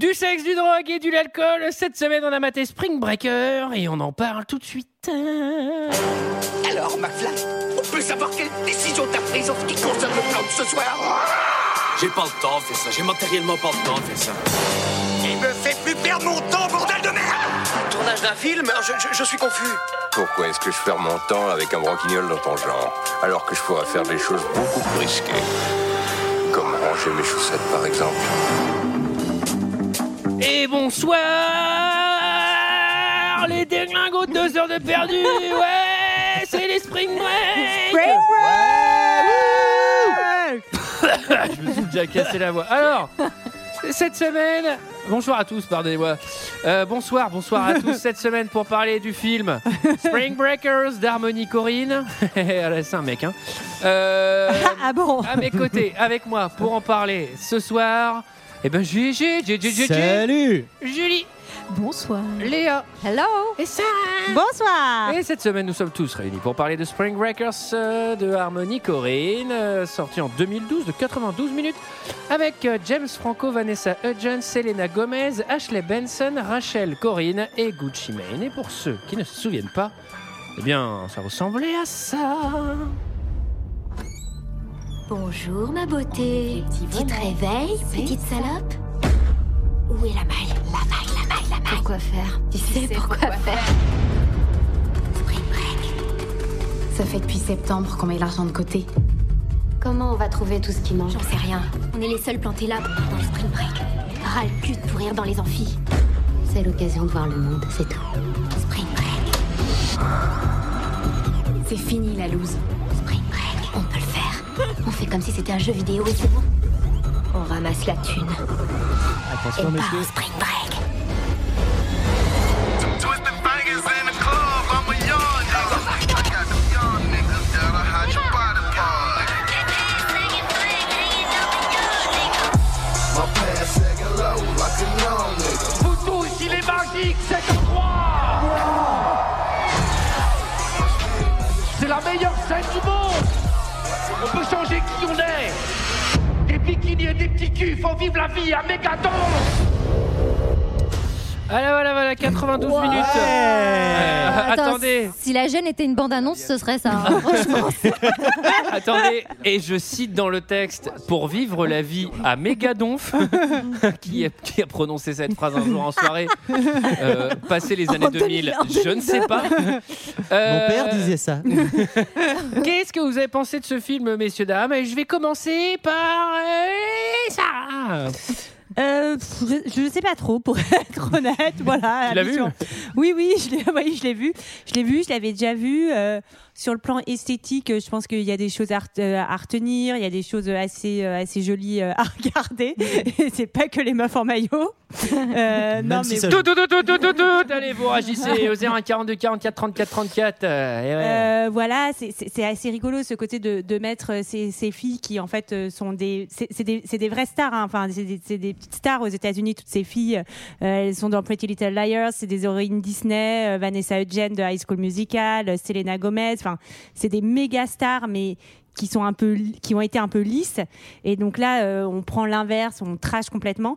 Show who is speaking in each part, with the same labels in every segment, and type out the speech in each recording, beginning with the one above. Speaker 1: Du sexe, du drogue et de l'alcool. Cette semaine, on a maté Spring Breaker et on en parle tout de suite.
Speaker 2: Alors, McFly, on peut savoir quelle décision t'as prise en ce qui concerne le plan de ce soir
Speaker 3: J'ai pas le temps de faire ça, j'ai matériellement pas le temps de faire ça.
Speaker 2: Il me fait plus perdre mon temps, bordel de merde
Speaker 4: Tournage d'un film euh, je, je- je suis confus.
Speaker 5: Pourquoi est-ce que je perds mon temps avec un broquignol dans ton genre, alors que je pourrais faire des choses beaucoup plus risquées Comme ranger mes chaussettes, par exemple.
Speaker 1: Et bonsoir les déglingos de deux heures de perdu. Ouais, c'est les Spring Break. Je me suis déjà cassé la voix. Alors, cette semaine, bonsoir à tous, pardonnez-moi. Euh, bonsoir, bonsoir à tous. Cette semaine pour parler du film Spring Breakers d'Harmony Corinne. c'est un mec, hein. Euh,
Speaker 6: Ah bon
Speaker 1: à mes côtés, avec moi, pour en parler ce soir. Eh ben, GG, GG, GG,
Speaker 7: Salut
Speaker 1: Julie,
Speaker 6: Bonsoir.
Speaker 1: Léa
Speaker 6: Hello
Speaker 1: et Sarah.
Speaker 6: Bonsoir
Speaker 1: Et cette semaine, nous sommes tous réunis pour parler de Spring Breakers euh, de Harmony Corinne, euh, sorti en 2012 de 92 minutes, avec euh, James Franco, Vanessa Hudgens, Selena Gomez, Ashley Benson, Rachel Corinne et Gucci Mane. Et pour ceux qui ne se souviennent pas, eh bien, ça ressemblait à ça.
Speaker 8: Bonjour ma beauté. Tu te réveilles, petite salope Où est la maille La maille, la maille, la maille. Pourquoi faire Tu sais pourquoi, faire. Spring break.
Speaker 9: Ça fait depuis septembre qu'on met l'argent de côté.
Speaker 8: Comment on va trouver tout ce qui manque J'en sais rien. On est les seuls plantés là dans le spring break. Ras le cul de pourrir dans les amphis. C'est l'occasion de voir le monde, c'est tout. Spring break,
Speaker 9: C'est fini la loose.
Speaker 8: spring break. On peut le faire. On fait comme si c'était un jeu vidéo et c'est bon. On ramasse la thune et
Speaker 7: Attention
Speaker 8: part
Speaker 7: messieurs,
Speaker 8: en spring break.
Speaker 1: C'est la meilleure scène du monde On peut changer qui on est Des bikinis et des petits culs, faut vivre la vie à mégaton Voilà, voilà, voilà, 92 minutes Euh,
Speaker 10: Attends,
Speaker 1: Attendez,
Speaker 10: Si la gêne était une bande-annonce, ce serait ça. hein.
Speaker 1: attendez, et je cite dans le texte pour vivre la vie à Mégadonf, qui, a, qui a prononcé cette phrase un jour en soirée, euh, passé les années 2000,
Speaker 6: 2000, en
Speaker 1: je ne sais pas. Euh,
Speaker 7: mon père disait ça.
Speaker 1: Qu'est-ce que vous avez pensé de ce film, messieurs, dames Et Je vais commencer par euh, Sarah.
Speaker 6: Euh, pff, je ne sais pas trop, pour être honnête. Voilà,
Speaker 1: Tu l'as
Speaker 6: la
Speaker 1: vu
Speaker 6: mission. Oui, oui, je l'ai oui, je l'ai vu. Je l'ai vu, je l'avais déjà vu. euh, sur le plan esthétique, euh, je pense qu'il y a des choses à, ret- euh, à retenir, il y a des choses assez, euh, assez jolies euh, à regarder. Et c'est pas que les meufs en maillot. Euh,
Speaker 7: Même
Speaker 6: non,
Speaker 7: si
Speaker 6: mais
Speaker 7: ça-
Speaker 1: Tout, tout, tout, tout, tout, tout, tout. Allez, vous réagissez au 01 42 44 34 34. euh, et ouais.
Speaker 6: Euh, voilà, c'est- c'est c'est assez rigolo ce côté de, de mettre euh, ces, ces filles qui en fait euh, sont des, c'est c'est des, c'est des vraies stars, hein. enfin c'est des, c'est des petites stars aux États-Unis. Toutes ces filles, euh, elles sont dans Pretty Little Liars, c'est des origines Disney, euh, Vanessa Hudgens de High School Musical, euh, Selena Gomez, enfin c'est des méga stars, mais qui sont un peu, li- qui ont été un peu lisses. Et donc là, euh, on prend l'inverse, on trash complètement.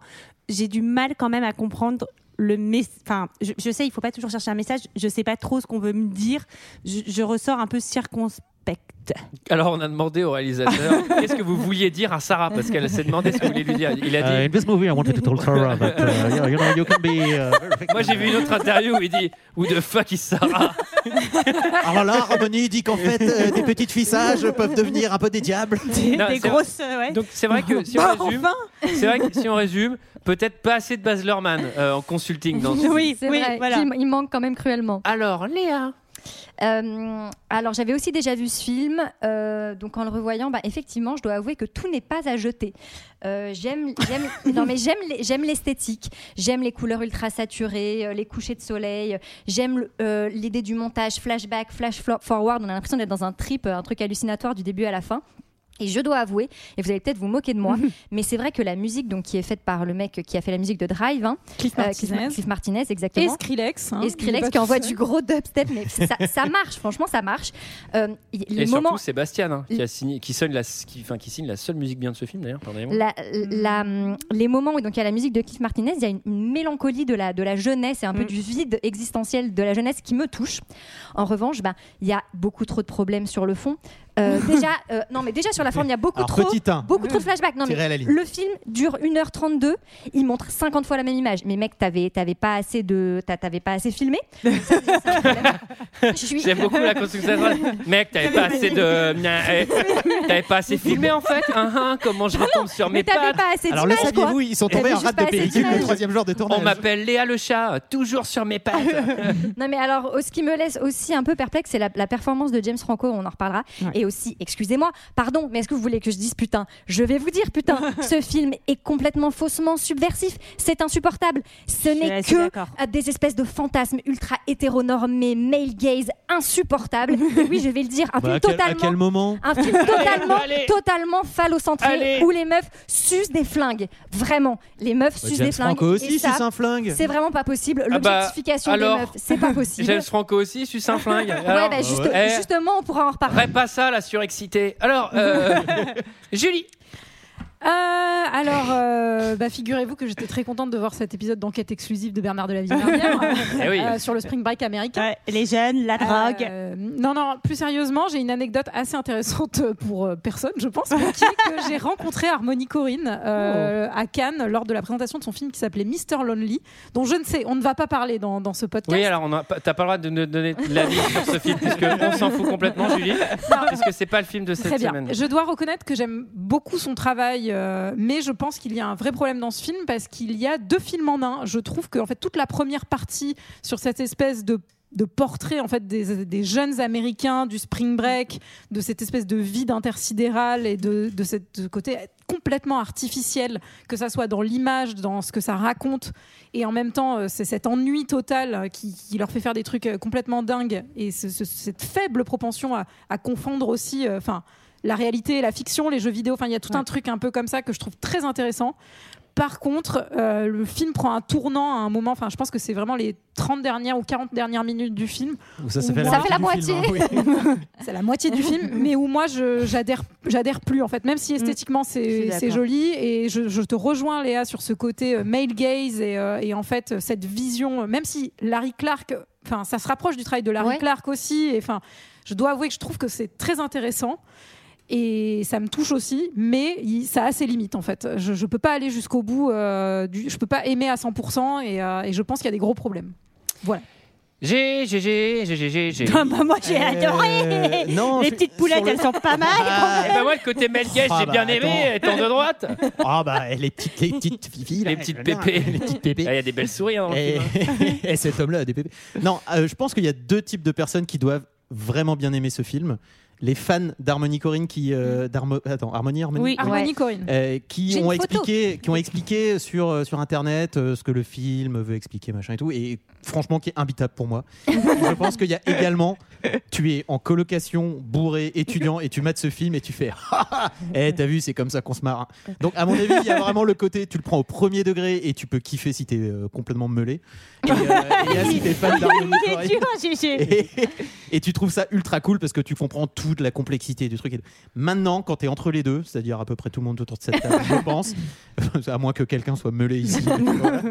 Speaker 6: J'ai du mal quand même à comprendre le message. Enfin, je, je sais, il faut pas toujours chercher un message. Je sais pas trop ce qu'on veut me dire. Je, je ressors un peu circonspecte.
Speaker 1: Alors, on a demandé au réalisateur qu'est-ce que vous vouliez dire à Sarah parce qu'elle s'est demandé ce que vous vouliez lui dire. Il a dit.
Speaker 7: Uh, in this movie, I wanted to tell Sarah that uh, you, know, you know, you can be. uh, very-
Speaker 1: Moi, j'ai vu une autre interview où il dit Who the fuck is Sarah
Speaker 7: Alors Ah là, Harmony dit qu'en fait, euh, des petites filles sages peuvent devenir un peu des diables.
Speaker 6: Des,
Speaker 1: Non,
Speaker 6: des
Speaker 1: c'est-
Speaker 6: grosses. euh, ouais.
Speaker 1: Donc, c'est vrai que si
Speaker 6: Bah,
Speaker 1: on résume,
Speaker 6: enfin
Speaker 1: c'est vrai que si on résume, peut-être pas assez de Baz Luhrmann euh, en consulting dans ce
Speaker 6: Oui,
Speaker 10: C'est
Speaker 6: oui,
Speaker 10: vrai,
Speaker 6: voilà.
Speaker 10: il, il manque quand même cruellement.
Speaker 1: Alors, Léa.
Speaker 10: Euh, alors, j'avais aussi déjà vu ce film, euh, donc en le revoyant, bah, effectivement, je dois avouer que tout n'est pas à jeter. Euh, j'aime, j'aime, non mais j'aime, les- j'aime l'esthétique, j'aime les couleurs ultra saturées, euh, les couchers de soleil, euh, j'aime le- euh, l'idée du montage flashback, flash flo- forward. On a l'impression d'être dans un trip, euh, un truc hallucinatoire du début à la fin. Et je dois avouer, et vous allez peut-être vous moquer de moi, mais c'est vrai que la musique donc, qui est faite par le mec qui a fait la musique de Drive, hein,
Speaker 11: Cliff Martinez.
Speaker 10: Cliff Martinez, exactement.
Speaker 11: Et Skrillex, hein,
Speaker 10: et
Speaker 11: il est
Speaker 10: Skrillex
Speaker 11: pas
Speaker 10: qui
Speaker 11: tout
Speaker 10: envoie
Speaker 11: seul.
Speaker 10: du gros dubstep, mais ça, ça marche, franchement, ça marche. Euh, y- les
Speaker 1: Et
Speaker 10: moments-
Speaker 1: surtout Sébastien, hein, qui, a signé, qui, sonne la, qui, enfin, qui signe la seule musique bien de ce film d'ailleurs, pardonnez-moi.
Speaker 10: la-
Speaker 11: Mm.
Speaker 10: la- hum, les moments où donc il y a la musique de Keith Martinez, il y a une, une mélancolie de la, de la jeunesse et un peu
Speaker 11: Mm.
Speaker 10: du vide existentiel de la jeunesse qui me touche. En revanche, bah, il y a beaucoup trop de problèmes sur le fond. Euh, déjà, euh, non mais déjà sur la forme, il y a beaucoup
Speaker 7: Alors,
Speaker 10: trop,
Speaker 7: petit un.
Speaker 10: beaucoup trop de flashbacks. Non,
Speaker 7: Tirez Mmh. à la
Speaker 10: mais
Speaker 7: ligne.
Speaker 10: le film dure 1h32, il montre 50 fois la même image. Mais mec, t'avais t'avais pas assez de, t'a- t'avais pas assez filmé. Ça, c'est- c'est un problème. Je suis-
Speaker 1: J'aime beaucoup la construction. de la phrase. Mec, t'avais pas assez de. Nya, eh, T'avais pas assez filmé en fait. Hein, hein, comment je retombe sur mes
Speaker 10: Ah mais t'avais
Speaker 1: pattes
Speaker 10: pas assez
Speaker 7: Alors le
Speaker 10: d'images, quoi.
Speaker 7: saviez-vous, ils sont
Speaker 10: T'avais
Speaker 7: tombés en
Speaker 10: juste
Speaker 7: rate
Speaker 10: pas
Speaker 7: de
Speaker 10: assez
Speaker 7: pellicule le
Speaker 10: d'images.
Speaker 7: troisième jour de
Speaker 1: On
Speaker 7: tournage.
Speaker 1: m'appelle Léa le chat, toujours sur mes pattes.
Speaker 10: Non mais alors, oh, ce qui me laisse aussi un peu perplexe, c'est la, la performance de James Franco, on en reparlera. Et aussi, excusez-moi, pardon, mais est-ce que vous voulez que je dise putain Je vais vous dire putain, ce film est complètement faussement subversif, c'est insupportable. Ce
Speaker 6: suis
Speaker 10: n'est
Speaker 6: assez
Speaker 10: que
Speaker 6: d'accord.
Speaker 10: euh, des espèces de fantasmes ultra hétéronormés, male gaze, insupportables. Et oui, je vais le dire, un
Speaker 7: Bah,
Speaker 10: film
Speaker 7: à, quel, à
Speaker 10: totalement...
Speaker 7: quel moment
Speaker 10: Un film totalement,
Speaker 1: Allez.
Speaker 10: totalement phallocentré
Speaker 1: Allez.
Speaker 10: où les meufs sucent des flingues. Vraiment, les meufs
Speaker 7: Bah,
Speaker 10: sucent
Speaker 7: James
Speaker 10: des flingues.
Speaker 7: Franco aussi,
Speaker 10: et ça,
Speaker 7: suce un flingue.
Speaker 10: c'est vraiment pas possible.
Speaker 1: Ah bah,
Speaker 10: L'objectification
Speaker 1: alors,
Speaker 10: des meufs, c'est pas possible.
Speaker 1: James Franco aussi, suce un flingue.
Speaker 10: Ouais,
Speaker 1: Alors,
Speaker 10: bah, juste-
Speaker 1: eh,
Speaker 10: justement, on pourra en reparler.
Speaker 1: Rêve pas ça, la surexcitée. Alors, euh, Julie,
Speaker 11: Euh, alors, euh, bah, figurez-vous que j'étais très contente de voir cet épisode d'enquête exclusive de Bernard de la Villardière
Speaker 1: Eh oui.
Speaker 11: Ah, sur le spring break américain.
Speaker 6: Ouais, les jeunes, la drogue.
Speaker 11: Euh, non, non, plus sérieusement, j'ai une anecdote assez intéressante pour euh, personne, je pense, mais qui est que j'ai rencontré Harmony Corinne
Speaker 6: oh.
Speaker 11: euh, à Cannes lors de la présentation de son film qui s'appelait Mister Lonely, dont je ne sais, on ne va pas parler dans, dans ce podcast.
Speaker 1: Oui, alors on a pas- t'as pas le droit de nous donner de l'avis sur ce film, puisque on s'en fout complètement, Julie, puisque c'est pas le film de cette
Speaker 11: Très bien.
Speaker 1: semaine.
Speaker 11: Je dois reconnaître que j'aime beaucoup son travail, euh, mais je pense qu'il y a un vrai problème dans ce film parce qu'il y a deux films en un. Je trouve que en fait toute la première partie sur cette espèce de de portrait en fait des, des jeunes américains du spring break de cette espèce de vide intersidéral et de, de cette- de côté complètement artificiel que ça soit dans l'image dans ce que ça raconte et en même temps euh, c'est cet ennui total euh, qui, qui leur fait faire des trucs euh, complètement dingues et ce- ce- cette faible propension à, à confondre aussi euh, enfin la réalité et la fiction les jeux vidéo enfin il y a tout un truc un peu comme ça que je trouve très intéressant par contre, euh, le film prend un tournant à un moment, enfin je pense que c'est vraiment les 30 dernières ou 40 dernières minutes du film,
Speaker 7: Ça,
Speaker 11: ça fait la
Speaker 10: Ça fait la moitié.
Speaker 7: hein,
Speaker 11: c'est la moitié du film, mais où moi je- j'adhère j'adhère plus en fait, même si esthétiquement
Speaker 6: Mm. Je suis
Speaker 11: c'est
Speaker 6: d'accord.
Speaker 11: c'est joli et je, je te rejoins Léa sur ce côté euh, male gaze et, euh, et en fait euh, cette vision, euh, même si Larry Clark, euh, enfin ça se rapproche du travail de Larry
Speaker 10: Ouais.
Speaker 11: Clark aussi, et enfin je dois avouer que je trouve que c'est très intéressant. Et ça me touche aussi, mais il- ça a ses limites en fait. Je, je peux pas aller jusqu'au bout, euh, du, je peux pas aimer à 100% et, euh, et je pense qu'il y a des gros problèmes. Voilà.
Speaker 1: G, G, G, G, G, G, G.
Speaker 6: Ah bah, moi j'ai
Speaker 7: Euh,
Speaker 6: adoré
Speaker 7: non,
Speaker 6: Les
Speaker 7: je-
Speaker 6: petites poulettes,
Speaker 7: sur le-
Speaker 6: elles sont pas mal
Speaker 7: Ah,
Speaker 1: Eh ben ouais, le côté Mel Gates,
Speaker 7: Ah
Speaker 1: j'ai
Speaker 7: bah,
Speaker 1: bien aimé,
Speaker 7: attends.
Speaker 1: étant de droite. Ah,
Speaker 7: Ah bah les petites les petites filles, là,
Speaker 1: Les petites
Speaker 7: là,
Speaker 1: pépées.
Speaker 7: les petites
Speaker 1: Il
Speaker 7: pépées.
Speaker 1: y a des belles souris. hein, dans le
Speaker 7: Et,
Speaker 1: film, hein.
Speaker 7: et cet homme-là a des pépés. Non, euh, je pense qu'il y a deux types de personnes qui doivent vraiment bien aimer ce film. Les fans d'Harmony Corinne qui euh, d'Harmo- attends Harmony Harmony
Speaker 6: Oui,
Speaker 7: Oui.
Speaker 11: Harmony Corinne.
Speaker 7: Euh, qui
Speaker 10: J'ai une
Speaker 7: ont
Speaker 10: photo.
Speaker 7: expliqué qui ont expliqué sur euh, sur internet euh, ce que le film veut expliquer machin et tout et franchement qui est imbitable pour moi je pense qu'il y a également tu es en colocation bourré étudiant et tu mates ce film et tu fais Ah, ah, eh t'as vu c'est comme ça qu'on se marre hein. donc à mon avis il y a vraiment le côté tu le prends au premier degré et tu peux kiffer si t'es euh, complètement meulé et, euh, et là, si t'es fan d'Harmony
Speaker 6: Il est
Speaker 7: Corinne,
Speaker 6: dur, GG.
Speaker 7: et, et tu trouves ça ultra cool parce que tu comprends toute la complexité du truc. Et Maintenant, quand tu es entre les deux, c'est-à-dire à peu près tout le monde autour de cette table, je pense, à moins que quelqu'un soit meulé ici, voilà.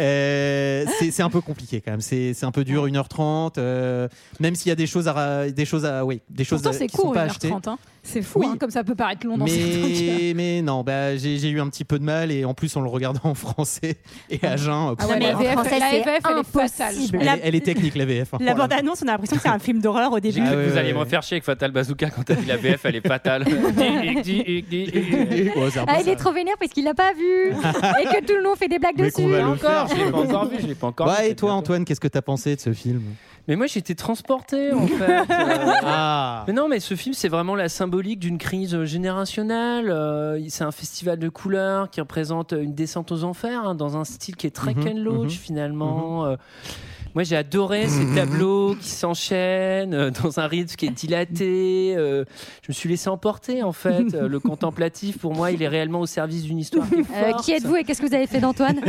Speaker 7: Euh, c'est c'est un peu compliqué quand même. C'est c'est un peu dur, 1h30, euh, même s'il y a des choses à. ra- Des choses à oui, des choses
Speaker 11: Pourtant,
Speaker 7: à-
Speaker 11: c'est
Speaker 7: qui sont
Speaker 11: court,
Speaker 7: pas achetées.
Speaker 11: 1h30. hein. C'est fou,
Speaker 7: Oui.
Speaker 11: hein, comme ça peut paraître long dans certains cas.
Speaker 7: Mais, mais non, bah, j'ai j'ai eu un petit peu de mal et en plus en le regardant en français et à jeun, euh,
Speaker 11: Ah ouais,
Speaker 10: mais
Speaker 11: la
Speaker 10: en
Speaker 11: VF,
Speaker 10: français,
Speaker 11: la
Speaker 10: c'est
Speaker 11: VF, elle est fatale.
Speaker 10: impossible.
Speaker 7: elle,
Speaker 6: la-
Speaker 7: est- elle est technique la VF. hein.
Speaker 6: La
Speaker 7: Oh là là.
Speaker 6: bande-annonce, on a l'impression que c'est un film d'horreur au
Speaker 1: J'ai
Speaker 6: début.
Speaker 1: cru
Speaker 7: Ah
Speaker 1: que
Speaker 7: ouais,
Speaker 1: vous
Speaker 7: ouais,
Speaker 1: alliez me
Speaker 7: ouais.
Speaker 1: faire chier avec Fatal Bazooka quand t'as dit la VF, elle est fatale. Dis, dis, dis, dis, dis.
Speaker 7: Ouais, c'est un peu
Speaker 10: Ah, il
Speaker 7: ça.
Speaker 10: est trop vénère parce qu'il l'a pas vu et que tout le long fait des blagues
Speaker 7: Mais
Speaker 10: dessus. hein.
Speaker 7: qu'on va le
Speaker 1: Encore,
Speaker 7: faire,
Speaker 1: je l'ai pas encore vu, je l'ai pas encore vu,
Speaker 7: Ouais, et
Speaker 1: c'est
Speaker 7: toi
Speaker 1: bientôt.
Speaker 7: Antoine, qu'est-ce que t'as pensé de ce film
Speaker 1: Mais moi j'étais transporté en fait. Euh,
Speaker 7: Ah
Speaker 1: Mais non, mais ce film, c'est vraiment la symbolique d'une crise générationnelle. Euh, c'est un festival de couleurs qui représente une descente aux enfers hein, dans un style qui est très
Speaker 7: Mhm,
Speaker 1: Ken Loach
Speaker 7: mhm,
Speaker 1: finalement. Euh, Moi, j'ai adoré ces tableaux qui s'enchaînent euh, dans un rythme qui est dilaté. euh, je me suis laissé emporter, en fait. Euh, le contemplatif, pour moi, il est réellement au service d'une histoire. qui est
Speaker 10: Euh,
Speaker 1: forte.
Speaker 10: qui êtes-vous et qu'est-ce que vous avez fait d'Antoine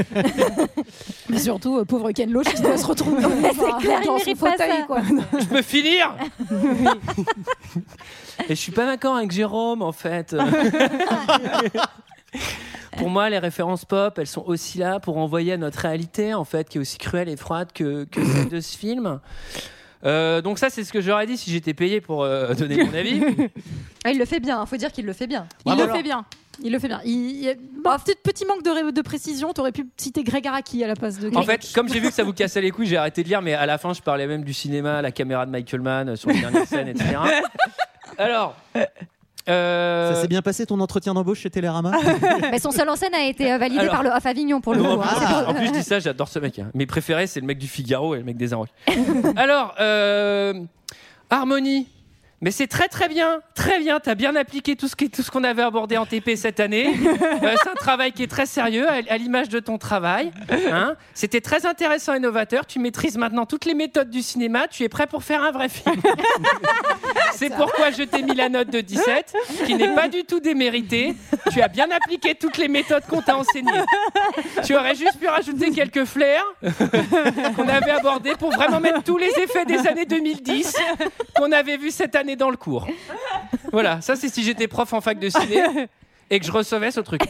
Speaker 11: Mais surtout, euh, pauvre Ken Loach qui doit se retrouver
Speaker 10: C'est clair, il
Speaker 11: dans son
Speaker 10: mérite pas
Speaker 11: fauteuil.
Speaker 10: ça.
Speaker 1: Ah,
Speaker 11: Quoi.
Speaker 1: Je peux finir Et je suis pas d'accord avec Jérôme, en fait. Euh, Pour moi, les références pop, elles sont aussi là pour envoyer à notre réalité, en fait, qui est aussi cruelle et froide que, que celle de ce film. Euh, donc ça, c'est ce que j'aurais dit si j'étais payé pour euh, donner mon avis.
Speaker 10: Ah, Il le fait bien, il faut dire qu'il le fait bien.
Speaker 11: Il
Speaker 1: Bravo.
Speaker 11: le fait bien. Il le fait bien. Il, il y a- bon, petit, petit manque de, ré- de précision, t'aurais pu citer Greg Araki à la place de.
Speaker 1: En fait, comme j'ai vu que ça vous cassait les couilles, j'ai arrêté de lire, mais à la fin, je parlais même du cinéma, la caméra de Michael Mann euh, sur les dernières scènes, etc. Alors... euh,
Speaker 7: Ça s'est bien passé ton entretien d'embauche chez Télérama
Speaker 10: Mais son seul en scène a été euh, validé
Speaker 1: Alors-
Speaker 10: par le Off Avignon pour le
Speaker 1: Non,
Speaker 10: coup.
Speaker 1: en,
Speaker 10: hein.
Speaker 1: plus, Ah, en plus, je dis ça, j'adore ce mec. hein. Mes préférés, c'est le mec du Figaro et le mec des Inrocks. Alors, euh, Harmonie. Mais c'est très très bien, très bien. T'as bien appliqué tout ce qui- tout ce qu'on avait abordé en TP cette année. Euh, c'est un travail qui est très sérieux, à, à l'image de ton travail. hein. C'était très intéressant, et novateur. Tu maîtrises maintenant toutes les méthodes du cinéma. Tu es prêt pour faire un vrai film. C'est pourquoi je t'ai mis la note de 17, qui n'est pas du tout déméritée. Tu as bien appliqué toutes les méthodes qu'on t'a enseignées. Tu aurais juste pu rajouter quelques flairs qu'on avait abordés pour vraiment mettre tous les effets des années 2010 qu'on avait vus cette année dans le cours. Voilà, ça c'est si j'étais prof en fac de ciné et que je recevais ce truc.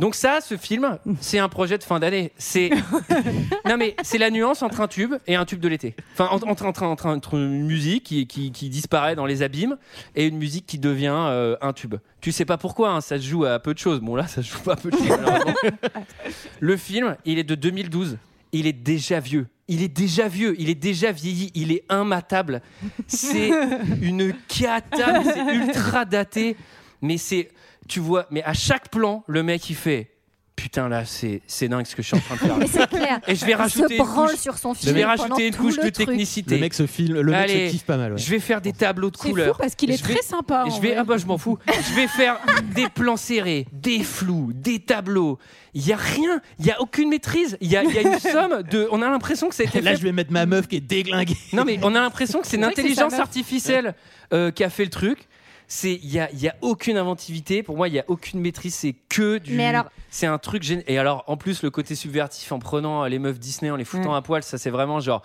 Speaker 1: Donc ça, ce film, c'est un projet de fin d'année. C'est non mais c'est la nuance entre un tube et un tube de l'été. Enfin entre, entre, entre, entre- entre une musique qui, qui, qui disparaît dans les abîmes et une musique qui devient euh, un tube. Tu sais pas pourquoi, hein, ça se joue à peu de choses. Bon là, ça se joue pas à peu de choses. malheureusement. Le film, il est de 2012. Il est déjà vieux. Il est déjà vieux. Il est déjà vieilli. Il est immatable. C'est une cata. mais C'est ultra daté. Mais c'est, tu vois, mais à chaque plan, le mec il fait. Putain là, c'est c'est dingue ce que je suis en train de faire.
Speaker 10: Mais c'est clair.
Speaker 1: Et je vais
Speaker 10: Il
Speaker 1: rajouter
Speaker 10: se
Speaker 1: une
Speaker 10: branle
Speaker 1: couche-
Speaker 10: sur son
Speaker 1: Je
Speaker 10: film.
Speaker 1: vais
Speaker 10: pendant
Speaker 1: rajouter une
Speaker 10: tout
Speaker 1: couche
Speaker 10: le
Speaker 1: de
Speaker 10: truc.
Speaker 1: technicité.
Speaker 7: Le mec se file, le mec
Speaker 1: Allez,
Speaker 7: se kiffe pas mal. ouais.
Speaker 1: Je vais faire des tableaux de
Speaker 11: C'est
Speaker 1: couleurs.
Speaker 11: fou parce qu'il est
Speaker 1: Je vais-
Speaker 11: très sympa.
Speaker 1: Et je
Speaker 11: en
Speaker 1: vais,
Speaker 11: vrai.
Speaker 1: ah bah je m'en fous. Je vais faire des plans serrés, des flous, des tableaux. Il y a rien, il y a aucune maîtrise. Il y a, il y a une somme de. On a l'impression que ça a été
Speaker 7: Là,
Speaker 1: fait.
Speaker 7: je vais mettre ma meuf qui est déglinguée.
Speaker 1: Non mais on a l'impression que c'est une
Speaker 11: vrai que c'est
Speaker 1: intelligence
Speaker 11: sa meuf.
Speaker 1: artificielle euh, qui a fait le truc. C'est il y a, il y a aucune inventivité. Pour moi, il y a aucune maîtrise. C'est que du.
Speaker 10: Mais alors-
Speaker 1: C'est un truc gén- Et alors, en plus, le côté subvertif en prenant les meufs Disney, en les foutant à poil, ça c'est vraiment genre.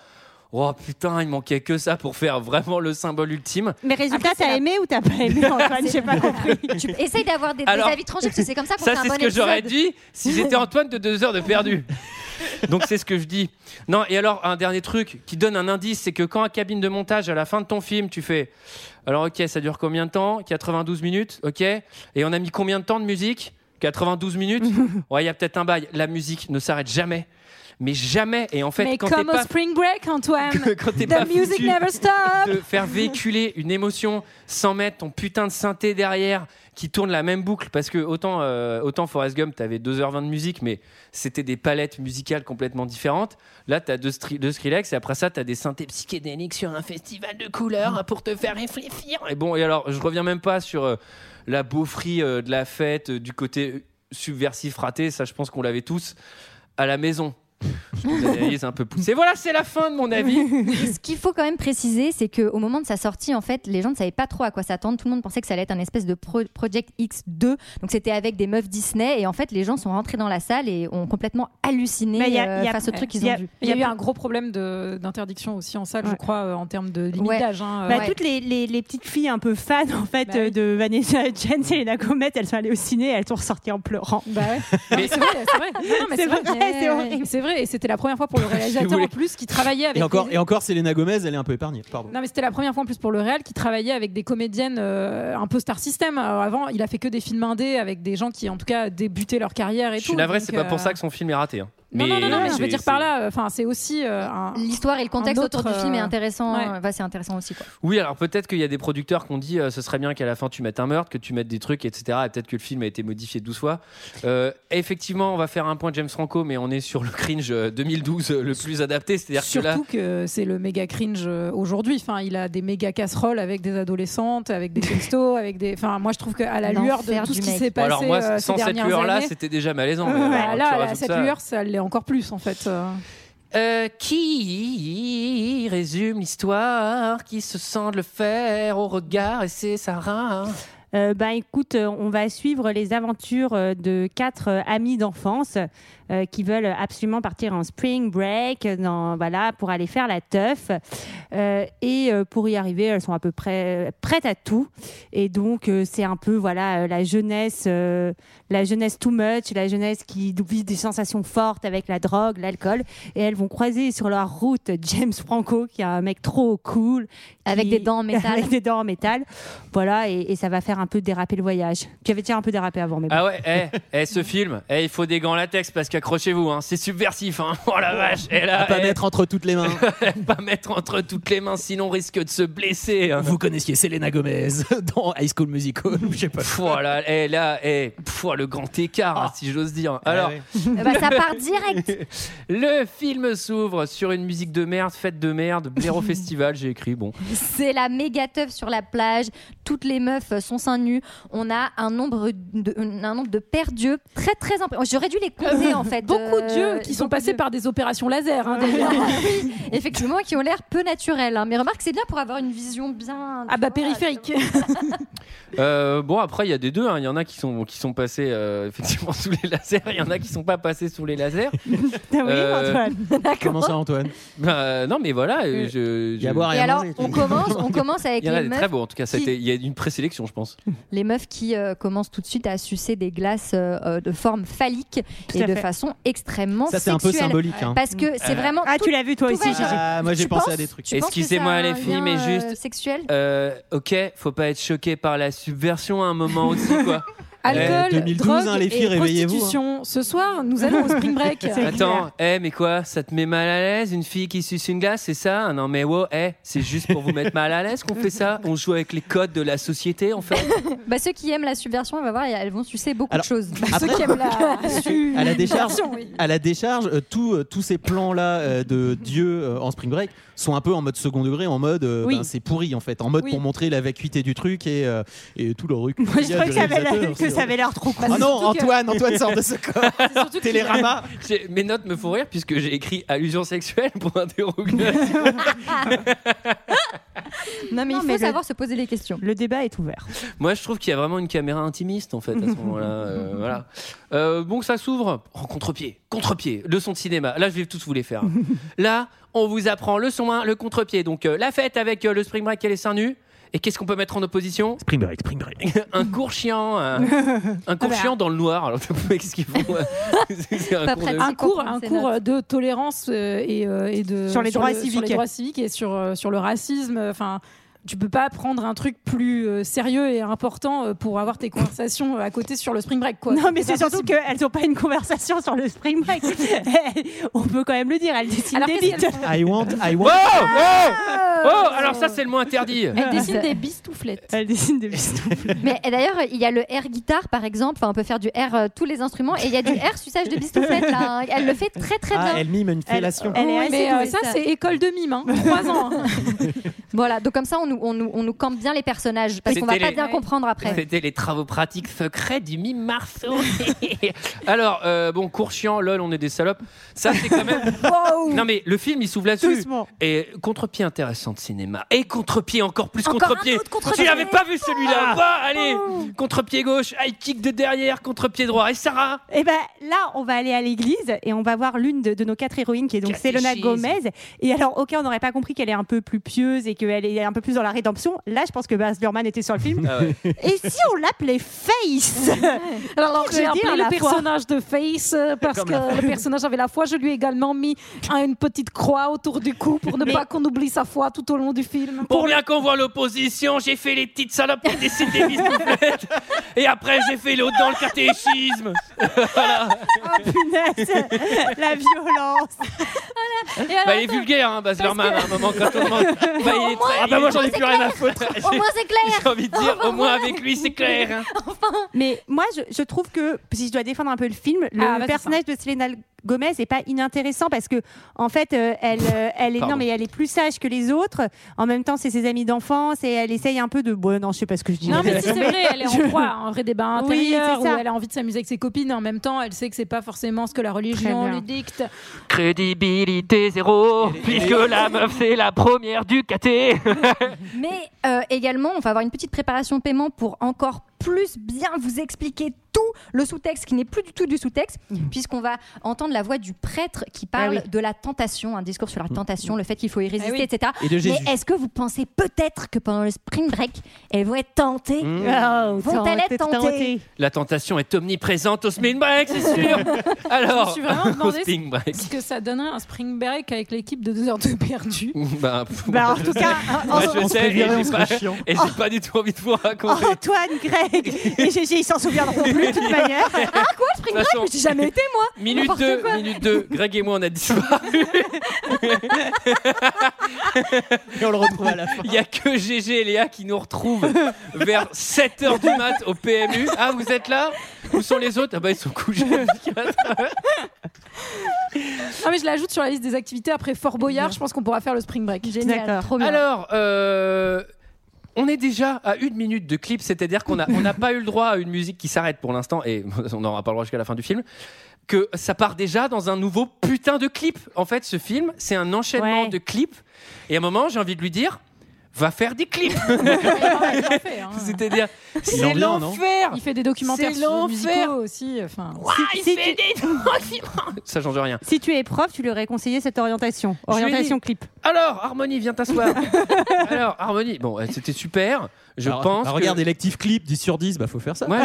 Speaker 1: Oh putain, il manquait que ça pour faire vraiment le symbole ultime.
Speaker 6: Mais résultat,
Speaker 10: Après, c'est
Speaker 6: t'as
Speaker 10: la-
Speaker 6: aimé ou t'as pas aimé, Antoine J'ai pas compris.
Speaker 10: Tu essayes d'avoir des, des
Speaker 1: Alors-
Speaker 10: avis tranchés parce que c'est comme ça qu'on
Speaker 1: Ça,
Speaker 10: fait un
Speaker 1: c'est
Speaker 10: bon
Speaker 1: ce que j'aurais
Speaker 10: épisode.
Speaker 1: dit si j'étais Antoine de deux heures de perdu. Donc, c'est ce que je dis. Non, et alors, un dernier truc qui donne un indice, c'est que quand à cabine de montage, à la fin de ton film, tu fais Alors, ok, ça dure combien de temps 92 minutes, ok. Et on a mis combien de temps de musique 92 minutes Ouais, il y a peut-être un bail. La musique ne s'arrête jamais. Mais jamais. Et en fait,
Speaker 11: Mais
Speaker 1: quand t'es
Speaker 11: comme au
Speaker 1: pas.
Speaker 11: Spring Break, Antoine.
Speaker 1: Quand t'es pas
Speaker 11: The music
Speaker 1: foutu-
Speaker 11: never stops.
Speaker 1: de faire véhiculer une émotion sans mettre ton putain de synthé derrière qui tourne la même boucle parce que autant euh, autant Forrest Gump t'avais 2h20 de musique mais c'était des palettes musicales complètement différentes là t'as deux, stri- deux Skrillex et après ça t'as des synthés psychédéliques sur un festival de couleurs hein, pour te faire réfléchir et bon et alors je reviens même pas sur euh, la beaufrie euh, de la fête euh, du côté euh, subversif raté ça je pense qu'on l'avait tous à la maison Je trouve l'analyse un peu poussée voilà c'est la fin de mon avis
Speaker 10: Ce qu'il faut quand même préciser, c'est qu'au moment de sa sortie, en fait, les gens ne savaient pas trop à quoi s'attendre. Tout le monde pensait que ça allait être un espèce de pro- Project X2. Donc c'était avec des meufs Disney. Et en fait, les gens sont rentrés dans la salle et ont complètement halluciné
Speaker 6: Mais il y a-
Speaker 10: euh,
Speaker 6: il y a-
Speaker 10: face au truc qu'ils
Speaker 6: il y
Speaker 10: ont
Speaker 6: a-
Speaker 10: vu.
Speaker 11: Il y a eu un gros problème de- d'interdiction aussi en salle, je
Speaker 6: Ouais.
Speaker 11: crois, euh, en termes de limite
Speaker 10: Ouais.
Speaker 11: d'âge. hein, euh,
Speaker 6: Bah,
Speaker 10: ouais.
Speaker 6: Toutes les, les- les petites filles un peu fans en fait
Speaker 11: Bah oui.
Speaker 6: euh, de Vanessa Hudgens et Elena Gomez, elles sont allées au ciné, elles sont ressorties en pleurant.
Speaker 11: Bah ouais. Non, mais c'est vrai, c'est vrai. Non, non, mais
Speaker 6: C'est vrai, c'est
Speaker 11: Ouais,
Speaker 6: horrible.
Speaker 11: ouais. C'est vrai, et c'était la première fois pour le
Speaker 1: Si vous
Speaker 11: réalisateur
Speaker 1: voulez.
Speaker 11: en plus qui travaillait avec.
Speaker 7: Et encore,
Speaker 11: des-
Speaker 7: et encore, Selena Gomez, elle est un peu épargnée. Pardon.
Speaker 11: Non, mais c'était la première fois en plus pour le réal qui travaillait avec des comédiennes euh, un peu star system. Alors, avant, il a fait que des films indés avec des gens qui, en tout cas, débutaient leur carrière et
Speaker 1: Je
Speaker 11: tout.
Speaker 1: suis navré,
Speaker 11: donc,
Speaker 1: c'est pas pour
Speaker 11: euh,
Speaker 1: ça que son film est raté. hein.
Speaker 11: Non, non, non, non, mais je veux
Speaker 1: c'est-
Speaker 11: dire par
Speaker 1: c'est-
Speaker 11: là, enfin, c'est aussi euh, un.
Speaker 10: L'histoire et le contexte
Speaker 11: autre,
Speaker 10: autour du film est
Speaker 11: euh,
Speaker 10: intéressant.
Speaker 11: ouais.
Speaker 10: Bah, c'est intéressant aussi. Quoi.
Speaker 1: Oui, alors peut-être qu'il y a des producteurs qui ont dit euh, ce serait bien qu'à la fin tu mettes un meurtre, que tu mettes des trucs, etc. Et peut-être que le film a été modifié 12 fois. Euh, effectivement, on va faire un point James Franco, mais on est sur le cringe euh, 2012 euh, le plus adapté. C'est-à-dire que là.
Speaker 11: Surtout que c'est le méga cringe euh, aujourd'hui. Enfin, il a des méga casseroles avec des adolescentes, avec des textos, avec des. Enfin, moi, je trouve qu'à la lueur
Speaker 10: L'enfer
Speaker 11: de tout
Speaker 10: du
Speaker 11: ce qui
Speaker 10: mec.
Speaker 11: s'est
Speaker 1: Bon,
Speaker 11: passé
Speaker 1: alors moi,
Speaker 11: euh, ces
Speaker 1: sans cette
Speaker 11: dernières
Speaker 1: lueur-là,
Speaker 11: années,
Speaker 1: c'était déjà malaisant. mais,
Speaker 11: Ouais,
Speaker 1: alors, tu
Speaker 11: là, à
Speaker 1: rajoutes
Speaker 11: cette
Speaker 1: ça.
Speaker 11: lueur, ça l'est encore plus en fait. euh.
Speaker 1: euh, qui résume l'histoire, qui se sent de le faire au regard, et c'est Sarah. hein.
Speaker 6: Euh, ben, écoute, euh, on va suivre les aventures euh, de quatre euh, amis d'enfance euh, qui veulent absolument partir en spring break euh, dans, voilà, pour aller faire la teuf. Euh, et euh, pour y arriver, elles sont à peu près euh, prêtes à tout. Et donc, euh, c'est un peu voilà, euh, la jeunesse, euh, la jeunesse too much, la jeunesse qui vit des sensations fortes avec la drogue, l'alcool. Et elles vont croiser sur leur route James Franco, qui est un mec trop cool. Avec des dents en
Speaker 10: métal.
Speaker 6: Avec des dents en métal. Voilà, et, et ça va faire un peu déraper le voyage. Tu avais déjà un peu dérapé avant, mais bon.
Speaker 1: Ah ouais, eh, eh, ce film, eh, il faut des gants latex parce qu'accrochez-vous, hein, c'est subversif. Hein. Oh la vache, et là,
Speaker 7: À pas
Speaker 1: eh,
Speaker 7: mettre entre toutes les mains.
Speaker 1: pas mettre entre toutes les mains, sinon on risque de se blesser. hein.
Speaker 7: Vous connaissiez Selena Gomez dans High School Musical, ou je sais pas.
Speaker 1: Pff, oh là, eh, là, eh, pff, oh, le grand écart, hein, si j'ose dire. Alors,
Speaker 7: Ah. Ouais, ouais.
Speaker 10: Eh ben, ça part direct.
Speaker 1: le film s'ouvre sur une musique de merde, fête de merde, blaireau festival, j'ai écrit, bon.
Speaker 10: C'est la méga teuf sur la plage. Toutes les meufs euh, sont seins nus. On a un nombre de, un nombre de paires d'yeux très très impressionnant. J'aurais dû les compter en fait.
Speaker 11: Beaucoup de
Speaker 10: Euh,
Speaker 11: dieux qui sont
Speaker 10: beaucoup
Speaker 11: passés
Speaker 10: de-
Speaker 11: par des opérations laser. hein, d'ailleurs.
Speaker 10: Oui, effectivement, qui ont l'air peu naturels. hein. Mais remarque, c'est bien pour avoir une vision bien.
Speaker 11: ah bah périphérique.
Speaker 1: Euh, bon, après, il y a des deux. hein. Il y en a qui sont, qui sont passés euh, effectivement sous les lasers. Il y en a qui sont pas passés sous les lasers.
Speaker 6: Ah oui,
Speaker 1: Euh,
Speaker 6: Antoine.
Speaker 7: Comment ça, Antoine
Speaker 1: Bah, non, mais voilà. euh, je,
Speaker 7: Il y
Speaker 1: je-
Speaker 7: a à boire et
Speaker 10: Et
Speaker 7: à
Speaker 10: alors,
Speaker 7: manger, tu
Speaker 10: on
Speaker 7: dis.
Speaker 10: commence, on commence avec
Speaker 1: Il y en a
Speaker 10: les
Speaker 1: des
Speaker 10: meufs,
Speaker 1: très beaux. En tout cas, ça a
Speaker 10: qui-
Speaker 1: été- il y a une présélection, je pense.
Speaker 10: les meufs qui euh, commencent tout de suite à sucer des glaces euh, euh, de forme phallique
Speaker 6: Tout
Speaker 10: et
Speaker 6: à
Speaker 10: de
Speaker 6: fait.
Speaker 10: façon extrêmement
Speaker 7: Ça, c'est un
Speaker 10: sexuelle.
Speaker 7: peu symbolique. hein.
Speaker 10: Parce que c'est
Speaker 1: Euh,
Speaker 10: vraiment.
Speaker 6: Ah,
Speaker 10: tout-
Speaker 6: tu l'as vu toi
Speaker 10: tout
Speaker 6: aussi,
Speaker 10: va-
Speaker 6: Gigi.
Speaker 7: Ah, moi, j'ai
Speaker 10: Tu
Speaker 7: pensé
Speaker 10: penses
Speaker 7: à des trucs.
Speaker 10: tu penses que
Speaker 1: Excusez-moi,
Speaker 10: ça a
Speaker 1: les
Speaker 10: un
Speaker 1: filles,
Speaker 10: lien,
Speaker 1: mais
Speaker 10: euh,
Speaker 1: juste-
Speaker 10: sexuel.
Speaker 1: Euh, ok, faut pas être choqué par la subversion à un moment aussi, quoi.
Speaker 11: Alcool,
Speaker 7: 2012,
Speaker 11: drogue
Speaker 7: hein, les filles,
Speaker 11: et
Speaker 7: réveillez-vous, hein.
Speaker 11: prostitution. Ce soir, nous allons au Spring Break.
Speaker 1: Attends, eh, mais quoi Ça te met mal à l'aise Une fille qui suce une glace, c'est ça Non, mais wow, eh, c'est juste pour vous mettre mal à l'aise qu'on fait ça On joue avec les codes de la société, en fait
Speaker 10: Bah, ceux qui aiment la subversion, on va voir, elles vont sucer beaucoup
Speaker 7: Alors,
Speaker 10: de choses.
Speaker 7: Après,
Speaker 11: Ceux qui aiment la su-
Speaker 7: à la décharge,
Speaker 11: version, oui.
Speaker 7: à la décharge, euh, tout, euh, tous ces plans-là euh, de Dieu euh, en Spring Break sont un peu en mode second degré, en mode euh,
Speaker 11: Oui.
Speaker 7: ben, c'est pourri en fait, en mode
Speaker 11: Oui.
Speaker 7: pour montrer la vacuité du truc et, euh, et tout le recul.
Speaker 6: Moi,
Speaker 7: qu'il
Speaker 6: je
Speaker 7: y a
Speaker 6: trouvais
Speaker 7: du
Speaker 6: que ça avait l'air-
Speaker 7: réalisateur,
Speaker 6: que
Speaker 7: c'est-
Speaker 6: ça avait l'air trop cool.
Speaker 7: Ah non,
Speaker 11: surtout que-
Speaker 7: Antoine, Antoine sort de ce corps.
Speaker 11: C'est surtout que-
Speaker 7: Télérama.
Speaker 1: J'ai- Mes notes me font rire puisque j'ai écrit allusion sexuelle pour interrogation.
Speaker 10: Non, mais
Speaker 6: Non,
Speaker 10: il faut
Speaker 6: mais le-
Speaker 10: savoir se poser les questions.
Speaker 6: Le débat est ouvert.
Speaker 1: Moi, je trouve qu'il y a vraiment une caméra intimiste en fait à ce moment-là. euh, voilà. Euh, bon, ça s'ouvre en contre-pied, contre-pied, leçon de cinéma. Là, je vais tous vous les faire. Là, on vous apprend le son 1, le contre-pied. Donc, euh, la fête avec euh, le spring break et les seins nus. Et qu'est-ce qu'on peut mettre en opposition
Speaker 7: Spring Break, Spring Break.
Speaker 1: Un cours chiant, un, un cours
Speaker 11: Ah bah.
Speaker 1: chiant dans le noir. Alors, qu'est-ce qu'ils font euh, c'est- c'est un
Speaker 10: Pas
Speaker 1: cours
Speaker 10: pratique.
Speaker 1: de-
Speaker 11: un cours,
Speaker 10: comprendre
Speaker 11: un
Speaker 10: ces
Speaker 11: cours de tolérance euh, et, euh, et de
Speaker 6: Sur les droits
Speaker 11: le- sur
Speaker 6: civiques.
Speaker 11: les droits civiques et sur euh, sur le racisme. Enfin, tu peux pas prendre un truc plus euh, sérieux et important euh, pour avoir tes conversations euh, à côté sur le spring break, quoi.
Speaker 6: Non, mais
Speaker 11: pas
Speaker 6: c'est surtout
Speaker 11: possible.
Speaker 6: qu'elles n'ont pas une conversation sur le spring break. On peut quand même le dire, elles dessinent
Speaker 11: Alors
Speaker 6: des
Speaker 11: qu'est-ce
Speaker 6: bites.
Speaker 11: qu'elles font
Speaker 7: I want, I
Speaker 1: Oh,
Speaker 7: want.
Speaker 11: Ah.
Speaker 1: oh, oh Alors ça, c'est le mot interdit.
Speaker 11: Elle dessine des bistouflettes.
Speaker 6: Elles dessinent des bites.
Speaker 10: Mais et d'ailleurs, il y a le air guitare, par exemple. Enfin, on peut faire du air euh, tous les instruments. Et il y a du air suçage de bistouflette, là. hein. Elle le fait très, très
Speaker 7: Ah,
Speaker 10: bien.
Speaker 7: elle mime une fellation.
Speaker 6: Elle
Speaker 11: Oui,
Speaker 6: est assez
Speaker 11: mais euh,
Speaker 6: douée,
Speaker 11: ça,
Speaker 10: ça.
Speaker 11: c'est école de mime, hein. trois ans. hein.
Speaker 10: Voilà, donc comme ça, on nous, on nous, on nous campe bien les personnages. Parce qu'on va
Speaker 1: C'était
Speaker 10: pas
Speaker 1: les-
Speaker 10: bien comprendre après.
Speaker 1: C'était les travaux pratiques secrets du mime Marceau. Alors, euh, bon, cours chiant, lol, on est des salopes. Ça, c'est quand même. Non, mais le film, il s'ouvre là-dessus.
Speaker 6: Doucement.
Speaker 1: Et contre-pied intéressant de cinéma. Et contre-pied, encore plus
Speaker 10: Encore un
Speaker 1: contre-pied.
Speaker 10: autre contre-pied. Ah. Oh.
Speaker 1: Tu n'avais pas vu celui-là. Bah, allez, contre-pied gauche, high kick de derrière, contre-pied droit. Et Sarah
Speaker 6: Et ben là, on va aller à l'église et on va voir l'une de, de nos quatre héroïnes qui est donc
Speaker 1: Catéchisme.
Speaker 6: Selena Gomez. Et alors, ok, on n'aurait pas compris qu'elle est un peu plus pieuse et qu'elle est un peu plus dans la rédemption. Là, je pense que Baz Luhrmann était sur le film.
Speaker 10: Ah
Speaker 6: Et si on l'appelait Face
Speaker 11: Alors, alors,
Speaker 6: Je
Speaker 11: j'ai
Speaker 6: dis à
Speaker 11: appelé le
Speaker 6: la fois.
Speaker 11: personnage de Face euh, parce que le personnage avait la foi. Je lui ai également mis un- une petite croix autour du cou pour ne pas qu'on oublie sa foi tout au long du film.
Speaker 1: Pour bien qu'on voit l'opposition, j'ai fait les petites salopes qui dessinent des bistouflettes. Et après, j'ai fait l'autre dans le catéchisme.
Speaker 6: Oh punaise La violence
Speaker 10: Et alors,
Speaker 1: Bah, il est vulgaire, hein, Baz Luhrmann, à un moment, quand on demande. Bah, il est très-
Speaker 10: moins,
Speaker 1: Ah, bah, moi, j'en ai
Speaker 10: c'est
Speaker 1: plus rien à foutre.
Speaker 10: au moins, c'est clair.
Speaker 1: J'ai envie de dire, au moins, avec lui, c'est clair. hein.
Speaker 6: Mais moi, je, je trouve que si je dois défendre un peu le film, le
Speaker 11: Ah, vas-y,
Speaker 6: personnage de Selena Gomez est pas inintéressant parce que en fait, euh, elle, euh, elle est
Speaker 1: Pardon.
Speaker 6: non mais elle est plus sage que les autres. En même temps, c'est ses amis d'enfance et elle essaye un peu de bon, non, je sais pas ce que je dis.
Speaker 11: Non, mais si c'est vrai, elle est en croix, un vrai débat
Speaker 6: Oui,
Speaker 11: intérieur
Speaker 6: c'est ça.
Speaker 11: où elle a envie de s'amuser avec ses copines. et en même temps, elle sait que c'est pas forcément ce que la religion
Speaker 1: Très bien.
Speaker 11: lui dicte.
Speaker 1: Crédibilité zéro, puisque la meuf c'est la première du caté.
Speaker 10: Mais euh, également, on va avoir une petite préparation paiement pour encore plus bien vous expliquer tout le sous-texte qui n'est plus du tout du sous-texte,
Speaker 1: Mm.
Speaker 10: puisqu'on va entendre la voix du prêtre qui parle
Speaker 6: Ah oui.
Speaker 10: de la tentation, un discours sur
Speaker 1: Mm.
Speaker 10: la tentation, le fait qu'il faut
Speaker 1: Ah
Speaker 10: y résister,
Speaker 6: oui.
Speaker 10: etc.
Speaker 6: Et de Jésus.
Speaker 10: Mais est-ce que vous pensez peut-être que pendant le spring break, elles vont être Ah. tentées
Speaker 1: Mmh.
Speaker 6: Oh,
Speaker 10: Vont-elles être
Speaker 6: tentées,
Speaker 10: tentées
Speaker 1: La tentation est omniprésente au spring break, c'est sûr. Alors,
Speaker 11: je me suis vraiment
Speaker 1: au
Speaker 11: demandé
Speaker 1: spring break.
Speaker 11: ce que ça donnerait un spring break avec l'équipe de deux heures de perdu.
Speaker 1: Bah, pff,
Speaker 11: Bah, en
Speaker 1: je
Speaker 11: tout
Speaker 1: sais.
Speaker 11: cas,
Speaker 1: Moi,
Speaker 11: on-
Speaker 1: je
Speaker 11: on
Speaker 1: sais,
Speaker 11: se fait
Speaker 1: et
Speaker 11: virer,
Speaker 1: j'ai
Speaker 11: on se
Speaker 1: pas-
Speaker 11: fait chiant.
Speaker 1: Et j'ai pas du tout envie de vous raconter.
Speaker 6: Antoine, Greg et Gégé, ils s'en souviendront plus de toute manière. Ah quoi,
Speaker 1: spring break façon- Mais j'ai jamais été,
Speaker 10: moi.
Speaker 1: Minute 2, minute 2, Greg et moi on a disparu.
Speaker 7: et on le retrouve à la fin.
Speaker 1: Il n'y a que GG et Léa qui nous retrouvent vers 7h du mat au PMU. Ah, vous êtes là Où sont les autres Ah bah ils sont couchés.
Speaker 11: Ah mais je l'ajoute sur la liste des activités après Fort Boyard. Je pense qu'on pourra faire le spring break.
Speaker 1: D'accord. Alors, euh, on est déjà à une minute de clip, c'est-à-dire qu'on a- on n'a pas eu le droit à une musique qui s'arrête pour l'instant, et on n'aura pas le droit jusqu'à la fin du film. Que ça part déjà dans un nouveau putain de clip. En fait, ce film, c'est un enchaînement de clips. Et à un moment, j'ai envie de lui dire va faire des clips. C'est-à-dire,
Speaker 11: Ah. en
Speaker 1: c'est
Speaker 11: vient, non
Speaker 1: l'enfer.
Speaker 11: hein. Il fait des documentaires
Speaker 1: C'est
Speaker 11: sur-
Speaker 1: l'enfer.
Speaker 11: musicaux aussi. Enfin,
Speaker 1: il fait Ça change rien.
Speaker 6: Si tu es prof, tu lui aurais conseillé cette orientation.
Speaker 1: Je lui ai
Speaker 6: Orientation
Speaker 1: dit,
Speaker 6: clip.
Speaker 1: Alors, Harmonie, viens t'asseoir. Alors, Harmonie, bon, euh, c'était super. Je
Speaker 7: Alors,
Speaker 1: pense.
Speaker 7: bah,
Speaker 1: que-
Speaker 7: regarde, électif clip, 10 sur 10, bah faut faire ça.
Speaker 1: Moi,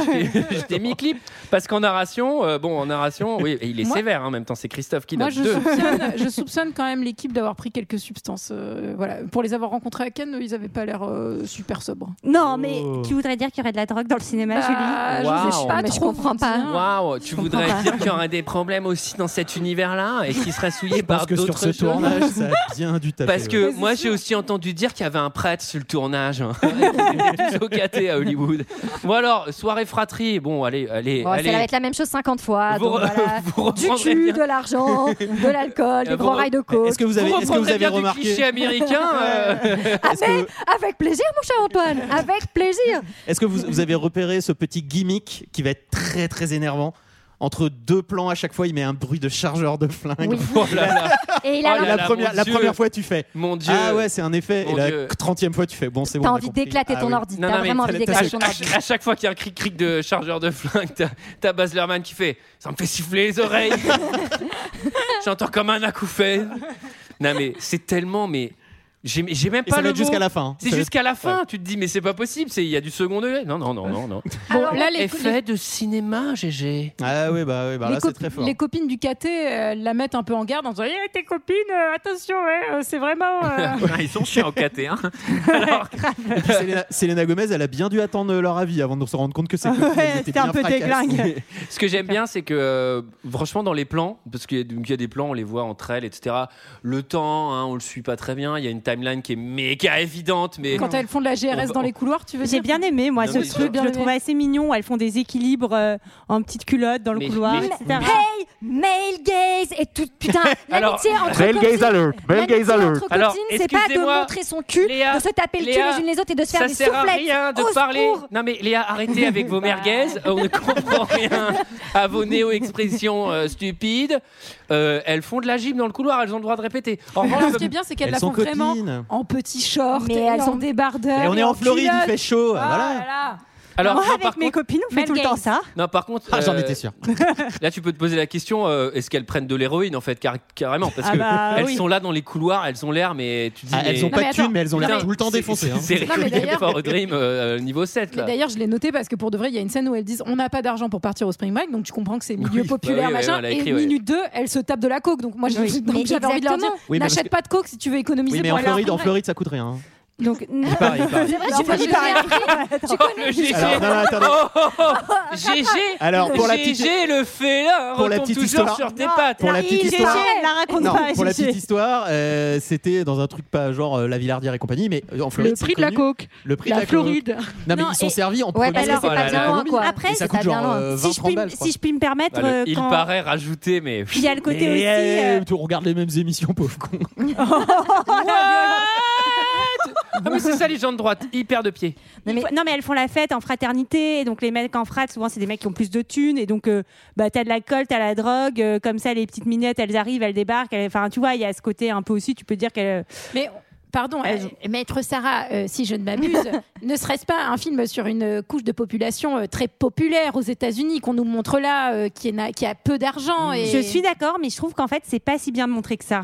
Speaker 1: je t'ai mis clip parce qu'en narration, euh, bon, en narration, oui, et il est
Speaker 11: Moi-
Speaker 1: sévère hein, en même temps. C'est Christophe qui
Speaker 11: Moi,
Speaker 1: note
Speaker 11: je
Speaker 1: deux.
Speaker 11: soupçonne, je soupçonne quand même l'équipe d'avoir pris quelques substances. euh, voilà, pour les avoir rencontrés à Cannes, ils n'avaient pas l'air euh, super sobres.
Speaker 6: Non, mais tu voudrais dire qu'il y aurait de la drogue dans le cinéma,
Speaker 11: Bah,
Speaker 6: Julie
Speaker 1: je sais Wow. pas
Speaker 10: Ah, Mais je trop comprends pas. bien.
Speaker 1: Waouh, tu voudrais
Speaker 6: comprends pas.
Speaker 1: dire qu'il y aurait des problèmes aussi dans cet univers-là et qu'il serait souillé
Speaker 7: Je pense
Speaker 1: par
Speaker 7: que sur
Speaker 1: d'autres
Speaker 7: ce
Speaker 1: choses
Speaker 7: tournage, ça a bien dû taper.
Speaker 1: Parce
Speaker 7: ouais.
Speaker 1: que moi, j'ai aussi entendu dire qu'il y avait un prêtre sur le tournage. hein, qui était tous au caté à Hollywood. Ou alors, soirée fratrie. Bon, allez, allez,
Speaker 10: Bon,
Speaker 1: allez.
Speaker 10: ça va être la même chose 50 fois.
Speaker 1: Vous
Speaker 10: donc
Speaker 1: re-
Speaker 10: voilà.
Speaker 1: vous
Speaker 10: du
Speaker 1: reprendrez
Speaker 10: cul,
Speaker 1: bien.
Speaker 10: de l'argent, de l'alcool,
Speaker 1: Euh,
Speaker 10: des gros
Speaker 1: vous-
Speaker 10: rails de coke.
Speaker 7: Est-ce que vous avez,
Speaker 1: Vous
Speaker 7: est-ce que vous
Speaker 1: reprendrez
Speaker 7: avez
Speaker 1: bien du
Speaker 7: remarqué
Speaker 1: cliché américain euh,
Speaker 10: Ah, mais avec plaisir, mon cher Antoine, avec plaisir.
Speaker 7: Est-ce que vous, vous avez repéré ce petit gimmick qui va être très très énervant Entre deux plans, à chaque fois, il met un bruit de chargeur de flingue.
Speaker 10: Oui.
Speaker 1: Oh là là,
Speaker 10: Et il
Speaker 1: Oh
Speaker 10: a
Speaker 1: là
Speaker 7: la,
Speaker 1: là,
Speaker 7: première,
Speaker 1: mon
Speaker 7: la
Speaker 1: Dieu.
Speaker 7: première fois, tu fais.
Speaker 1: mon Dieu.
Speaker 7: Ah ouais, c'est un effet.
Speaker 1: Mon
Speaker 7: et la
Speaker 1: Dieu.
Speaker 7: 30e fois, tu fais. Bon, c'est bon.
Speaker 10: T'as
Speaker 7: on a
Speaker 10: envie
Speaker 7: compris.
Speaker 10: d'éclater
Speaker 7: Ah
Speaker 10: ton
Speaker 7: oui.
Speaker 10: ordi.
Speaker 1: Non,
Speaker 10: T'as
Speaker 1: non, mais
Speaker 10: vraiment envie
Speaker 7: t'as-
Speaker 10: d'éclater
Speaker 7: t'as-
Speaker 10: ton
Speaker 1: À,
Speaker 10: ordi.
Speaker 1: à chaque fois qu'il y a un cric-cric de chargeur de flingue, t'as, t'as Baz Luhrmann qui fait Ça me fait siffler les oreilles. J'entends comme un acouphène. Non, mais c'est tellement. Mais j'ai, j'ai même
Speaker 7: Et
Speaker 1: pas
Speaker 7: ça
Speaker 1: le.
Speaker 7: va être
Speaker 1: mot.
Speaker 7: jusqu'à la fin. hein.
Speaker 1: C'est
Speaker 7: Ça va
Speaker 1: jusqu'à la fin. Tu te dis Mais c'est pas possible. c'est- Il y a du second degré. Non, non, non, non. non.
Speaker 11: Alors, là, les,
Speaker 1: Effet de cinéma, GG.
Speaker 7: être- Ah ouais, bah, ouais, bah
Speaker 11: les
Speaker 7: là,
Speaker 11: copi-
Speaker 7: c'est très fort.
Speaker 11: les copines du KT euh, la mettent un peu en garde en disant Eh, Tes copines, euh, attention, ouais, euh, c'est vraiment. euh,
Speaker 1: Ah, Ils sont chiants au KT. Hein.
Speaker 7: Et puis, Selena, Selena Gomez, elle a bien dû attendre leur avis avant de se rendre compte que c'est
Speaker 6: Ouais, c'était un peu déglingue.
Speaker 1: Ce que j'aime bien, c'est que euh, franchement, dans les plans, parce qu'il y, a- donc, il y a des plans, on les voit entre elles, etc. Le temps, hein, on le suit pas très bien. Il y a une timeline qui est méga évidente, mais
Speaker 11: quand elles font de la
Speaker 1: On va-
Speaker 11: GRS dans les couloirs, tu veux
Speaker 6: J'ai
Speaker 11: dire
Speaker 6: bien aimé, moi,
Speaker 1: Non,
Speaker 6: ce
Speaker 1: mais
Speaker 6: truc.
Speaker 11: bien
Speaker 6: Je le
Speaker 11: aimé.
Speaker 6: trouvais assez mignon. Elles font des équilibres euh, en petite culotte dans le
Speaker 1: Mais-
Speaker 6: couloir,
Speaker 1: mais-
Speaker 6: etc.
Speaker 10: Hey, male gaze et tout. Putain, l'amitié entre
Speaker 12: Male gaze
Speaker 10: copines.
Speaker 12: alert. Male
Speaker 10: l'amitié
Speaker 12: gaze alert.
Speaker 10: entre
Speaker 1: Alors,
Speaker 10: copines, c'est pas de
Speaker 1: excusez-moi,
Speaker 10: montrer son cul,
Speaker 1: Léa,
Speaker 10: de se taper le cul
Speaker 1: Léa,
Speaker 10: les unes les autres et de se faire
Speaker 1: ça
Speaker 10: des
Speaker 1: sert à
Speaker 10: soufflettes.
Speaker 1: rien de
Speaker 10: Au
Speaker 1: parler.
Speaker 10: secours.
Speaker 1: Non mais Léa, arrêtez avec
Speaker 6: Bah.
Speaker 1: vos merguez. Euh, On ne comprend rien à vos néo-expressions euh, stupides. Euh, elles font de la gym dans le couloir. Elles ont le droit de répéter. En
Speaker 11: Alors,
Speaker 1: revanche,
Speaker 11: ce qui est bien, c'est qu'elles
Speaker 7: Elles
Speaker 11: la font
Speaker 7: sont
Speaker 11: vraiment
Speaker 7: copines.
Speaker 11: en petits shorts,
Speaker 10: Mais
Speaker 11: et
Speaker 10: elles
Speaker 11: en
Speaker 10: ont-
Speaker 11: débardeur.
Speaker 7: Et on est en Floride, il fait chaud. Voilà.
Speaker 11: Ah, Voilà.
Speaker 1: alors
Speaker 6: Moi,
Speaker 1: non,
Speaker 6: avec
Speaker 1: par
Speaker 6: mes
Speaker 1: contre,
Speaker 6: copines, on fait
Speaker 10: Male
Speaker 6: tout le temps
Speaker 10: gaze.
Speaker 6: ça.
Speaker 1: non, par contre,
Speaker 7: Ah, j'en
Speaker 1: euh,
Speaker 7: étais sûr.
Speaker 1: Là, tu peux te poser la question euh, est-ce qu'elles prennent de l'héroïne en fait car- carrément parce
Speaker 6: Ah
Speaker 1: que
Speaker 6: bah
Speaker 1: elles
Speaker 6: oui.
Speaker 1: sont là dans les couloirs, elles ont l'air mais tu dis
Speaker 7: Ah,
Speaker 1: mais-
Speaker 7: elles ont
Speaker 11: mais
Speaker 7: pas de thunes,
Speaker 11: attends,
Speaker 7: mais elles ont l'air
Speaker 1: Putain,
Speaker 7: tout le temps
Speaker 1: c'est-
Speaker 7: défoncées. hein.
Speaker 1: C'est
Speaker 11: Non, mais
Speaker 1: Requiem
Speaker 11: d'ailleurs-
Speaker 1: for a Dream euh, niveau 7
Speaker 11: Mais
Speaker 1: là.
Speaker 11: D'ailleurs, je l'ai noté parce que pour de vrai, il y a une scène où elles disent on n'a pas d'argent pour partir au spring break, donc tu comprends que c'est milieu
Speaker 1: Oui, bah
Speaker 11: populaire,
Speaker 1: oui, ouais,
Speaker 11: machin.
Speaker 1: on l'a écrit,
Speaker 11: et
Speaker 1: ouais.
Speaker 11: minute 2, elles se tapent de la coke. Donc moi, j'ai- donc
Speaker 10: Mais
Speaker 11: j'avais envie de leur dire
Speaker 10: exactement.
Speaker 7: Oui, mais
Speaker 11: n'achète pas de coke si tu veux économiser
Speaker 7: Oui, mais
Speaker 11: pour
Speaker 7: en
Speaker 11: aller au
Speaker 7: Floride, en
Speaker 11: spring break.
Speaker 7: Floride, ça coûte rien. hein.
Speaker 6: Donc,
Speaker 7: Il paraît, il paraît.
Speaker 10: J'ai pas
Speaker 11: j'ai
Speaker 10: dit
Speaker 11: pas
Speaker 10: pareil.
Speaker 1: Oh, le GG
Speaker 7: Alors, non, non, attendez.
Speaker 1: Oh, oh, oh. GG
Speaker 7: Alors, pour la petite-
Speaker 1: GG le félin
Speaker 7: Pour la
Speaker 1: retombe
Speaker 7: petite
Speaker 1: toujours
Speaker 7: histoire-
Speaker 1: sur tes pattes.
Speaker 7: Pour la petite histoire.
Speaker 6: la raconte
Speaker 7: Non,
Speaker 6: pas.
Speaker 7: pour la
Speaker 6: Gégé.
Speaker 7: petite histoire, euh, c'était dans un truc pas genre euh, la Villardière et compagnie, mais euh, en Floride.
Speaker 11: Le
Speaker 7: c'est
Speaker 11: prix de la
Speaker 7: connu.
Speaker 11: coke,
Speaker 7: Le prix de
Speaker 11: la
Speaker 7: la coke.
Speaker 11: Floride.
Speaker 7: Non, mais
Speaker 6: Non,
Speaker 7: ils sont
Speaker 6: et-
Speaker 7: servis en
Speaker 10: Ouais,
Speaker 7: premier.
Speaker 10: parce que c'est
Speaker 1: Oh là
Speaker 10: pas
Speaker 1: là.
Speaker 10: bien loin, quoi.
Speaker 6: Après,
Speaker 7: Et ça
Speaker 10: c'est
Speaker 7: coûte
Speaker 10: pas bien
Speaker 7: genre
Speaker 10: loin.
Speaker 7: euh, 20
Speaker 6: si je puis, me-
Speaker 7: balles, je crois.
Speaker 6: si je puis me permettre,
Speaker 1: Bah, le-
Speaker 6: euh,
Speaker 1: il
Speaker 6: quand-
Speaker 1: paraît rajouté mais
Speaker 6: il y a le côté
Speaker 7: Et,
Speaker 6: aussi. euh,
Speaker 7: Eh, euh, tu regardes les mêmes émissions, pauvre con.
Speaker 1: Ah, mais c'est ça les gens de droite, ils perdent pied.
Speaker 6: Il faut- Non mais... elles font la fête en fraternité, et donc les mecs en frat, souvent c'est des mecs qui ont plus de thunes, et donc euh, bah, t'as de la colle, t'as la drogue, euh, comme ça les petites minettes, elles arrivent, elles débarquent, elles- enfin tu vois, il y a ce côté un peu aussi, tu peux dire qu'elles...
Speaker 12: Mais pardon, euh, Maître Sarah, euh, si je ne m'abuse, ne serait-ce pas un film sur une euh, couche de population euh, très populaire aux États-Unis qu'on nous montre là, euh, qui, n'a- qui a peu d'argent et...
Speaker 6: Je suis d'accord, mais je trouve qu'en fait c'est pas si bien montré que ça.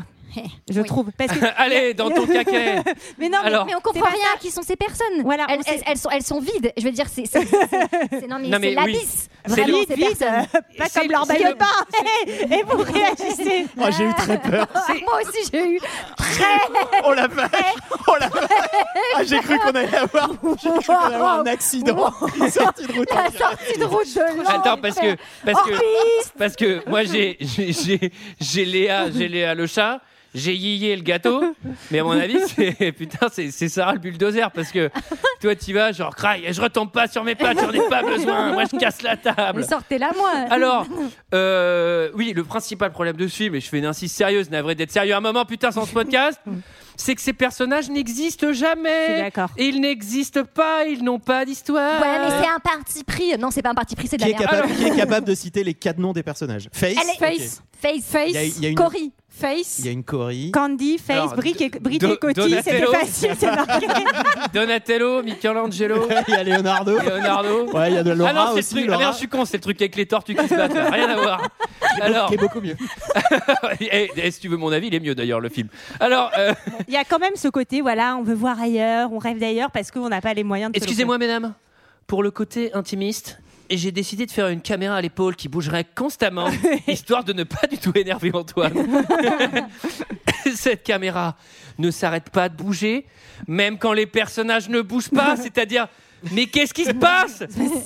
Speaker 6: Je trouve. Parce que...
Speaker 1: Allez, dans ton caquet.
Speaker 6: mais non,
Speaker 1: Alors-
Speaker 10: mais on comprend rien à qui sont ces personnes.
Speaker 6: Voilà,
Speaker 10: elles, elles- elles sont, elles sont vides. Je veux dire, c'est c'est- c'est- c'est- non mais,
Speaker 1: Non, mais
Speaker 10: c'est
Speaker 1: oui.
Speaker 10: l'abyss.
Speaker 1: C'est
Speaker 10: Vraiment,
Speaker 1: le-
Speaker 10: ces
Speaker 1: Vide,
Speaker 10: personnes.
Speaker 6: Pas comme leur bail de bain. Et vous réagissez.
Speaker 10: Moi, j'ai eu
Speaker 13: très peur.
Speaker 10: Moi aussi j'ai eu
Speaker 13: Oh la vache Oh la vache Ah, j'ai cru qu'on allait avoir, j'ai cru qu'on allait avoir un accident. Une sortie de route.
Speaker 10: La sortie de route de l'enfer.
Speaker 1: Attends, parce que, parce
Speaker 10: Hors
Speaker 1: que,
Speaker 10: piste.
Speaker 1: parce que moi j'ai, j'ai, j'ai- j'ai Léa, j'ai Léa le chat, j'ai Yiyé le gâteau, mais à mon avis, c'est, putain, c'est, c'est Sarah le bulldozer parce que toi tu vas genre craille, je retombe pas sur mes pattes, j'en ai pas besoin, moi je casse la table.
Speaker 10: Mais sortez-la moi.
Speaker 1: Alors, euh, oui, le principal problème de ce film, et je fais une insiste sérieuse, navré d'être sérieux un moment, putain, sans ce podcast, c'est que ces personnages n'existent jamais.
Speaker 6: d'accord.
Speaker 1: Ils n'existent pas, ils n'ont pas d'histoire.
Speaker 10: Ouais, mais c'est un parti pris. Non, c'est pas un parti pris, c'est de
Speaker 7: Qui
Speaker 10: la
Speaker 7: est,
Speaker 10: merde.
Speaker 7: capable, qui est capable de citer les quatre noms des personnages Face
Speaker 10: Elle est-
Speaker 7: Face.
Speaker 10: Face, face,
Speaker 7: Il y a- il y a une-
Speaker 10: Cory,
Speaker 7: Il
Speaker 10: face.
Speaker 7: y a une Cory.
Speaker 6: Candy, Face,
Speaker 1: Alors,
Speaker 6: Brick et, Brick
Speaker 1: Do-
Speaker 6: et Coty,
Speaker 1: Donatello.
Speaker 6: c'était facile, c'est marqué.
Speaker 1: Donatello, Michelangelo.
Speaker 7: Il y a Leonardo.
Speaker 1: Leonardo.
Speaker 7: Ouais, il y a de Laura
Speaker 1: ah non, c'est
Speaker 7: aussi,
Speaker 1: le truc.
Speaker 7: Laura.
Speaker 1: Ah merde, je suis con, c'est le truc avec les tortues qui se battent. là. Rien à voir. Alors,
Speaker 7: Qui est beaucoup mieux.
Speaker 1: et, et si tu veux mon avis, il est mieux d'ailleurs le film. Alors, euh,
Speaker 6: Il y a quand même ce côté, voilà, on veut voir ailleurs, on rêve d'ailleurs parce qu'on n'a pas les moyens de. se le
Speaker 1: excusez-moi, mesdames, pour le côté intimiste. Et j'ai décidé de faire une caméra à l'épaule qui bougerait constamment, histoire de ne pas du tout énerver Antoine. Cette caméra ne s'arrête pas de bouger, même quand les personnages ne bougent pas. C'est-à-dire, mais qu'est-ce qui se passe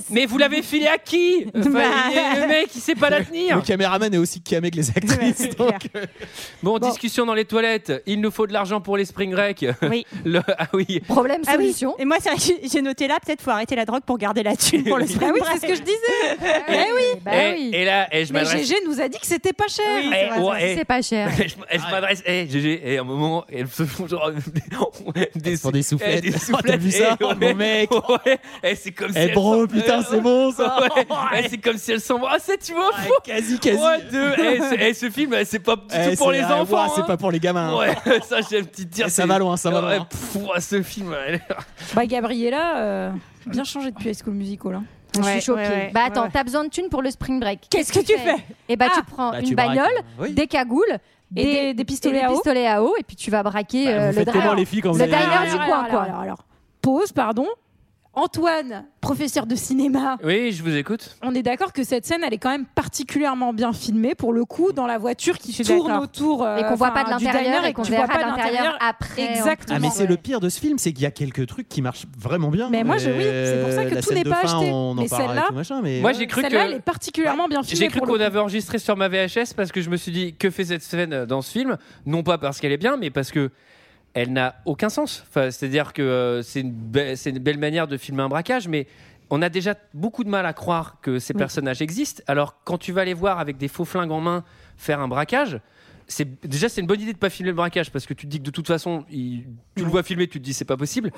Speaker 1: Mais vous l'avez filé à qui Enfin, il y a le mec, il sait pas la tenir.
Speaker 7: Le caméraman est aussi camé que les actrices. donc, euh,
Speaker 1: Bon, discussion dans les toilettes. Il nous faut de l'argent pour les spring break.
Speaker 6: Oui.
Speaker 1: Le- ah oui.
Speaker 10: Problème,
Speaker 6: Ah oui.
Speaker 10: solution.
Speaker 6: Et moi, c'est vrai que j'ai- j'ai noté là, peut-être faut arrêter la drogue pour garder la thune pour le
Speaker 11: Ah
Speaker 6: spring
Speaker 11: oui,
Speaker 6: break.
Speaker 11: c'est ce que je disais.
Speaker 10: Eh oui. Bah
Speaker 1: et,
Speaker 10: oui.
Speaker 1: et là, et je
Speaker 11: Mais
Speaker 1: m'adresse.
Speaker 11: GG nous a dit que c'était pas cher.
Speaker 1: Eh, ouais,
Speaker 10: C'est pas cher.
Speaker 1: eh, je m- eh, je m'adresse. Eh, GG. Et à un moment, elles se font genre des,
Speaker 7: Pour des
Speaker 1: eh,
Speaker 7: soufflettes.
Speaker 1: des
Speaker 7: Oh, T'as
Speaker 1: soufflettes.
Speaker 7: vu ça
Speaker 1: Eh,
Speaker 7: Oh,
Speaker 1: ouais.
Speaker 7: Mon mec.
Speaker 1: Ouais. Eh, c'est comme si
Speaker 7: Eh
Speaker 1: elles
Speaker 7: bro,
Speaker 1: s'en-
Speaker 7: putain,
Speaker 1: Eh,
Speaker 7: c'est bon ça.
Speaker 1: ouais. Eh, c'est comme si elles s'en vont. Ah, ça, tu m'en fous.
Speaker 7: Quasi, quasi.
Speaker 1: Ouais, deux. Eh, c'est- eh, ce film, eh, c'est pas du
Speaker 7: Eh,
Speaker 1: tout pour
Speaker 7: c'est-
Speaker 1: les
Speaker 7: ah,
Speaker 1: enfants.
Speaker 7: ouah, C'est
Speaker 1: hein.
Speaker 7: pas pour les gamins. hein.
Speaker 1: Ouais, ça, j'ai un petit dire.
Speaker 7: Eh, ça
Speaker 1: c'est-
Speaker 7: va loin, ça va
Speaker 1: Ouais,
Speaker 7: loin.
Speaker 1: pff, ouah, ce film, elle est-
Speaker 11: Bah Gabriella, euh, bien changé depuis High School Musical. hein.
Speaker 10: Je
Speaker 6: Ouais,
Speaker 10: suis choquée.
Speaker 6: ouais, ouais.
Speaker 10: bah attends,
Speaker 6: Ouais, ouais.
Speaker 10: t'as besoin de thunes pour le spring break.
Speaker 6: Qu'est-ce que tu fais
Speaker 10: Eh bah tu
Speaker 11: Ah.
Speaker 10: prends
Speaker 7: Bah,
Speaker 10: une
Speaker 7: tu braques,
Speaker 10: bagnole,
Speaker 7: euh, oui.
Speaker 10: des cagoules,
Speaker 11: Et des- des pistolets
Speaker 10: et des
Speaker 11: à eau.
Speaker 10: pistolets à eau, et puis tu vas braquer
Speaker 7: Bah,
Speaker 10: euh,
Speaker 7: vous
Speaker 10: le
Speaker 7: faites comment
Speaker 10: driver.
Speaker 7: les filles quand vous
Speaker 10: Le
Speaker 7: avez-
Speaker 10: diner du
Speaker 11: alors,
Speaker 10: coin,
Speaker 11: alors,
Speaker 10: quoi.
Speaker 11: alors, alors. Pause, pardon. Antoine, professeur de cinéma.
Speaker 1: Oui, je vous écoute.
Speaker 11: On est d'accord que cette scène, elle est quand même particulièrement bien filmée pour le coup, dans la voiture qui
Speaker 6: suis
Speaker 11: tourne
Speaker 6: d'accord.
Speaker 11: autour euh,
Speaker 10: Et qu'on voit
Speaker 11: enfin,
Speaker 10: pas de
Speaker 11: du
Speaker 10: l'intérieur
Speaker 11: diner
Speaker 10: et qu'on
Speaker 11: que tu vois
Speaker 10: verra
Speaker 11: pas
Speaker 10: de l'intérieur après. en
Speaker 11: Exactement.
Speaker 7: Ah mais c'est
Speaker 10: Ouais.
Speaker 7: le pire de ce film, c'est qu'il y a quelques trucs qui marchent vraiment bien.
Speaker 11: Mais moi, je- oui, c'est pour ça que
Speaker 7: la
Speaker 11: tout
Speaker 7: scène
Speaker 11: n'est
Speaker 7: de
Speaker 11: pas
Speaker 7: fin,
Speaker 11: acheté.
Speaker 7: On en
Speaker 11: Mais
Speaker 7: parlera et
Speaker 11: celle-là-
Speaker 7: tout machin, mais
Speaker 1: Moi, j'ai cru
Speaker 11: Celle-là,
Speaker 1: que.
Speaker 11: elle est particulièrement bien filmée.
Speaker 1: J'ai cru
Speaker 11: pour le
Speaker 1: qu'on
Speaker 11: coup.
Speaker 1: avait enregistré sur ma VHS parce que je me suis dit que fait cette scène euh, dans ce film Non pas parce qu'elle est bien, mais parce que elle n'a aucun sens. Enfin, C'est-à-dire que euh, c'est une, be- c'est une belle manière de filmer un braquage, mais on a déjà beaucoup de mal à croire que ces personnages existent. Alors quand tu vas les voir avec des faux flingues en main faire un braquage. c'est- Déjà, c'est une bonne idée de pas filmer le braquage parce que tu te dis que de toute façon, il- tu le vois filmer, tu te dis c'est pas possible.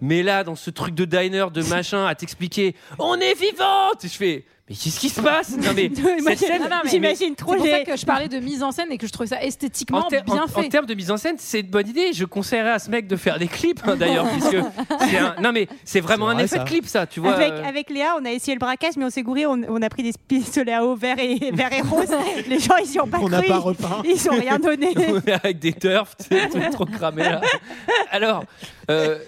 Speaker 1: Mais là, dans ce truc de diner, de machin, à t'expliquer, on est vivante Et Je fais, mais qu'est-ce qui se passe Non, mais
Speaker 6: Moi,
Speaker 1: cette scène-
Speaker 11: Non, non, mais-
Speaker 6: J'imagine trop
Speaker 11: C'est pour ça
Speaker 6: les-
Speaker 11: que je parlais de mise en scène et que je trouvais ça
Speaker 1: en,
Speaker 11: esthétiquement
Speaker 1: ter- en-
Speaker 11: bien
Speaker 1: en
Speaker 11: fait.
Speaker 1: termes de mise en scène, c'est une bonne idée. Je conseillerais à ce mec de faire des clips, hein, d'ailleurs, puisque c'est un- non mais c'est vraiment
Speaker 7: C'est
Speaker 1: un
Speaker 7: vrai,
Speaker 1: effet
Speaker 7: ça.
Speaker 1: de clip, ça. Tu vois.
Speaker 6: Avec,
Speaker 1: euh.
Speaker 6: avec Léa, on a essayé le braquage, mais on s'est gouré. On, on a pris des pistolets à eau vert et, vert et rose. Les gens, ils n'y ont pas
Speaker 7: on n'a
Speaker 6: cru.
Speaker 7: pas repeint.
Speaker 6: ils ils ont rien donné.
Speaker 1: On est euh, avec des turfs, tu sais, tout trop cramé là. Alors, euh,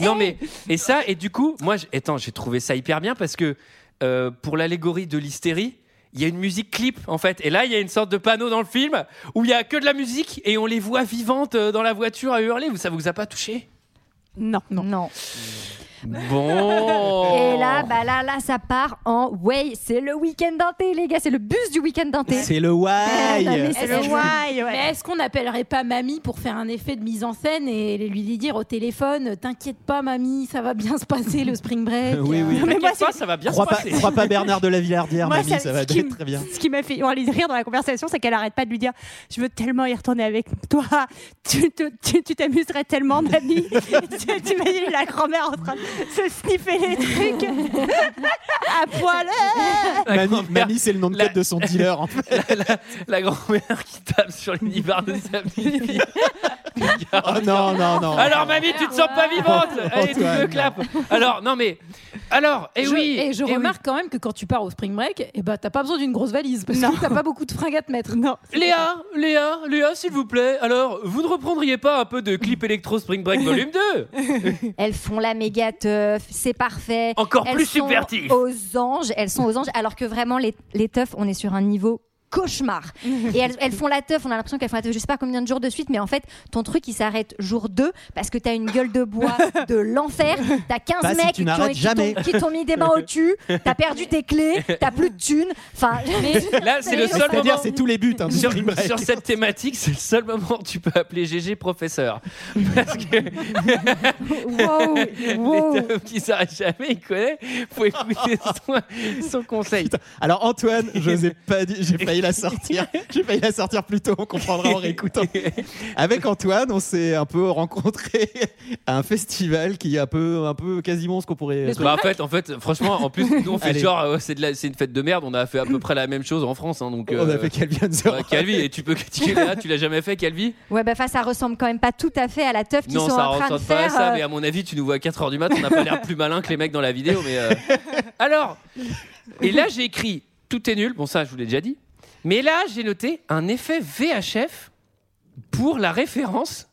Speaker 1: non mais et ça et du coup, moi, j- attends, j'ai trouvé ça hyper bien parce que euh, pour l'allégorie de l'hystérie. Il y a une musique clip en fait, et là il y a une sorte de panneau dans le film où il y a que de la musique et on les voit vivantes euh, dans la voiture à hurler. Vous ça vous a pas touché
Speaker 6: Non, non.
Speaker 10: Non.
Speaker 7: Oh.
Speaker 1: Bon.
Speaker 10: Et là, bah là, là, ça part en way. C'est le week-end denté, les gars. C'est le bus du week-end denté.
Speaker 13: C'est le why.
Speaker 12: Est-ce que- Mais est-ce qu'on n'appellerait pas mamie pour faire un effet de mise en scène et lui dire au téléphone T'inquiète pas, mamie, ça va bien se passer le spring break
Speaker 7: Oui, oui.
Speaker 1: Mais moi, ça va bien
Speaker 7: crois
Speaker 1: se
Speaker 7: pas,
Speaker 1: passer.
Speaker 7: crois pas Bernard de la Villardière,
Speaker 6: Moi,
Speaker 7: mamie,
Speaker 6: ça-
Speaker 7: ça, va
Speaker 6: ce qui
Speaker 7: être
Speaker 6: me-
Speaker 7: très bien.
Speaker 6: Ce qui m'a fait hurler de rire dans la conversation, c'est qu'elle arrête pas de lui dire Je veux tellement y retourner avec toi. Tu te- tu- tu t'amuserais tellement, mamie. Tu- T'imagines la grand-mère en train de se sniffer les trucs à poil.
Speaker 7: Mamie, mamie, c'est le nom de code de son dealer. En fait.
Speaker 1: La grand-mère qui tape sur l'univers de sa fille.
Speaker 7: Oh non, non, non.
Speaker 1: Alors, mamie, tu te sens pas vivante Allez, tu
Speaker 7: Antoine.
Speaker 1: me clap Alors, non, mais. Alors, et
Speaker 11: Je-
Speaker 1: oui
Speaker 11: Et je
Speaker 1: eh oui.
Speaker 11: remarque quand même que quand tu pars au spring break, eh ben, t'as pas besoin d'une grosse valise parce que t'as pas beaucoup de fringues à te mettre.
Speaker 6: Non.
Speaker 1: Léa, Léa, Léa, s'il vous plaît, alors, vous ne reprendriez pas un peu de clip électro Spring Break volume 2
Speaker 10: Elles font la méga teuf, c'est parfait.
Speaker 1: Encore
Speaker 10: Elles
Speaker 1: plus
Speaker 10: sont
Speaker 1: subvertif.
Speaker 10: Aux anges, elles sont aux anges, alors que vraiment les, les teufs, on est sur un niveau cauchemar. Et elles, elles font la teuf, on a l'impression qu'elles font la teuf, je sais pas combien de jours de suite, mais en fait, ton truc, il s'arrête jour 2 parce que t'as une gueule de bois de l'enfer, t'as 15
Speaker 7: Bah, si
Speaker 10: mecs
Speaker 7: tu
Speaker 10: qui t'ont-
Speaker 7: n'arrêtes
Speaker 10: qui
Speaker 7: jamais.
Speaker 10: t'ont- qui t'ont mis des mains au cul, t'as perdu tes clés, t'as plus de thunes. Enfin,
Speaker 1: Là, c'est le
Speaker 10: Mais-
Speaker 1: seul moment.
Speaker 7: C'est-à-dire, c'est tous les buts. hein, du
Speaker 1: Sur,
Speaker 7: Spring Break.
Speaker 1: sur cette thématique, c'est le seul moment où tu peux appeler GG professeur. Parce que
Speaker 10: Wow, wow.
Speaker 1: les teufs qui s'arrêtent jamais, il connaît. Faut écouter son, son conseil.
Speaker 7: Alors Antoine, je n'ai pas dit, j'ai failli la sortir. J'ai failli la sortir plus tôt, on comprendra en réécoutant. Avec Antoine, on s'est un peu rencontré à un festival qui est un peu, un peu quasiment ce qu'on pourrait.
Speaker 1: Bah, en fait, en fait, franchement, en plus, nous on fait
Speaker 7: Allez.
Speaker 1: genre, euh, c'est de la- c'est une fête de merde. On a fait à peu près la même chose en France, hein, donc.
Speaker 7: On a
Speaker 1: euh,
Speaker 7: fait Calvin
Speaker 1: bah, Calvi, et tu peux critiquer Léa, tu l'as jamais fait, Calvi
Speaker 10: Ouais, bah, enfin, ça ressemble quand même pas tout à fait à la teuf qu'ils
Speaker 1: Non,
Speaker 10: sont
Speaker 1: ça
Speaker 10: en train de
Speaker 1: ressemble pas à
Speaker 10: faire.
Speaker 1: ça,
Speaker 10: euh,
Speaker 1: mais à mon avis, tu nous vois à 4h du mat, on n'a pas l'air plus malin que les mecs dans la vidéo. Mais euh, Alors, et là, j'ai écrit Tout est nul, bon, ça, je vous l'ai déjà dit. Mais là, j'ai noté un effet VHF pour la référence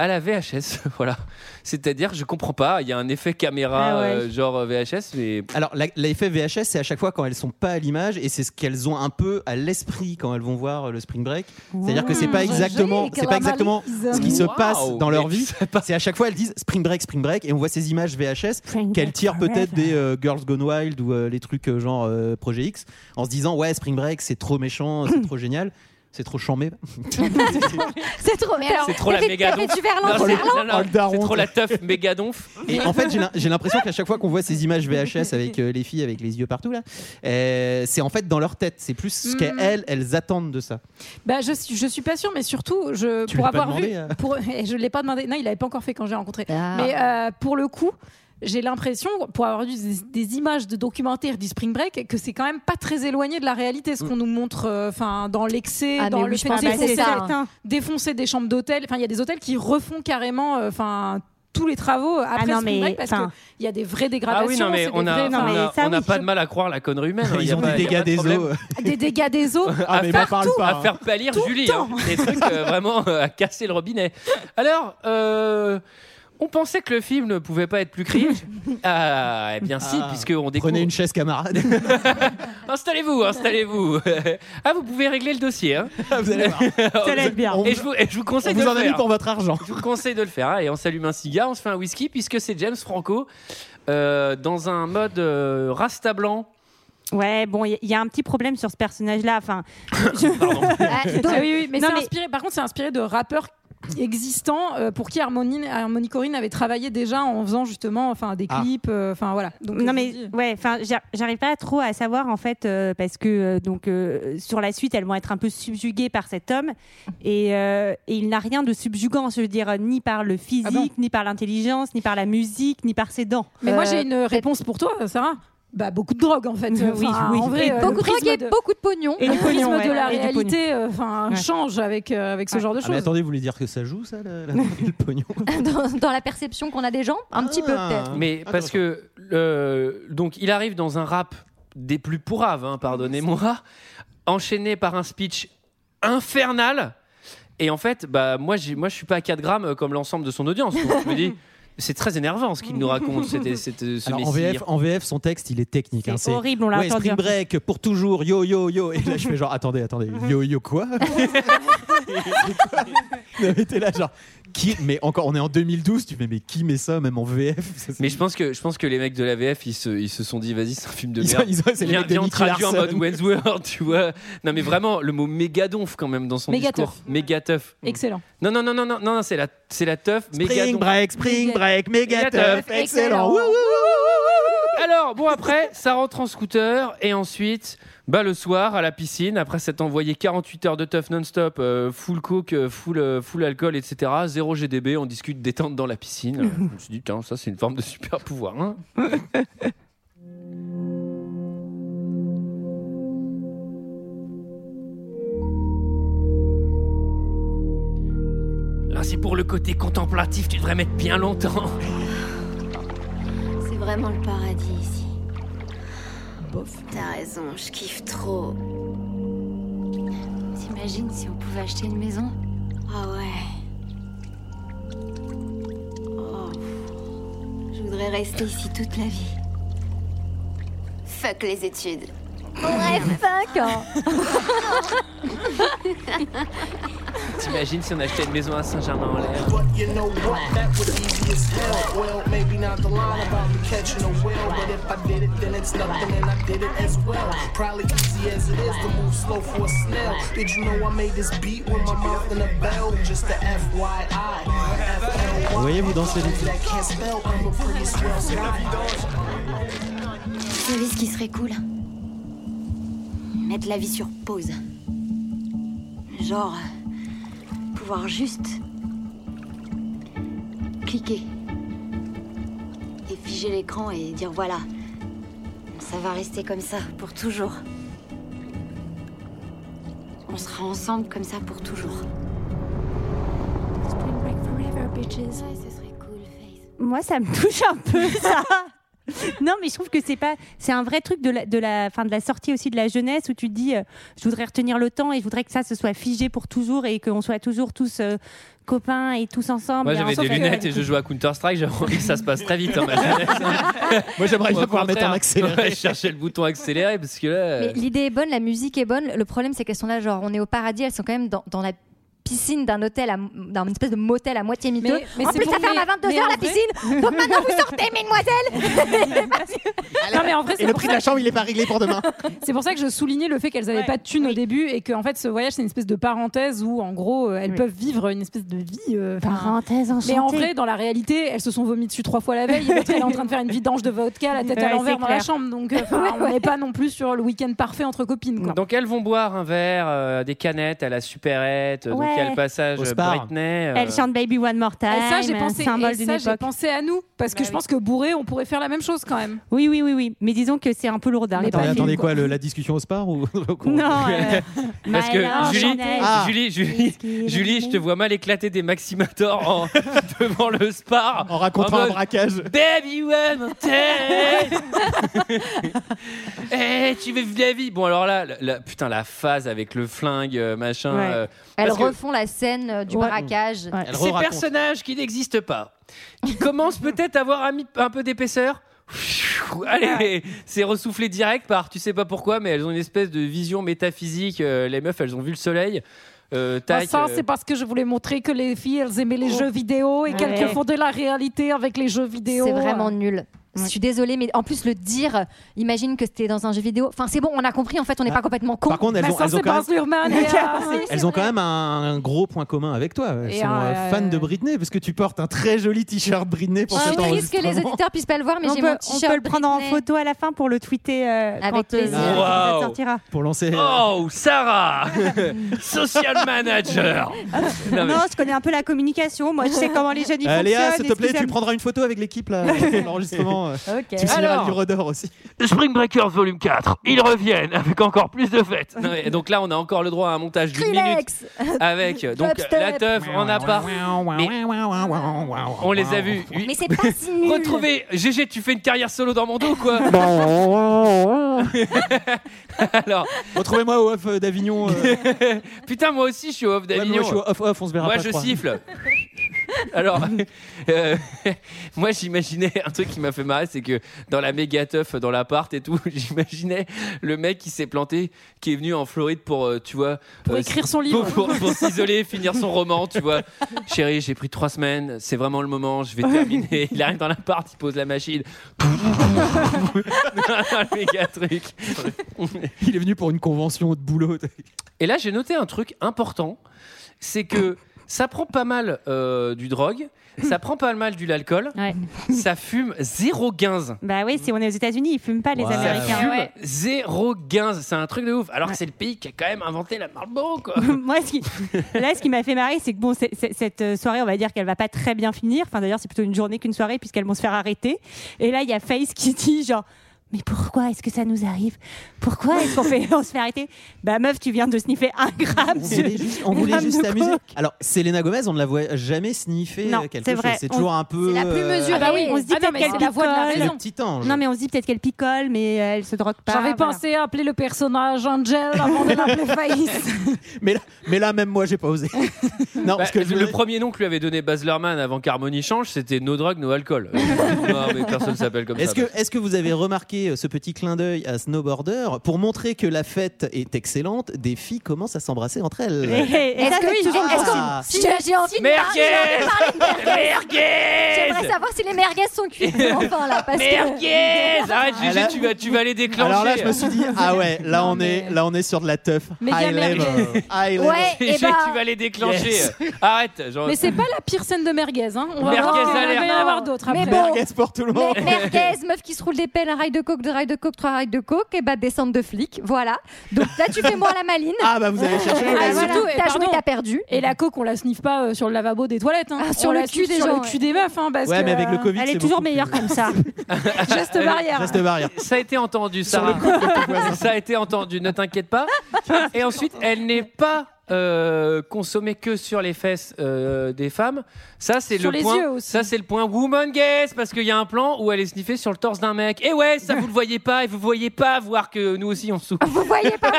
Speaker 1: à la VHS. voilà. C'est-à-dire, je comprends pas, il y a un effet caméra
Speaker 6: Ah ouais.
Speaker 1: euh, genre euh, VHS, mais.
Speaker 7: Alors la- l'effet VHS, c'est à chaque fois quand elles sont pas à l'image et c'est ce qu'elles ont un peu à l'esprit quand elles vont voir euh, le Spring Break. C'est-à-dire que c'est pas
Speaker 11: Joli,
Speaker 7: exactement, c'est pas exactement
Speaker 11: Cavalise.
Speaker 7: ce qui se
Speaker 1: Waouh,
Speaker 7: passe dans leur
Speaker 1: mais
Speaker 7: vie. C'est à chaque fois elles disent Spring Break, Spring Break et on voit ces images VHS qu'elles tirent peut-être des euh, Girls Gone Wild ou euh, les trucs euh, genre euh, Projet X en se disant ouais Spring Break c'est trop méchant, c'est trop génial, c'est trop chambé.
Speaker 10: C'est trop, mais alors,
Speaker 1: C'est trop la
Speaker 10: t'as fait-
Speaker 1: méga
Speaker 10: t'as fait
Speaker 1: donf.
Speaker 10: du verlan,
Speaker 1: Non,
Speaker 10: du
Speaker 1: c'est-
Speaker 10: verlan.
Speaker 1: non, non,
Speaker 7: Oh, le daron,
Speaker 1: c'est trop
Speaker 7: toi.
Speaker 1: la teuf méga donf.
Speaker 7: Et en fait, j'ai l'im- j'ai l'impression qu'à chaque fois qu'on voit ces images VHS avec euh, les filles avec les yeux partout là, euh, c'est en fait dans leur tête. C'est plus ce qu'elles elles attendent de ça.
Speaker 11: Bah, je suis, je suis pas sûre, mais surtout, je,
Speaker 7: Tu
Speaker 11: pour
Speaker 7: l'as pas
Speaker 11: avoir
Speaker 7: demandé,
Speaker 11: vu.
Speaker 7: hein.
Speaker 11: Pour, je l'ai pas demandé. Non, il l'avait pas encore fait quand j'ai rencontré.
Speaker 10: Ah.
Speaker 11: Mais euh, pour le coup. J'ai l'impression, pour avoir vu des, des images de documentaires du Spring Break, que c'est quand même pas très éloigné de la réalité, ce qu'on nous montre euh, enfin dans l'excès,
Speaker 10: Ah,
Speaker 11: dans
Speaker 10: mais
Speaker 11: le
Speaker 10: oui,
Speaker 11: fait
Speaker 10: je
Speaker 11: de
Speaker 10: pense que
Speaker 11: défoncer,
Speaker 10: c'est ça,
Speaker 11: des- défoncer des chambres d'hôtel. Enfin, il y a des hôtels qui refont carrément euh, enfin, tous les travaux après
Speaker 6: non,
Speaker 11: le Spring
Speaker 6: mais,
Speaker 11: Break parce
Speaker 6: enfin-
Speaker 11: qu'il y a des vraies
Speaker 1: Ah
Speaker 11: dégradations.
Speaker 1: oui, non, mais
Speaker 11: c'est des
Speaker 1: on a,
Speaker 11: vrais-
Speaker 1: on
Speaker 6: non, mais
Speaker 1: a-
Speaker 6: ça,
Speaker 1: on a
Speaker 6: oui,
Speaker 1: pas
Speaker 6: je-
Speaker 1: de mal à croire la connerie humaine. hein, y
Speaker 7: Ils
Speaker 1: a
Speaker 7: ont
Speaker 1: pas-
Speaker 7: des
Speaker 1: y a pas
Speaker 7: dégâts
Speaker 1: de
Speaker 7: des
Speaker 1: problème.
Speaker 7: eaux.
Speaker 11: des dégâts des eaux.
Speaker 7: Ah,
Speaker 1: à
Speaker 7: mais m'en
Speaker 1: faire,
Speaker 7: parle
Speaker 1: tout,
Speaker 7: pas,
Speaker 1: à
Speaker 7: hein.
Speaker 1: faire pâlir Julie. hein. Des trucs euh, vraiment euh, à casser le robinet. Alors, euh, on pensait que le film ne pouvait pas être plus cringe. Ah, eh bien si,
Speaker 7: Ah.
Speaker 1: puisqu'on découvre...
Speaker 7: Prenez une chaise, camarade.
Speaker 1: Installez-vous, installez-vous. ah, vous pouvez régler le dossier. hein.
Speaker 7: vous allez voir.
Speaker 6: Ça allait être bien.
Speaker 7: On-
Speaker 1: Et je vous, et je vous
Speaker 7: On
Speaker 1: conseille de
Speaker 7: vous
Speaker 1: le
Speaker 7: en a mis
Speaker 1: faire.
Speaker 7: pour votre argent. Ah,
Speaker 1: Je vous conseille de le faire. hein. Et on s'allume un cigare, on se fait un whisky, puisque c'est James Franco euh, dans un mode euh, rasta blanc.
Speaker 6: Ouais, bon, il y- il y a un petit problème sur ce personnage-là. Enfin,
Speaker 1: Pardon.
Speaker 10: Ah, donc,
Speaker 11: Ah oui, oui, mais
Speaker 6: Non,
Speaker 11: c'est
Speaker 6: mais-
Speaker 11: inspiré. Par contre, c'est inspiré de rappeurs existants euh, pour qui Harmony, Harmony Corinne avait travaillé déjà en faisant justement, enfin, des
Speaker 7: Ah.
Speaker 11: clips, euh, enfin voilà. Donc,
Speaker 6: non
Speaker 11: je
Speaker 6: mais
Speaker 11: vous dis-
Speaker 6: ouais, enfin j'ar- j'arrive pas trop à savoir en fait euh, parce que euh, donc euh, sur la suite elles vont être un peu subjuguées par cet homme et, euh, et il n'a rien de subjugant, je veux dire euh, ni par le physique,
Speaker 11: Ah bon
Speaker 6: ni par l'intelligence, ni par la musique, ni par ses dents.
Speaker 11: Mais moi,
Speaker 10: Euh,
Speaker 11: j'ai une réponse pour toi, Sarah. Bah, beaucoup de drogue en fait.
Speaker 6: Oui,
Speaker 11: Enfin,
Speaker 6: oui.
Speaker 11: En vrai,
Speaker 6: Et
Speaker 11: euh,
Speaker 10: beaucoup
Speaker 11: le
Speaker 10: de drogués,
Speaker 11: prisme de,
Speaker 10: beaucoup de pognon.
Speaker 6: Et
Speaker 11: le
Speaker 6: du pognon,
Speaker 11: prisme de
Speaker 6: ouais,
Speaker 11: la
Speaker 6: et du pognon.
Speaker 11: réalité euh, enfin,
Speaker 6: Ouais.
Speaker 11: change avec, euh, avec ce genre de
Speaker 7: Ah, mais
Speaker 11: choses.
Speaker 7: attendez, vous voulez dire que ça joue, ça, la- la- le pognon
Speaker 10: dans, dans la perception qu'on a des gens, un petit peu
Speaker 7: Ah.
Speaker 10: peut-être.
Speaker 1: Mais parce que le- donc il arrive dans un rap des plus pourraves, hein, pardonnez-moi, enchaîné par un speech infernal. Et en fait, bah moi, j'ai- moi je suis pas à 4 grammes euh, comme l'ensemble de son audience. Donc je me dis, c'est très énervant ce qu'il nous raconte, c'était c'était- ce
Speaker 7: Alors, en,
Speaker 1: messire.
Speaker 7: VF, en VF, son texte, il est technique. hein,
Speaker 6: C'est
Speaker 7: c'est
Speaker 6: horrible, on l'a
Speaker 7: ouais,
Speaker 6: entendu.
Speaker 7: Spring Break pour toujours, yo yo yo. Et là, je fais genre, attendez, attendez, yo yo quoi Non, mais t'es là, genre, qui mais encore on est en 2012 tu fais mais qui met ça même en VF Ça, c'est-
Speaker 1: Mais je pense que je pense que les mecs de la VF ils se, ils se sont dit vas-y c'est un film de
Speaker 7: Ils ont-
Speaker 1: merde.
Speaker 7: ils ont- c'est les
Speaker 1: Viens-
Speaker 7: mecs de
Speaker 1: viens, on
Speaker 7: Nicky
Speaker 1: traduit en mode
Speaker 7: Larson.
Speaker 1: Wensworth tu vois. Non mais vraiment le mot méga donf quand même dans son
Speaker 11: Méga
Speaker 1: discours.
Speaker 11: teuf.
Speaker 1: Méga teuf.
Speaker 11: Excellent.
Speaker 1: Non non non non non non, non, c'est la c'est la teuf. méga
Speaker 7: Spring
Speaker 1: donf.
Speaker 7: break, spring break, méga
Speaker 1: teuf.
Speaker 7: teuf, excellent. Wouh, wouh, wouh,
Speaker 1: Alors bon après ça rentre en scooter et ensuite bah le soir à la piscine après s'être envoyé 48 heures de teuf non-stop euh, full coke euh, full euh, full alcool etc 0 GDB on discute détente dans la piscine. Euh, je me suis dit tiens ça c'est une forme de super pouvoir hein. Là, c'est pour le côté contemplatif, tu devrais mettre bien longtemps.
Speaker 8: C'est vraiment le paradis ici. Bof. T'as raison, je kiffe trop. T'imagines si on pouvait acheter une maison Ah ouais. Oh. Je voudrais rester ici toute la vie. Fuck les études.
Speaker 10: Ouais, fuck
Speaker 1: T'imagines si on achetait une maison à Saint-Germain-en-Laye
Speaker 14: But you know what? That was easy as hell. Well, maybe not the line about me catching a whale, but if I did it, then it's nothing, and I did it as well. Probably easy as it is to move slow for a snail. Did you know I made this beat with my mouth in a bell? Just a FYI.
Speaker 7: Voyez-vous danser les filles.
Speaker 14: That can't spell. I'm a pretty swell guy.
Speaker 8: Vous savez ce qui serait cool Mettre la vie sur pause. Genre, euh, pouvoir juste cliquer et figer l'écran et dire voilà, ça va rester comme ça pour toujours. On sera ensemble comme ça pour toujours.
Speaker 6: Moi, ça me touche un peu, ça. Non, mais je trouve que c'est pas, c'est un vrai truc de la, de la, fin de la sortie aussi de la jeunesse où tu te dis, euh, je voudrais retenir le temps et je voudrais que ça se soit figé pour toujours et qu'on soit toujours tous euh, copains et tous ensemble.
Speaker 1: Moi
Speaker 6: Et
Speaker 1: j'avais
Speaker 6: ensemble,
Speaker 1: des
Speaker 6: que-
Speaker 1: lunettes et je jouais à Counter-Strike, j'avais envie que ça se passe très vite. hein, ma jeunesse.
Speaker 7: Moi j'aimerais bien
Speaker 1: Au
Speaker 7: pouvoir mettre
Speaker 1: contraire.
Speaker 7: un accéléré.
Speaker 1: Ouais, je cherchais le bouton accéléré parce que là.
Speaker 10: Mais
Speaker 1: euh,
Speaker 10: l'idée est bonne, la musique est bonne. Le problème, c'est qu'elles sont là, genre, on est au paradis, elles sont quand même dans, dans la piscine d'un hôtel, à- d'un espèce de motel à moitié miteux.
Speaker 12: Mais- mais
Speaker 10: en
Speaker 12: c'est
Speaker 10: plus,
Speaker 12: pour-
Speaker 10: ça ferme
Speaker 12: mais-
Speaker 10: à 22
Speaker 12: mais
Speaker 10: h
Speaker 12: en vrai-
Speaker 10: la piscine. Donc maintenant, vous sortez, mesdemoiselles.
Speaker 11: Non, mais en vrai,
Speaker 13: Et
Speaker 11: c'est
Speaker 13: le
Speaker 11: pour
Speaker 13: prix
Speaker 11: ça
Speaker 13: de la
Speaker 11: que-
Speaker 13: chambre, il est pas réglé pour demain.
Speaker 11: C'est pour ça que je soulignais le fait qu'elles n'avaient pas de thunes au début et que en fait ce voyage c'est une espèce de parenthèse où en gros euh, elles peuvent vivre une espèce de vie. euh, enfin,
Speaker 6: Parenthèse
Speaker 11: Mais en
Speaker 6: enchantée.
Speaker 11: vrai dans la réalité elles se sont vomi dessus trois fois la veille. et l'autre, Elle est en train de faire une vidange de vodka la tête à
Speaker 1: Ouais,
Speaker 11: l'envers
Speaker 1: c'est
Speaker 11: dans la
Speaker 1: clair.
Speaker 11: chambre donc euh, enfin, on n'est pas non plus sur le week-end parfait entre copines. Quoi.
Speaker 1: euh, Donc elles vont boire un verre, euh, des canettes à la supérette, euh, donc
Speaker 11: Ouais.
Speaker 1: il y a le passage
Speaker 11: Au
Speaker 1: euh,
Speaker 11: spa.
Speaker 1: Britney. euh,
Speaker 6: Elle chante Baby One More Time,
Speaker 11: Et ça j'ai pensé,
Speaker 6: symbole
Speaker 11: et
Speaker 6: d'une
Speaker 11: ça, j'ai
Speaker 6: époque. Bah
Speaker 11: pensé à nous parce que je pense que bourré on pourrait faire la même chose quand même.
Speaker 6: Oui, oui, oui, oui. Mais disons que c'est un peu lourdard.
Speaker 7: Attendez, attendez quoi, le- la discussion au spar ou
Speaker 6: Non, euh,
Speaker 1: Parce que
Speaker 6: Malin,
Speaker 1: Julie,
Speaker 6: Chanel.
Speaker 1: Ah. Julie, Julie, Julie, je te vois mal éclater des maximators en- devant le spar en
Speaker 13: racontant un
Speaker 1: mode,
Speaker 13: braquage.
Speaker 1: Baby one Eh, tu veux vivre la vie Bon alors là, la, la- putain la phase avec le flingue euh, machin.
Speaker 10: Ouais.
Speaker 1: euh,
Speaker 10: Elles
Speaker 1: parce que-
Speaker 10: refont la scène euh, du braquage.
Speaker 1: Ces personnages qui n'existent pas, qui commencent peut-être à avoir un, mi- un peu d'épaisseur. Allez, c'est ressoufflé direct par tu sais pas pourquoi, mais elles ont une espèce de vision métaphysique. euh, les meufs, elles ont vu le soleil. Euh,
Speaker 11: Ah,
Speaker 1: tac,
Speaker 11: ça,
Speaker 1: euh,
Speaker 11: c'est parce que je voulais montrer que les filles, elles aimaient
Speaker 6: Oh.
Speaker 11: les jeux vidéo et qu'elles
Speaker 10: Ouais.
Speaker 11: confondaient la réalité avec les jeux vidéo. Euh,
Speaker 10: C'est vraiment nul. Je suis désolée, mais en plus le dire, imagine que c'était dans un jeu vidéo. Enfin, c'est bon, on a compris. En fait, on n'est pas complètement con.
Speaker 7: Ah.
Speaker 11: bah,
Speaker 7: Par contre, elles ont, elles ont quand même,
Speaker 11: euh,
Speaker 7: Bah, elles ont quand même un, un gros point commun avec toi. Elles
Speaker 10: Et
Speaker 7: sont
Speaker 10: un,
Speaker 7: euh,
Speaker 10: euh, Ah,
Speaker 7: fans de Britney parce que tu portes un très joli t-shirt Britney pour
Speaker 10: Je suis
Speaker 7: cet
Speaker 10: triste que les
Speaker 7: enregistrement.
Speaker 10: auditeurs puissent pas le voir, mais
Speaker 6: on,
Speaker 10: j'ai
Speaker 6: peut,
Speaker 10: mon
Speaker 6: on
Speaker 10: t-shirt.
Speaker 6: peut le prendre en
Speaker 10: Britney.
Speaker 6: photo à la fin pour le tweeter euh,
Speaker 10: Avec
Speaker 6: quand, euh,
Speaker 10: plaisir.
Speaker 6: quand
Speaker 1: Waouh.
Speaker 6: ça sortira.
Speaker 7: Pour lancer.
Speaker 1: Oh, Sarah, social manager.
Speaker 6: Non,
Speaker 1: Non, mais-
Speaker 6: je connais un peu la communication. Moi, je sais comment les jeunes y
Speaker 7: Euh,
Speaker 6: fonctionnent.
Speaker 7: Léa, s'il te
Speaker 6: est-ce
Speaker 7: plaît,
Speaker 6: qu'ils
Speaker 7: tu
Speaker 6: aiment-
Speaker 7: prendras une photo avec l'équipe là, pour l'enregistrement. euh,
Speaker 6: Ok.
Speaker 7: Tu signeras
Speaker 1: Alors.
Speaker 7: du redor aussi.
Speaker 1: Spring Breakers volume 4, ils reviennent avec encore plus de fêtes. donc là, on a encore le droit à un montage d'une minute
Speaker 10: Kleenex.
Speaker 1: avec euh, donc
Speaker 10: Dubstep.
Speaker 1: la teuf en appart. Mais on les a vus.
Speaker 10: Mais c'est pas si nul.
Speaker 1: Retrouvez GG, tu fais une carrière solo dans mon dos quoi. Alors,
Speaker 7: Retrouvez-moi au off euh, d'Avignon. euh.
Speaker 1: putain, moi aussi je suis off
Speaker 7: Ouais, mais
Speaker 1: d'Avignon.
Speaker 7: moi, je suis off off, on se verra
Speaker 1: Moi,
Speaker 7: pas.
Speaker 1: je
Speaker 7: crois.
Speaker 1: siffle. Alors, euh, moi, j'imaginais un truc qui m'a fait marrer, c'est que dans la méga teuf, dans l'appart et tout, j'imaginais le mec qui s'est planté, qui est venu en Floride pour, euh, tu vois,
Speaker 11: Pour
Speaker 1: euh,
Speaker 11: écrire
Speaker 1: s-
Speaker 11: son livre.
Speaker 1: pour, pour- pour s'isoler, finir son roman, tu vois. Chérie, j'ai pris trois semaines, c'est vraiment le moment, je vais terminer. Il arrive dans l'appart, il pose la machine. le méga truc.
Speaker 7: Il est venu pour une convention de boulot.
Speaker 1: Et là, j'ai noté un truc important, c'est que ça prend pas mal euh, du drogue,
Speaker 7: Hmm.
Speaker 1: ça prend pas mal du l'alcool, ça fume 0,15.
Speaker 6: Bah oui, si on est aux États-Unis, ils fument pas les
Speaker 7: Ah
Speaker 1: Ça fume
Speaker 6: Américains.
Speaker 1: 0,15, c'est un truc de ouf. Alors que c'est le pays qui a quand même inventé la Marlboro, quoi.
Speaker 6: Moi, ce qui- là, ce qui m'a fait marrer, c'est que bon, c'est- c'est- cette euh, soirée, on va dire qu'elle va pas très bien finir. Enfin, d'ailleurs, c'est plutôt une journée qu'une soirée, puisqu'elles vont se faire arrêter. Et là, il y a Face qui dit genre. Mais pourquoi est-ce que ça nous arrive Pourquoi est-ce qu'on fait, on se fait arrêter Bah meuf, tu viens de sniffer un gramme.
Speaker 7: On voulait
Speaker 6: de-
Speaker 7: juste, on
Speaker 6: un
Speaker 7: voulait
Speaker 6: gramme
Speaker 7: juste
Speaker 6: de
Speaker 7: s'amuser.
Speaker 6: coke.
Speaker 7: Alors, Selena Gomez, on ne la voit jamais sniffer euh,
Speaker 6: Non,
Speaker 7: quelque
Speaker 6: c'est
Speaker 7: chose.
Speaker 6: vrai.
Speaker 7: C'est
Speaker 6: On-
Speaker 7: toujours un peu.
Speaker 6: c'est la plus
Speaker 7: euh,
Speaker 6: mesurée. Bah oui, on se dit
Speaker 12: Ah non,
Speaker 6: peut-être
Speaker 12: mais
Speaker 6: qu'elle
Speaker 12: c'est la voix de la
Speaker 6: picole.
Speaker 12: raison.
Speaker 7: Le petit ange.
Speaker 6: Non, mais on se dit peut-être qu'elle picole, mais euh, elle se drogue pas.
Speaker 12: J'avais
Speaker 6: voilà.
Speaker 12: pensé à appeler le personnage Angel avant de l'appeler Face.
Speaker 7: mais, là, mais là, même moi, j'ai pas osé. non,
Speaker 1: Bah,
Speaker 7: parce que je
Speaker 1: le
Speaker 7: voulais-
Speaker 1: premier nom que lui avait donné Baz Luhrmann avant qu'Harmonie change, c'était No Drug, No Alcool. non, mais personne s'appelle comme
Speaker 7: Est-ce
Speaker 1: ça.
Speaker 7: que, est-ce que vous avez remarqué euh, ce petit clin d'œil à Snowboarder Pour montrer que la fête est excellente, des filles commencent à s'embrasser entre elles.
Speaker 10: Est-ce que bah. oui
Speaker 12: toujours
Speaker 10: est-ce qu'on-
Speaker 7: Ah.
Speaker 10: si- j'ai envie de
Speaker 1: Merguez
Speaker 10: j'ai envie de parler de
Speaker 1: Merguez
Speaker 10: J'aimerais savoir si les merguez sont cuites. Enfin là, parce que-
Speaker 1: Merguez Arrête,
Speaker 7: Ah
Speaker 1: Gégé,
Speaker 7: là-
Speaker 1: tu vas, tu vas les déclencher.
Speaker 7: Alors là, je me suis dit, ah ouais, là on est, là on est sur de la teuf.
Speaker 11: Mais il y a
Speaker 7: High level.
Speaker 11: Merguez.
Speaker 7: High level.
Speaker 11: Ouais, et
Speaker 1: Gégé,
Speaker 11: bah-
Speaker 1: tu vas les déclencher.
Speaker 7: Yes.
Speaker 1: Arrête. genre-
Speaker 11: Mais c'est pas la pire scène de merguez. Hein. On va
Speaker 1: Oh. Merguez
Speaker 11: voir qu'il va
Speaker 1: alerte.
Speaker 11: y en avoir d'autres
Speaker 10: Mais
Speaker 11: après.
Speaker 10: bon.
Speaker 7: Merguez pour tout le monde.
Speaker 10: Mais merguez, meuf qui se roule des pelles, un rail de coke, deux rails de coke, trois rails de coke, et bah descente de flic, voilà. Donc là, tu fais moi la maline.
Speaker 7: Ah bah vous avez cherché.
Speaker 10: Ah,
Speaker 12: Ah,
Speaker 10: voilà.
Speaker 12: surtout, et
Speaker 10: T'as joué,
Speaker 12: pardon,
Speaker 10: t'as perdu.
Speaker 12: Et la coque, on la sniffe pas euh, sur le lavabo des toilettes. hein.
Speaker 10: Ah, sur
Speaker 12: On
Speaker 10: le
Speaker 12: la
Speaker 10: cul
Speaker 12: sniffe
Speaker 10: des
Speaker 12: sur
Speaker 10: gens,
Speaker 12: le cul des meufs. hein, parce
Speaker 7: Ouais,
Speaker 12: que,
Speaker 7: mais avec le
Speaker 12: euh,
Speaker 7: Covid,
Speaker 6: Elle
Speaker 7: c'est
Speaker 6: est toujours
Speaker 7: beaucoup
Speaker 6: meilleure comme ça.
Speaker 12: Geste barrière.
Speaker 7: Reste barrière.
Speaker 1: Ça a été entendu, Sarah. ça a été entendu, ne t'inquiète pas. Et ensuite, elle n'est pas euh, consommée que sur les fesses euh, des femmes. Ça, c'est
Speaker 11: Sur
Speaker 1: le
Speaker 11: les
Speaker 1: point.
Speaker 11: yeux aussi.
Speaker 1: Ça, c'est le point woman gaze parce qu'il y a un plan où elle est sniffée sur le torse d'un mec. Et ouais, ça vous le voyez pas et vous voyez pas voir que nous aussi on souffre.
Speaker 10: Vous voyez pas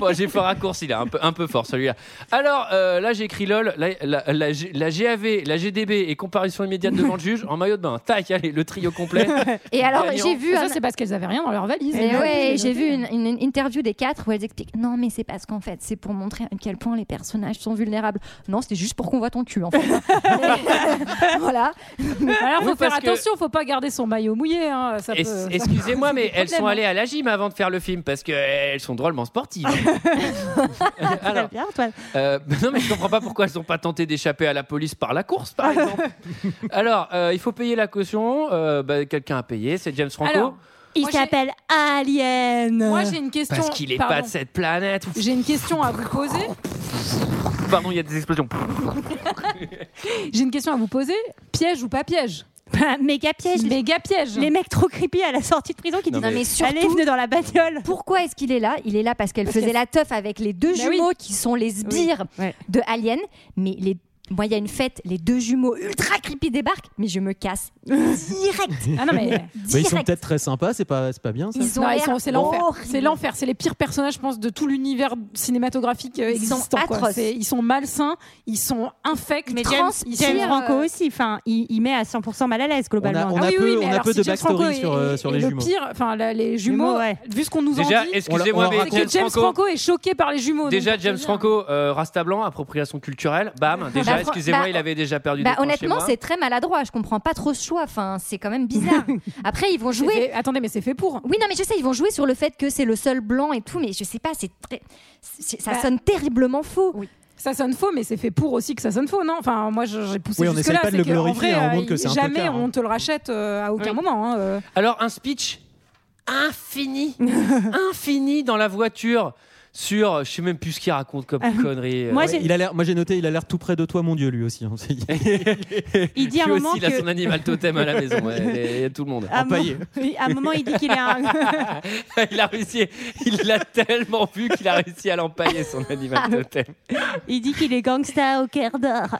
Speaker 1: bon, j'ai fait un raccourci là, un peu, un peu fort celui-là. Alors euh, là, j'ai écrit LOL, la, la- la G- la GAV, la GDB et comparution immédiate devant le juge en maillot de bain. Tac, allez, le trio complet.
Speaker 10: Et alors,
Speaker 6: Bah,
Speaker 1: Gagnant.
Speaker 10: j'ai vu.
Speaker 12: Ça,
Speaker 10: un-
Speaker 12: c'est parce qu'elles avaient rien dans leur valise.
Speaker 10: Mais ouais, j'ai vu une, une- une interview des quatre où elles expliquent non mais c'est parce qu'en fait c'est pour montrer à quel point les personnages sont vulnérables. Non, c'était juste pour qu'on voit ton cul en fait. Et- voilà.
Speaker 12: Alors,
Speaker 1: Oui,
Speaker 12: faut faire
Speaker 1: parce que-
Speaker 12: attention, faut pas garder son maillot mouillé. hein, ça peut-
Speaker 1: Es-
Speaker 12: ça-
Speaker 1: Excusez-moi, mais elles sont
Speaker 12: problème,
Speaker 1: allées à la gym avant de faire le film parce qu'elles sont drôlement sportives. Alors,
Speaker 6: Bien, Antoine.
Speaker 1: euh, non, mais je comprends pas pourquoi elles n'ont pas tenté d'échapper à la police par la course, par exemple. Alors, euh, il faut payer la caution. euh, bah, Quelqu'un a payé, c'est James Franco.
Speaker 12: Alors,
Speaker 6: Il
Speaker 12: Moi, j'ai-
Speaker 6: s'appelle Alien.
Speaker 12: Moi, j'ai une question.
Speaker 1: parce qu'il est
Speaker 12: pardon.
Speaker 1: pas de cette planète. Ouf,
Speaker 12: J'ai une question à vous poser.
Speaker 1: Pardon, il y a des explosions.
Speaker 12: J'ai une question à vous poser. Piège ou pas piège
Speaker 6: Bah, méga piège. Les...
Speaker 12: Méga piège.
Speaker 6: les mecs trop creepy à la sortie de prison qui
Speaker 1: Non,
Speaker 6: disent
Speaker 1: mais- Non, mais
Speaker 10: surtout-
Speaker 6: Allez, venez dans la bagnole.
Speaker 10: Pourquoi est-ce qu'il est là Il est là parce qu'elle
Speaker 6: Parce
Speaker 10: faisait
Speaker 6: que-
Speaker 10: la teuf avec les deux
Speaker 12: Bah
Speaker 10: jumeaux qui sont les sbires
Speaker 6: Ouais.
Speaker 10: de Alien, mais les moi, il y a une fête, les deux jumeaux ultra creepy débarquent, mais je me casse direct.
Speaker 12: Ah non, mais.
Speaker 7: Mais ils sont
Speaker 10: direct.
Speaker 7: peut-être très sympas, c'est pas, c'est pas bien ça.
Speaker 10: Ils ont
Speaker 12: Non, ils
Speaker 10: l'air
Speaker 12: sont- c'est l'enfer.
Speaker 10: horribles.
Speaker 12: C'est l'enfer. C'est les pires personnages, je pense, de tout l'univers cinématographique euh,
Speaker 10: Ils sont
Speaker 12: existant. quoi.
Speaker 10: atroces.
Speaker 12: C'est- Ils sont malsains, ils sont infects.
Speaker 6: Mais James,
Speaker 12: trans- ils sont-
Speaker 6: James
Speaker 10: euh,
Speaker 6: Franco aussi, enfin, il, il met à 100% mal à l'aise
Speaker 7: On a,
Speaker 6: globalement.
Speaker 7: on
Speaker 12: Ah
Speaker 7: a
Speaker 12: oui,
Speaker 7: peu,
Speaker 12: oui, mais
Speaker 7: on a
Speaker 12: alors,
Speaker 7: peu
Speaker 12: si
Speaker 7: de
Speaker 12: James
Speaker 7: backstory
Speaker 12: Franco est-
Speaker 7: sur, euh, sur
Speaker 12: est
Speaker 7: les
Speaker 12: le
Speaker 7: jumeaux.
Speaker 12: pire, enfin la- les jumeaux,
Speaker 6: Jumeaux, ouais.
Speaker 12: vu ce qu'on nous en
Speaker 1: Déjà,
Speaker 12: dit,
Speaker 1: excusez-moi,
Speaker 7: on leur
Speaker 1: mais
Speaker 12: c'est que
Speaker 1: James
Speaker 12: James
Speaker 1: Franco.
Speaker 12: Franco est choqué par les jumeaux. donc
Speaker 1: Déjà,
Speaker 12: pour te
Speaker 1: James
Speaker 12: dire.
Speaker 1: Franco, euh, Rasta Blanc, appropriation culturelle, bam, déjà,
Speaker 10: Bah,
Speaker 1: excusez-moi,
Speaker 10: bah,
Speaker 1: il avait déjà perdu
Speaker 10: Bah,
Speaker 1: des points chez
Speaker 10: honnêtement,
Speaker 1: moi.
Speaker 10: c'est très maladroit. Je comprends pas trop ce choix. Enfin, c'est quand même bizarre. Après, ils vont
Speaker 12: C'est
Speaker 10: jouer.
Speaker 12: fait- Attendez, mais c'est fait pour.
Speaker 10: Oui, non, mais je sais, ils vont jouer sur le fait que c'est le seul blanc et tout, mais je sais pas, c'est très... c'est- ça
Speaker 12: Bah-
Speaker 10: sonne terriblement faux.
Speaker 12: Oui. Ça sonne faux, mais c'est fait pour aussi que ça sonne faux, non Enfin, moi, je- j'ai poussé
Speaker 7: Oui, on
Speaker 12: jusque
Speaker 7: essaye
Speaker 12: là.
Speaker 7: pas de le
Speaker 12: vrai,
Speaker 7: glorifier, hein, on
Speaker 12: euh,
Speaker 7: montre que c'est un
Speaker 12: jamais
Speaker 7: tocard, hein.
Speaker 12: on te le rachète euh, à aucun moment. hein, euh.
Speaker 1: Alors, un speech infini, infini dans la voiture sur. Je sais même plus ce qu'il raconte comme connerie. euh,
Speaker 6: Moi,
Speaker 1: ouais.
Speaker 6: j'ai-
Speaker 7: Il a l'air, moi j'ai noté, il a l'air tout près de toi, mon Dieu, lui aussi. hein. C'est-
Speaker 6: il dit à un
Speaker 1: Lui aussi,
Speaker 6: moment
Speaker 1: il a
Speaker 6: que- Ah,
Speaker 1: son animal totem à la maison. ouais, Il y a tout le monde.
Speaker 6: à un moment-
Speaker 7: empaillé.
Speaker 6: oui, à un moment, il dit qu'il est un.
Speaker 1: Il a réussi. Il l'a tellement vu qu'il a réussi à l'empailler son animal totem.
Speaker 6: Il dit qu'il est gangsta au cœur d'or.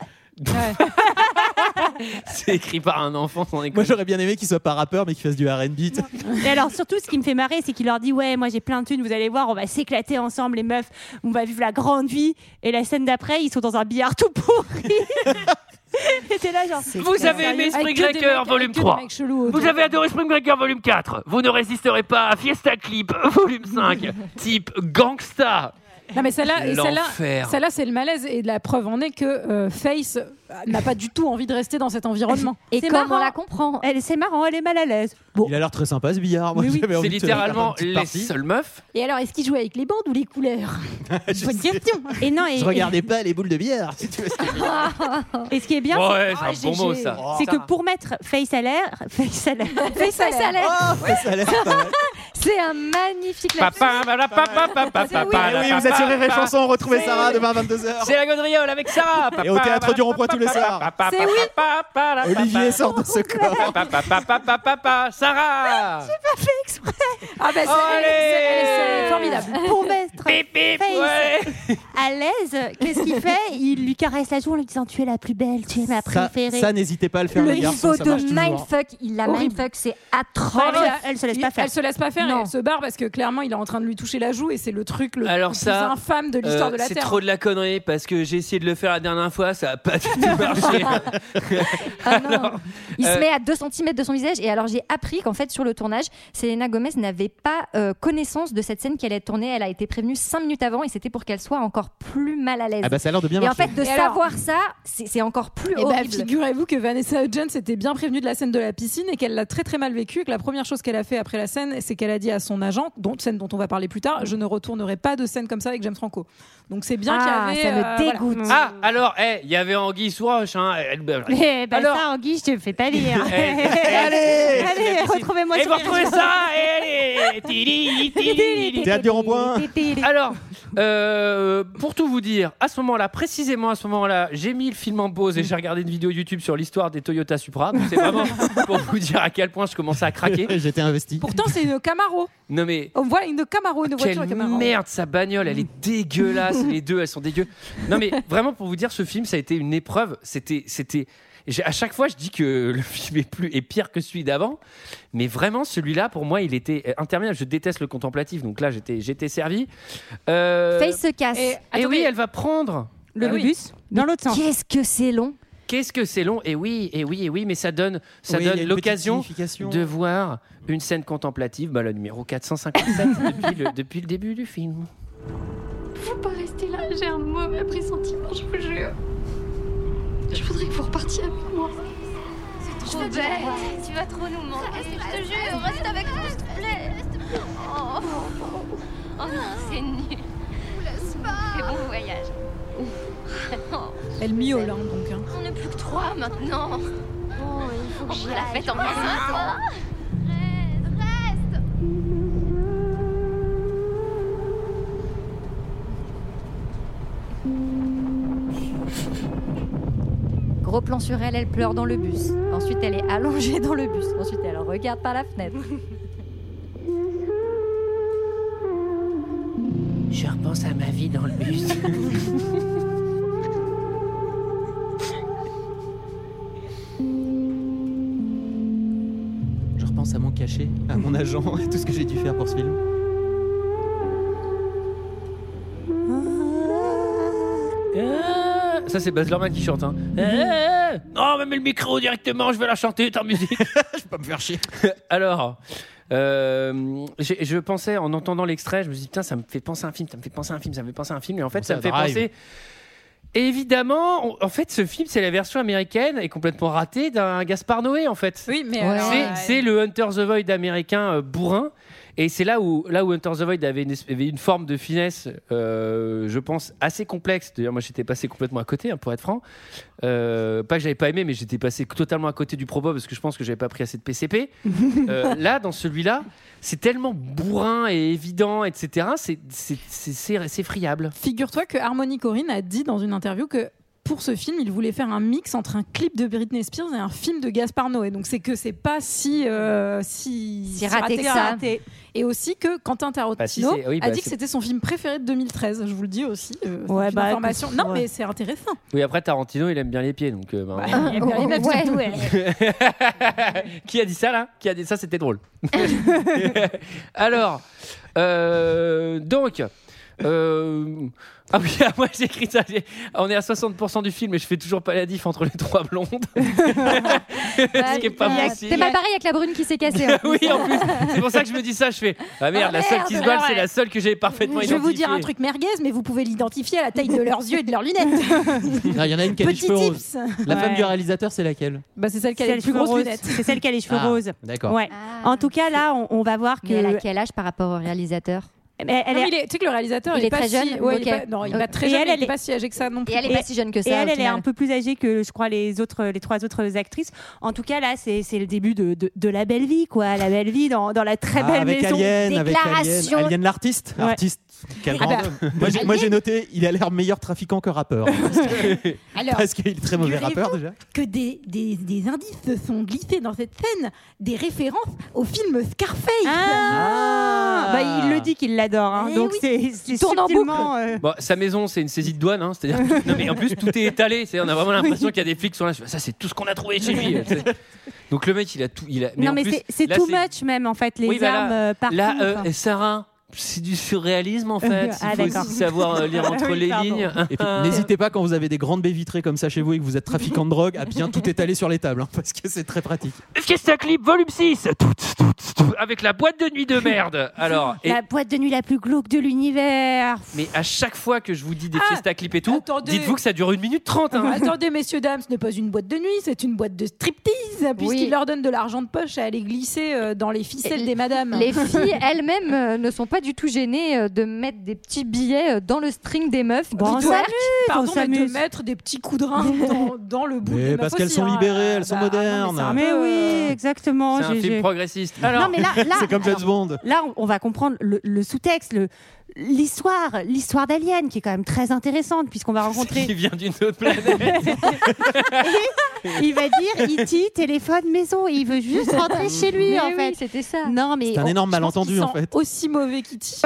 Speaker 1: C'est écrit par un enfant sans
Speaker 7: Moi
Speaker 1: école.
Speaker 7: j'aurais bien aimé qu'il soit pas rappeur mais qu'il fasse du RB. tu sais.
Speaker 6: Et alors surtout, ce qui me fait marrer, c'est qu'il leur dit ouais, moi j'ai plein de thunes, vous allez voir, on va s'éclater ensemble les meufs, on va vivre la grande vie. Et la scène d'après, ils sont dans un billard tout pourri. Et t'es là genre.
Speaker 1: Vous avez aimé Spring Breaker volume 3. Vous avez adoré Spring Breaker volume 4. Vous ne résisterez pas à Fiesta Clip volume 5. Type gangsta.
Speaker 11: Non mais celle-là, et celle-là,
Speaker 1: L'enfer.
Speaker 11: celle-là, c'est le malaise et la preuve en est que euh, Face n'a pas du tout envie de rester dans cet environnement.
Speaker 6: Et comme on la
Speaker 10: comprend,
Speaker 6: elle c'est marrant, elle est mal à l'aise.
Speaker 7: Il a l'air très sympa ce billard. Moi,
Speaker 1: Mais oui.
Speaker 7: j'avais envie
Speaker 1: C'est
Speaker 7: de te
Speaker 1: littéralement
Speaker 7: faire une petite
Speaker 1: les
Speaker 7: partie.
Speaker 1: seules meufs.
Speaker 12: Et alors, est-ce qu'il jouait avec les bandes ou les couleurs
Speaker 7: Je sais.
Speaker 6: Et non,
Speaker 7: Je regardais pas les boules de billard. si tu veux.
Speaker 6: Et ce qui est bien,
Speaker 7: Ouais,
Speaker 6: c'est-
Speaker 7: c'est un bon mot, ça.
Speaker 6: C'est
Speaker 7: Ça.
Speaker 6: que pour mettre face à l'air, face à l'air,
Speaker 10: Face à l'air. Oh, face à l'air, pas mal. C'est un magnifique.
Speaker 1: Papa, voilà, papa, papa, papa.
Speaker 13: oui, vous êtes sur Rire et Chanson, retrouvez Sarah demain à 22h.
Speaker 1: C'est la gaudriole avec Sarah.
Speaker 13: Et au théâtre du rond-point tous les soirs.
Speaker 1: C'est oui.
Speaker 13: Olivier sort de ce corps.
Speaker 1: Papa, papa, papa, papa, Sarah.
Speaker 6: pas fait exprès.
Speaker 11: Ah
Speaker 10: bah,
Speaker 11: ben, c'est-
Speaker 1: Allez.
Speaker 11: c'est- c'est formidable.
Speaker 6: Pour mettre face à l'aise, qu'est-ce qu'il fait Il lui caresse la joue en lui disant tu es la plus belle, tu es ma
Speaker 7: Ça,
Speaker 6: préférée.
Speaker 7: ça, n'hésitez pas à le faire,
Speaker 10: Le
Speaker 7: les garçons.
Speaker 10: niveau
Speaker 7: Ça marche
Speaker 10: de
Speaker 7: toujours.
Speaker 10: mindfuck, il la
Speaker 11: Horrible.
Speaker 10: mindfuck, c'est atroce.
Speaker 11: Ah, mais
Speaker 6: Bah elle se laisse
Speaker 11: il-
Speaker 6: pas faire.
Speaker 11: Elle se laisse pas faire. et
Speaker 10: Non.
Speaker 11: Elle se barre parce que clairement, il est en train de lui toucher la joue et c'est le truc le
Speaker 1: Alors
Speaker 11: plus
Speaker 1: ça,
Speaker 11: infâme de l'histoire
Speaker 1: euh,
Speaker 11: de la
Speaker 1: c'est
Speaker 11: Terre.
Speaker 1: trop de la connerie parce que j'ai essayé de le faire la dernière fois, ça a pas du tout marché. Alors,
Speaker 10: Ah, Il
Speaker 1: euh,
Speaker 10: se met à 2 cm de son visage. Et alors, j'ai appris qu'en fait, sur le tournage, Selena Gomez n'avait pas euh, connaissance de cette scène qui allait être tournée. Elle a été prévenue 5 minutes avant et c'était pour qu'elle soit encore plus mal à l'aise.
Speaker 7: Ah bah, ça a l'air de bien
Speaker 10: Et en
Speaker 7: marcher.
Speaker 10: fait, de
Speaker 11: Et alors
Speaker 10: savoir ça, c'est c'est encore plus
Speaker 11: Eh ben,
Speaker 10: horrible.
Speaker 11: figurez-vous que Vanessa Hudgens était bien prévenue de la scène de la piscine et qu'elle l'a très très mal vécue. et Que la première chose qu'elle a fait après la scène, c'est qu'elle a dit à son agent, dont scène dont on va parler plus tard, je ne retournerai pas de scène comme ça avec James Franco. Donc c'est bien
Speaker 6: Ah,
Speaker 11: qu'il y avait.
Speaker 6: ça
Speaker 11: euh,
Speaker 6: me
Speaker 11: voilà.
Speaker 6: dégoûte.
Speaker 1: Ah, alors, eh, il y avait Anguille sous roche, hein. elle-
Speaker 6: Eh ben
Speaker 1: Alors-
Speaker 6: ça, Anguille, je te fais pas lire.
Speaker 1: Eh,
Speaker 13: allez.
Speaker 6: allez, retrouvez-moi
Speaker 1: Et
Speaker 6: sur
Speaker 1: eh, vous retrouvez ça et
Speaker 13: Théâtre du Rond-Point.
Speaker 1: Alors, euh, pour tout vous dire, à ce moment-là, précisément à ce moment-là, j'ai mis le film en pause et j'ai regardé une vidéo YouTube sur l'histoire des Toyota Supra. Donc, C'est vraiment pour vous dire à quel point je commençais à craquer.
Speaker 7: J'étais investi.
Speaker 11: Pourtant, c'est une Camaro.
Speaker 1: Non mais
Speaker 11: On voit Oh, une Camaro, une voiture
Speaker 1: Quelle
Speaker 11: Camaro.
Speaker 1: merde sa bagnole, elle est dégueulasse, les deux elles sont dégueu. Non mais vraiment pour vous dire ce film ça a été une épreuve, c'était c'était j'ai- à chaque fois je dis que le film est plus est pire que celui d'avant, mais vraiment celui-là pour moi il était euh, interminable, je déteste le contemplatif donc là j'étais j'étais servi. Euh,
Speaker 10: Faye se casse.
Speaker 1: Et, et oui, elle va prendre
Speaker 6: Le
Speaker 1: Ah oui.
Speaker 6: bus dans l'autre sens.
Speaker 10: Qu'est-ce que c'est long
Speaker 1: Qu'est-ce que c'est long Et oui, et oui, et oui, mais ça donne, ça
Speaker 7: Oui, il y a
Speaker 1: donne
Speaker 7: une
Speaker 1: l'occasion
Speaker 7: petite signification.
Speaker 1: de voir une scène contemplative, bah, la numéro 457 depuis, le, depuis le début du film.
Speaker 9: Faut pas rester là, j'ai un mauvais pressentiment, je vous jure. Je voudrais que vous repartiez avec moi. C'est
Speaker 8: trop bête.
Speaker 9: Tu vas trop nous manquer,
Speaker 8: je te jure, reste avec nous, s'il te plaît.
Speaker 9: Oh, oh non, c'est nul. Laisse pas. Et bon voyage.
Speaker 11: Elle miaule hein, donc. hein.
Speaker 9: On n'est plus que trois maintenant. Bon, Oh, il faut que On la fête en moins cinq ans.
Speaker 10: Gros plan sur elle, elle pleure dans le bus. Ensuite, elle est allongée dans le bus. Ensuite, elle regarde par la fenêtre.
Speaker 1: Je repense à ma vie dans le bus.
Speaker 7: Je repense à mon cachet, à mon agent, et tout ce que j'ai dû faire pour ce film.
Speaker 1: Ça, c'est Baz Luhrmann qui chante. Hein. Eh, Non, mais mets le micro directement, je vais la chanter, ta musique. je vais pas me faire chier. Alors, euh, j'ai- je pensais, en entendant l'extrait, je me suis dit, putain, ça me fait penser à un film, ça me fait penser à un film, ça me fait penser à un film. Et en fait,
Speaker 7: Pensez
Speaker 1: ça
Speaker 7: à
Speaker 1: me fait
Speaker 7: Drive.
Speaker 1: penser. Évidemment, on- en fait, ce film, c'est la version américaine et complètement ratée d'un Gaspard Noé, en fait.
Speaker 11: Oui, mais
Speaker 1: C'est-
Speaker 11: alors, euh,
Speaker 1: C'est le Hunter the Void américain euh, bourrin. Et c'est là où, là où Hunter the Void avait une, esp- avait une forme de finesse, euh, je pense, assez complexe. D'ailleurs, moi, j'étais passé complètement à côté, hein, pour être franc. Euh, pas que j'avais pas aimé, mais j'étais passé totalement à côté du probo parce que je pense que j'avais pas pris assez de PCP. Euh, là, dans celui-là, c'est tellement bourrin et évident, etc. C'est- c'est- C'est c'est- c'est friable.
Speaker 11: Figure-toi que Harmony Corinne a dit dans une interview que pour ce film, il voulait faire un mix entre un clip de Britney Spears et un film de Gaspar Noé. Donc c'est que c'est pas si euh, si,
Speaker 10: Si raté que ça.
Speaker 11: Et aussi que Quentin
Speaker 1: Bah, si,
Speaker 11: Tarantino
Speaker 1: c'est- oui,
Speaker 11: a
Speaker 1: bah,
Speaker 11: dit que
Speaker 1: c'est-
Speaker 11: c'était son film préféré de 2013. Je vous le dis aussi. euh, c'est
Speaker 1: Ouais,
Speaker 11: une
Speaker 1: bah,
Speaker 11: information.
Speaker 1: écoute,
Speaker 11: Non,
Speaker 1: ouais.
Speaker 11: mais c'est intéressant.
Speaker 1: Oui, après Tarantino, il aime bien les pieds, donc. euh, ben,
Speaker 11: Il aime bien les meufs,
Speaker 10: Ouais,
Speaker 11: surtout.
Speaker 10: ouais.
Speaker 1: Qui a dit ça là Qui a dit ça C'était drôle. Alors, euh, donc. euh, ah oui, ah, moi j'ai écrit ça. j'ai- On est à 60% du film et je fais toujours pas la diff entre les trois blondes. Ce qui est pas
Speaker 10: Ouais,
Speaker 1: possible.
Speaker 10: T'es mal barré avec la brune qui s'est cassée. hein. en plus.
Speaker 1: oui, en plus, c'est pour ça que je me dis ça. Je fais Ah merde,
Speaker 12: Ah,
Speaker 1: la seule
Speaker 12: merde,
Speaker 1: qui se balle,
Speaker 12: ouais.
Speaker 1: c'est la seule que j'ai
Speaker 12: Je
Speaker 1: parfaitement
Speaker 12: vais
Speaker 1: identifiée.
Speaker 12: vous dire un truc merguez, mais vous pouvez l'identifier à la taille de leurs yeux et de leurs lunettes.
Speaker 7: Ah, Il y en a une qui a les
Speaker 12: Petit
Speaker 7: cheveux roses.
Speaker 12: tips.
Speaker 7: La
Speaker 6: Ouais.
Speaker 7: femme du réalisateur, c'est laquelle
Speaker 11: Bah, c'est celle qui a
Speaker 6: C'est
Speaker 11: les
Speaker 6: la
Speaker 11: plus
Speaker 6: cheveux
Speaker 11: grosses
Speaker 6: roses.
Speaker 11: lunettes.
Speaker 6: C'est celle qui a les cheveux
Speaker 7: Ah,
Speaker 6: roses.
Speaker 7: d'accord.
Speaker 6: Ouais. En tout cas, là, on, on va voir que.
Speaker 10: Ah. Mais elle a quel âge par rapport au réalisateur
Speaker 6: Mais elle
Speaker 11: Non,
Speaker 6: est-
Speaker 11: Ah, mais il est- tu sais que le réalisateur,
Speaker 10: Il
Speaker 11: il,
Speaker 10: est
Speaker 11: pas
Speaker 10: très
Speaker 11: si-
Speaker 10: jeune,
Speaker 11: ouais, il est
Speaker 10: ok.
Speaker 11: pas- non, il est pas très
Speaker 6: Et
Speaker 11: jeune.
Speaker 6: elle,
Speaker 11: mais
Speaker 6: elle
Speaker 11: il est
Speaker 6: est-
Speaker 11: pas si âgé que ça non plus.
Speaker 10: Et elle est pas si jeune que ça,
Speaker 6: Et
Speaker 10: au
Speaker 6: elle, elle est
Speaker 10: final.
Speaker 6: un peu plus âgée que, je crois, les autres, les trois autres actrices. En tout cas, là, c'est c'est le début de, de, de la belle vie, quoi. La belle vie dans, dans la très
Speaker 7: Ah,
Speaker 6: belle
Speaker 7: avec
Speaker 6: maison.
Speaker 7: Alien, avec Alien, Alien l'artiste,
Speaker 6: Ouais.
Speaker 7: artiste. Quel
Speaker 6: Ah
Speaker 7: grand
Speaker 6: bah,
Speaker 7: homme. Moi, j'ai- Moi j'ai noté, il a l'air meilleur trafiquant que rappeur.
Speaker 12: Alors,
Speaker 7: Parce qu'il est très mauvais rappeur
Speaker 12: figurez-vous
Speaker 7: déjà.
Speaker 12: Que des, des, des indices se sont glissés dans cette scène, des références au film Scarface.
Speaker 6: Ah Bah, il le dit qu'il l'adore. hein.
Speaker 12: Eh
Speaker 6: donc
Speaker 12: oui.
Speaker 6: c'est c'est
Speaker 12: Il tourne en
Speaker 6: subtilement, euh,
Speaker 1: Bon, sa maison, c'est une saisie de douane, hein, c'est-à-dire. que- Non, mais en plus, tout est étalé. c'est-à-dire, on a vraiment l'impression qu'il y a des flics qui sont là. Ça, c'est tout ce qu'on a trouvé chez lui. tu sais. Donc le mec, il a tout. Il a...
Speaker 6: non
Speaker 1: en
Speaker 6: mais
Speaker 1: plus,
Speaker 6: c'est- c'est
Speaker 1: là,
Speaker 6: too much même en fait les
Speaker 1: Oui, bah là-
Speaker 6: armes euh, partout.
Speaker 1: Là, euh,
Speaker 6: enfin.
Speaker 1: Sarah, c'est du surréalisme en fait. il
Speaker 6: Ah,
Speaker 1: faut
Speaker 6: d'accord. Ah
Speaker 1: aussi savoir euh, lire entre
Speaker 6: Oui,
Speaker 1: les
Speaker 6: pardon.
Speaker 1: lignes.
Speaker 7: Et puis, n'hésitez pas quand vous avez des grandes baies vitrées comme ça chez vous et que vous êtes trafiquant de drogue à bien tout étaler sur les tables hein, parce que c'est très pratique.
Speaker 1: Est-ce que c'est un clip volume 6 Tout, tout, tout, Avec la boîte de nuit de merde. Alors, et-
Speaker 6: La boîte de nuit la plus glauque de l'univers.
Speaker 1: mais à chaque fois que je vous dis des
Speaker 11: Ah,
Speaker 1: fiesta clips et tout,
Speaker 11: attendez.
Speaker 1: dites-vous que ça dure une minute trente.
Speaker 6: Ah,
Speaker 1: hein.
Speaker 11: Attendez, messieurs, dames, ce n'est pas une boîte de nuit, c'est une boîte de striptease, puisqu'il leur donne de l'argent de poche à aller glisser euh, dans les ficelles des madames.
Speaker 10: Les filles elles-mêmes euh, ne sont pas du tout gênées euh, de mettre des petits billets euh, dans le string des meufs.
Speaker 6: Bon,
Speaker 10: qui
Speaker 6: on
Speaker 10: twerk.
Speaker 6: s'amuse,
Speaker 11: Pardon,
Speaker 6: on
Speaker 11: mais de
Speaker 6: s'amuse.
Speaker 11: mettre des petits coups de rein dans, dans le bout
Speaker 7: Mais
Speaker 11: des
Speaker 7: parce
Speaker 11: meufs
Speaker 7: qu'elles
Speaker 11: aussi,
Speaker 7: sont
Speaker 11: hein.
Speaker 7: libérées, elles sont
Speaker 11: Bah, non, mais c'est un
Speaker 7: modernes.
Speaker 6: Ah, Mais
Speaker 11: peu,
Speaker 6: oui,
Speaker 11: euh,
Speaker 6: exactement.
Speaker 1: Ah. C'est un
Speaker 6: j'ai- j'ai-
Speaker 1: film progressiste. Alors,
Speaker 6: non mais là, Ah, là,
Speaker 7: c'est comme James
Speaker 6: alors,
Speaker 7: Bond.
Speaker 6: là, on on va comprendre le, le sous-texte, le- l'histoire, l'histoire d'Alien qui est quand même très intéressante puisqu'on va rencontrer.
Speaker 1: il vient d'une autre planète.
Speaker 6: il va dire, E.T., téléphone, maison. Et il veut juste rentrer chez lui
Speaker 10: Mais
Speaker 6: en
Speaker 10: oui,
Speaker 6: fait.
Speaker 10: C'était ça.
Speaker 6: Non mais
Speaker 7: C'est un
Speaker 6: on-
Speaker 7: énorme
Speaker 11: Ils
Speaker 7: malentendu en
Speaker 11: sont
Speaker 7: fait.
Speaker 11: aussi mauvais qu'Itty.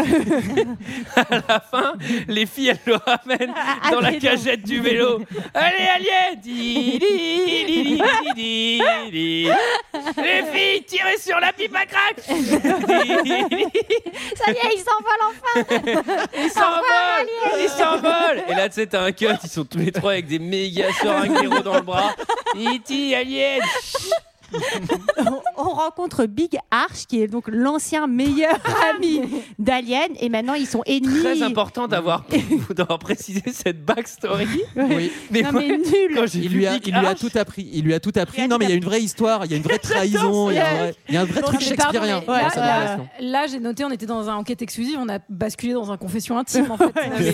Speaker 1: Enfin, les filles, elles le ramènent dans la
Speaker 6: mais non.
Speaker 1: cagette du vélo. Allez, alien Di, di, di, di, di, di, di. Les filles, tirez sur la pipe à crack Di, di, di.
Speaker 10: Ça y est, ils s'envolent enfin.
Speaker 1: Ils s'envolent Ils s'envolent Et là, tu sais, t'as un cut, ils sont tous les trois avec des méga seringues d'héros dans le bras. E.T. Alien
Speaker 6: on, on rencontre Big Arch qui est donc l'ancien meilleur ami d'Alien et maintenant ils sont ennemis.
Speaker 1: Très important d'avoir d'avoir précisé cette backstory.
Speaker 7: Oui.
Speaker 1: Mais
Speaker 6: Non
Speaker 1: moi,
Speaker 6: mais nul.
Speaker 1: quand j'ai
Speaker 7: Il
Speaker 1: vu
Speaker 7: lui, a,
Speaker 1: Dick
Speaker 7: il lui a
Speaker 6: ah,
Speaker 1: Arch-
Speaker 7: tout appris. Il lui a tout appris. non, mais il y a une vraie histoire, il y a une vraie trahison, il y a un vrai, il y a un vrai
Speaker 11: Non,
Speaker 7: truc
Speaker 11: mais pardon,
Speaker 7: shakespearien
Speaker 11: mais
Speaker 7: dans
Speaker 11: là,
Speaker 7: cette
Speaker 11: là-
Speaker 7: relation.
Speaker 1: euh,
Speaker 11: là, j'ai noté, on était dans un enquête exclusive, on a basculé dans un confession intime. En fait.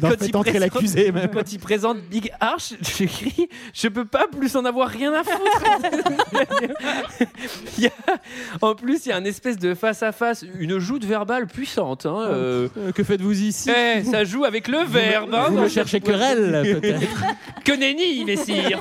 Speaker 7: Dans
Speaker 1: Quand
Speaker 7: fait
Speaker 1: il
Speaker 7: entrer
Speaker 1: présente-
Speaker 7: l'accusé, même.
Speaker 1: Quand il présente Big Arch, j'écris Je peux pas plus en avoir rien à foutre. Il y a- en plus, il y a un espèce de face-à-face, une joute verbale puissante. hein, euh.
Speaker 7: Euh, que faites-vous ici
Speaker 1: Eh, ça joue avec le verbe. hein,
Speaker 7: Vous
Speaker 1: dans
Speaker 7: me
Speaker 1: cette
Speaker 7: cherchez
Speaker 1: boîte.
Speaker 7: querelle, peut-être
Speaker 1: Que nenni, messire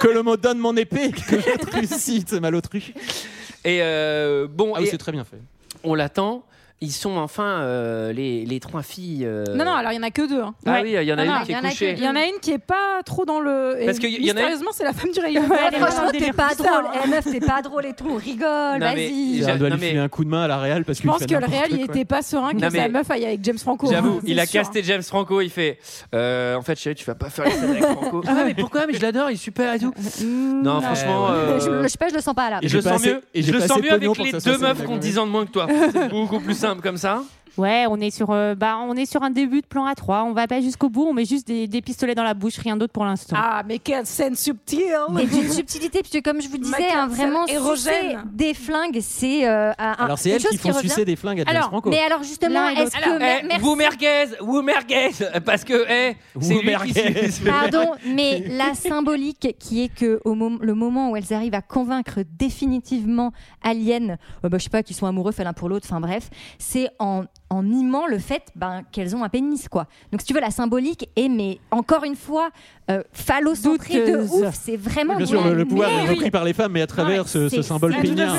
Speaker 7: Que le mot donne mon épée, que je trucide, c'est malotru.
Speaker 1: Et euh, bon,
Speaker 7: Ah oui,
Speaker 1: et
Speaker 7: c'est très bien fait.
Speaker 1: on l'attend. Ils sont enfin euh, les, les trois filles. euh,
Speaker 11: Non, non, alors il y en a que deux. hein.
Speaker 1: Ah oui, il y en a
Speaker 11: Non, non,
Speaker 1: une qui
Speaker 10: il y
Speaker 1: est
Speaker 10: en a que-
Speaker 1: couchée.
Speaker 11: Il y en a une qui est pas trop dans le.
Speaker 1: Parce
Speaker 11: que
Speaker 1: qu'il y en a-
Speaker 11: sérieusement, c'est la femme du rayon.
Speaker 10: Ouais,
Speaker 6: vraiment
Speaker 10: franchement,
Speaker 6: un
Speaker 10: t'es
Speaker 6: délire
Speaker 10: pas
Speaker 11: bizarre,
Speaker 10: drôle.
Speaker 11: hein.
Speaker 10: Eh, meuf, t'es pas drôle et tout. On rigole,
Speaker 1: Non, mais-
Speaker 10: vas-y.
Speaker 1: J'a-
Speaker 7: Elle doit
Speaker 1: non,
Speaker 7: lui
Speaker 1: mais-
Speaker 7: filer un coup de main à la Real parce
Speaker 11: Je pense que le réel, il
Speaker 7: était
Speaker 11: était pas serein que
Speaker 1: Non, mais-
Speaker 11: sa meuf aille avec James Franco.
Speaker 1: J'avoue,
Speaker 11: hein,
Speaker 1: il a
Speaker 11: c'est sûr.
Speaker 1: casté James Franco. Il fait euh, En fait, chérie, tu vas pas faire les scènes avec Franco. ah, mais pourquoi Mais je l'adore, il est super et tout. Non,
Speaker 7: Ouais,
Speaker 1: franchement.
Speaker 7: ouais.
Speaker 1: euh,
Speaker 10: Je, je sais pas, je le sens pas là.
Speaker 7: Et
Speaker 1: Et je le
Speaker 7: j'ai pas
Speaker 1: sens
Speaker 7: assez-
Speaker 1: mieux,
Speaker 7: et
Speaker 1: je
Speaker 7: j'ai
Speaker 1: le
Speaker 7: pas
Speaker 1: sens
Speaker 7: assez
Speaker 1: mieux
Speaker 7: pognon
Speaker 1: avec
Speaker 7: pour
Speaker 1: les
Speaker 7: que ça
Speaker 1: deux
Speaker 7: soit
Speaker 1: meufs
Speaker 7: scène
Speaker 1: qui ont
Speaker 7: d'agonie.
Speaker 1: 10 ans de moins que toi. C'est beaucoup plus simple comme ça.
Speaker 6: Ouais, on est sur euh, bah on est sur un début de plan à 3 On va pas jusqu'au bout. On met juste des, des pistolets dans la bouche, rien d'autre pour l'instant.
Speaker 11: Ah, mais quelle scène subtile
Speaker 10: Et d'une subtilité, puisque comme je vous disais, hein,
Speaker 11: Maquillage
Speaker 10: vraiment,
Speaker 11: érogène.
Speaker 10: sucer des flingues, c'est euh, un-
Speaker 7: Alors, c'est
Speaker 10: quelque
Speaker 7: elle qui
Speaker 10: chose
Speaker 7: font
Speaker 10: revient.
Speaker 7: sucer des flingues à James
Speaker 11: Alors,
Speaker 7: Franco.
Speaker 10: Mais alors justement,
Speaker 6: L'un et
Speaker 10: est-ce que... mer-
Speaker 1: Eh,
Speaker 10: merci.
Speaker 1: vous merguez, vous merguez, parce que eh, c'est
Speaker 7: Vous
Speaker 1: lui qui
Speaker 7: merguez.
Speaker 1: suit-
Speaker 10: Pardon, mais la symbolique qui est que au mom- le moment où elles arrivent à convaincre définitivement Alien, euh, bah, je sais pas, qu'ils sont amoureux fait l'un pour l'autre, enfin bref, c'est en en mimant le fait ben, qu'elles ont un pénis, quoi. Donc, si tu veux, la symbolique est, mais encore une fois, euh, phallocentrée de
Speaker 7: Douteuse.
Speaker 10: ouf. C'est vraiment.
Speaker 7: Bien sûr, le, le
Speaker 10: Mais
Speaker 7: pouvoir est
Speaker 10: oui.
Speaker 7: repris par les femmes, mais à travers ce, ce
Speaker 10: c'est-
Speaker 7: symbole
Speaker 10: c'est-
Speaker 7: pénien.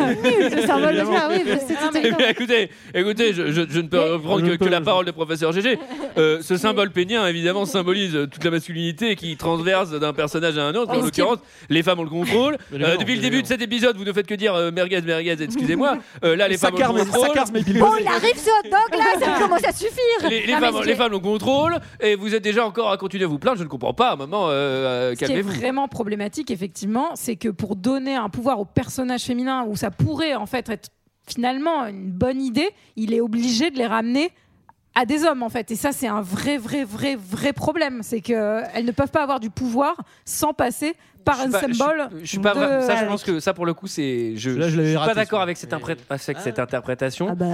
Speaker 10: ce symbole pénien, oui, parce que c'est tout à fait
Speaker 1: Eh bien, écoutez, écoutez, je, je- je ne peux reprendre que, que la parole de professeur GG. Euh, ce symbole pénien, évidemment, symbolise toute la masculinité qui transverse d'un personnage à un autre.
Speaker 15: Mais
Speaker 1: En
Speaker 15: ce qui est-
Speaker 1: l'occurrence, les femmes ont le contrôle. Euh,
Speaker 15: évidemment,
Speaker 1: depuis le
Speaker 15: bien
Speaker 1: début de cet épisode, vous ne faites que dire euh, merguez, merguez, excusez-moi. Euh, là, les femmes ont
Speaker 7: Saccharme-
Speaker 1: le contrôle.
Speaker 7: saccharme et bilbose.
Speaker 10: Bon, il arrive sur hot dog là, ça commence à suffire.
Speaker 1: Les, les
Speaker 10: Non, mais
Speaker 1: femmes,
Speaker 10: ce qui
Speaker 1: les
Speaker 10: est-
Speaker 1: femmes ont le contrôle et vous êtes déjà encore à continuer à vous plaindre. Je ne comprends pas. Maman, euh, euh,
Speaker 11: Ce qui est
Speaker 1: calmez-vous.
Speaker 11: vraiment problématique, effectivement, c'est que pour donner un pouvoir au personnage féminin, où ça pourrait en fait être finalement une bonne idée, il est obligé de les ramener à des hommes en fait. Et ça, c'est un vrai, vrai, vrai, vrai problème. C'est qu'elles ne peuvent pas avoir du pouvoir sans passer par un
Speaker 1: suis pas-
Speaker 11: symbole.
Speaker 1: Je suis pas
Speaker 11: de-
Speaker 1: vra- ça, je pense que ça pour le coup, c'est je, je suis pas
Speaker 15: raté,
Speaker 1: d'accord avec cette, impré- avec cette interprétation.
Speaker 10: Ah bah,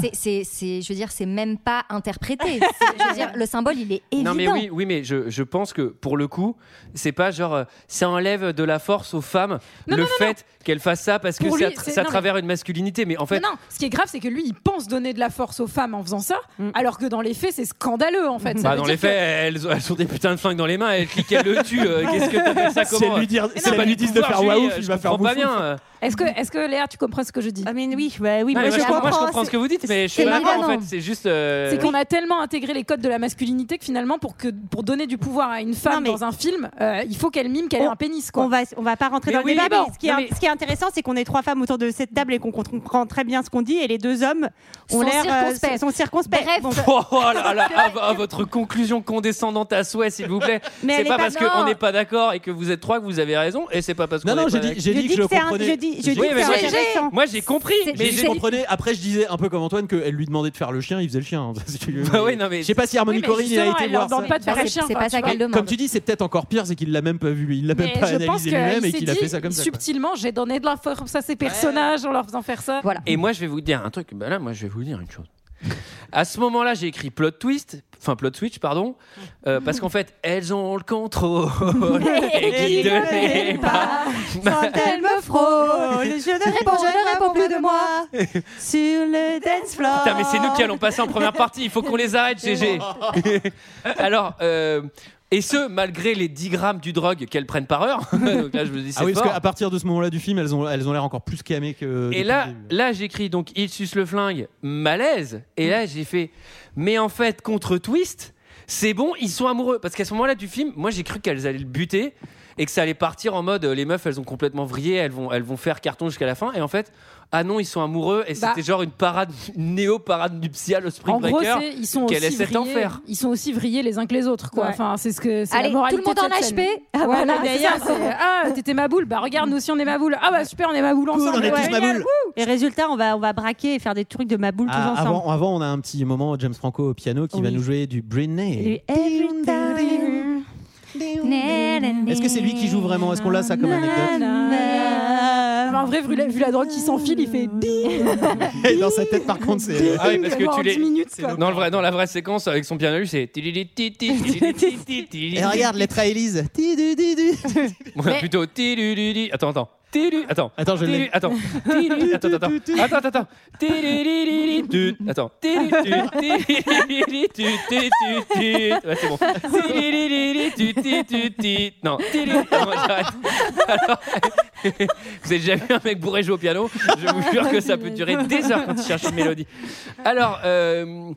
Speaker 10: c'est- c'est- c'est- c'est- je veux dire, c'est même pas interprété. C'est- je veux dire, le symbole, il est évident.
Speaker 1: Non mais oui, oui mais je, je pense que pour le coup, c'est pas genre euh, ça enlève de la force aux femmes le
Speaker 11: Non, non, non,
Speaker 1: fait qu'elles fassent ça parce que
Speaker 11: Pour
Speaker 1: c'est à,
Speaker 11: lui,
Speaker 1: tra-
Speaker 11: c'est-
Speaker 1: c'est à
Speaker 11: non, mais-
Speaker 1: travers une masculinité. Mais en fait,
Speaker 11: Non, non, ce qui est grave, c'est que lui, il pense donner de la force aux femmes en faisant ça, alors que dans les faits, c'est scandaleux en fait. Ça
Speaker 1: Mm. bah,
Speaker 11: veut
Speaker 1: dans
Speaker 11: dire
Speaker 1: les faits, elles, elles ont des putains de flingues dans les mains, elles cliquent, elles le tuent. euh, Qu'est-ce que t'appelles ça
Speaker 11: Si
Speaker 1: comment
Speaker 11: elles lui dire-
Speaker 1: C'est
Speaker 11: si elles
Speaker 1: pas
Speaker 11: lui
Speaker 1: du
Speaker 11: disent de
Speaker 1: pouvoir,
Speaker 11: faire
Speaker 1: Julie,
Speaker 11: waouh,
Speaker 1: euh,
Speaker 11: il
Speaker 1: je
Speaker 11: va faire
Speaker 1: comprends pas
Speaker 11: wouf, wouf.
Speaker 1: bien. euh.
Speaker 11: que- Est-ce que, est-ce que Léa, tu comprends ce que je dis Ah,
Speaker 6: mais oui, bah, oui,
Speaker 1: Non, mais moi, je comprends, je comprends ce que vous dites, mais je suis
Speaker 11: c'est
Speaker 1: pas d'accord en
Speaker 11: évident.
Speaker 1: fait. C'est juste. euh,
Speaker 11: C'est qu'on a tellement intégré les codes de la masculinité que finalement, pour, que, pour donner du pouvoir à une femme dans un film, euh, il faut qu'elle mime qu'elle ait un pénis. Quoi.
Speaker 6: On va, on va pas rentrer dans le débat, mais ce, qui est, ce qui est intéressant, c'est qu'on est trois femmes autour de cette table et qu'on comprend très bien ce qu'on dit, et les deux hommes ont
Speaker 10: Sont
Speaker 6: l'air euh,
Speaker 10: circonspects.
Speaker 6: sont circonspects. Bon.
Speaker 1: Oh, oh là là, à, à votre conclusion condescendante à souhait, s'il vous plaît.
Speaker 6: Mais elle
Speaker 1: C'est
Speaker 6: est
Speaker 1: pas,
Speaker 6: pas-
Speaker 1: parce
Speaker 6: non.
Speaker 1: qu'on n'est pas d'accord et que vous êtes trois que vous avez raison, et c'est pas parce qu'on
Speaker 7: Non, non,
Speaker 1: n'est
Speaker 7: j'ai
Speaker 1: pas
Speaker 7: dit,
Speaker 1: d'accord.
Speaker 7: j'ai dit que je le comprenais.
Speaker 1: Oui, mais moi, j'ai- Moi, j'ai compris, mais
Speaker 7: J'ai dit que je comprenais. Après, je disais un peu comme Antoine qu'elle lui demandait de faire le chien, il faisait le chien.
Speaker 1: Bah oui, non, mais-
Speaker 7: Je sais pas si Harmony
Speaker 1: Oui, mais
Speaker 7: Corinne il a
Speaker 1: justement,
Speaker 7: été
Speaker 1: elle leur
Speaker 7: voir ça.
Speaker 1: demande pas de faire Bah, le c'est- chien, c'est enfin, pas ça tu vois. qu'elle demande.
Speaker 7: Comme tu dis, c'est peut-être encore pire, c'est qu'il l'a même pas vu lui. Il l'a même
Speaker 11: Mais
Speaker 7: pas
Speaker 11: je pense
Speaker 7: analysé
Speaker 11: qu'il
Speaker 7: lui-même et
Speaker 11: s'est
Speaker 7: qu'il a
Speaker 11: dit
Speaker 7: fait ça comme ça. quoi.
Speaker 11: subtilement, j'ai donné de la force à ces personnages en leur faisant faire ça. Voilà.
Speaker 1: Et moi, je vais vous dire un truc. Ben là, moi, je vais vous dire une chose. À ce moment-là, j'ai écrit plot twist, enfin plot switch, pardon, euh, parce qu'en fait, elles ont le contrôle et qui ne l'est pas.
Speaker 6: Quand elle me frôle, je ne réponds, je ne réponds plus de moi sur le dance floor.
Speaker 1: Putain, mais c'est nous qui allons passer en première partie. Il faut qu'on les arrête, GG. Alors, euh, et ce, malgré les 10 grammes du drogue qu'elles prennent par heure. Donc là, je me dis, c'est
Speaker 7: Ah oui,
Speaker 1: fort.
Speaker 7: parce qu'à partir de ce moment-là du film, elles ont elles ont l'air encore plus camées que. euh,
Speaker 1: Et là, là j'écris donc il suce le flingue, malaise. Et là, j'ai fait, mais en fait, contre twist, c'est bon, ils sont amoureux. Parce qu'à ce moment-là du film, moi, j'ai cru qu'elles allaient le buter et que ça allait partir en mode euh, les meufs, elles ont complètement vrillé, elles vont, elles vont faire carton jusqu'à la fin. Et en fait, ah non, ils sont amoureux. Et
Speaker 11: Bah.
Speaker 1: c'était genre une parade, une néo-parade nuptiale au Spring
Speaker 11: En gros,
Speaker 1: Breaker
Speaker 11: c'est- ils sont
Speaker 1: qu'elle
Speaker 11: aussi
Speaker 1: essaie
Speaker 11: vrillés.
Speaker 1: d'enfer.
Speaker 11: Ils sont aussi vrillés les uns que les autres, quoi.
Speaker 10: Ouais.
Speaker 11: Enfin, c'est ce que c'est
Speaker 10: Allez,
Speaker 11: la moralité
Speaker 10: tout le monde
Speaker 11: de
Speaker 10: en
Speaker 11: cette
Speaker 10: HP.
Speaker 11: scène.
Speaker 10: Ah,
Speaker 11: Voilà,
Speaker 10: voilà, c'est
Speaker 11: d'ailleurs,
Speaker 10: ça.
Speaker 11: c'est, ah, t'étais ma boule. Bah regarde, nous aussi on est ma boule. Ah bah super, on est ma boule ensemble. Ouais, génial.
Speaker 6: Et résultat, on va, on va braquer et faire des trucs de ma boule
Speaker 7: Ah,
Speaker 6: tous ensemble.
Speaker 7: avant, avant, on a un petit moment James Franco au piano qui va nous jouer du Britney.
Speaker 6: Et every time.
Speaker 7: Est-ce que c'est lui qui joue vraiment Est-ce qu'on l'a ça comme anecdote
Speaker 11: Ah, bah, en vrai, vu la, vu la drogue qui s'enfile, il fait. bim.
Speaker 6: Euh,
Speaker 7: Et Dans sa tête, par contre, c'est. euh,
Speaker 1: Ah oui, parce que tu
Speaker 11: En
Speaker 1: les.
Speaker 11: 10 minutes, quoi.
Speaker 1: dans, le vrai, dans la vraie séquence, avec son piano, lui, c'est.
Speaker 7: Et Eh, regarde, lettre à Elise.
Speaker 1: Moi, plutôt. tilulili. Attends, attends. Tilu- Attends.
Speaker 7: Attends, je
Speaker 1: Tilu-
Speaker 7: l'ai.
Speaker 1: Attends. Tilu- Attends, attends. Attends, attends, attends. Tilulili, tut. Attends. Tilu- tut, tilulili, tut, tut, tut, tut. Ouais, c'est bon. Tilulili, tut, tut, tut, tut. Non. Tilu- Ah, moi, j'arrête. Alors, Vous avez jamais vu un mec bourré jouer au piano Je vous jure que ça peut durer des heures quand il cherche une mélodie. Alors, euh,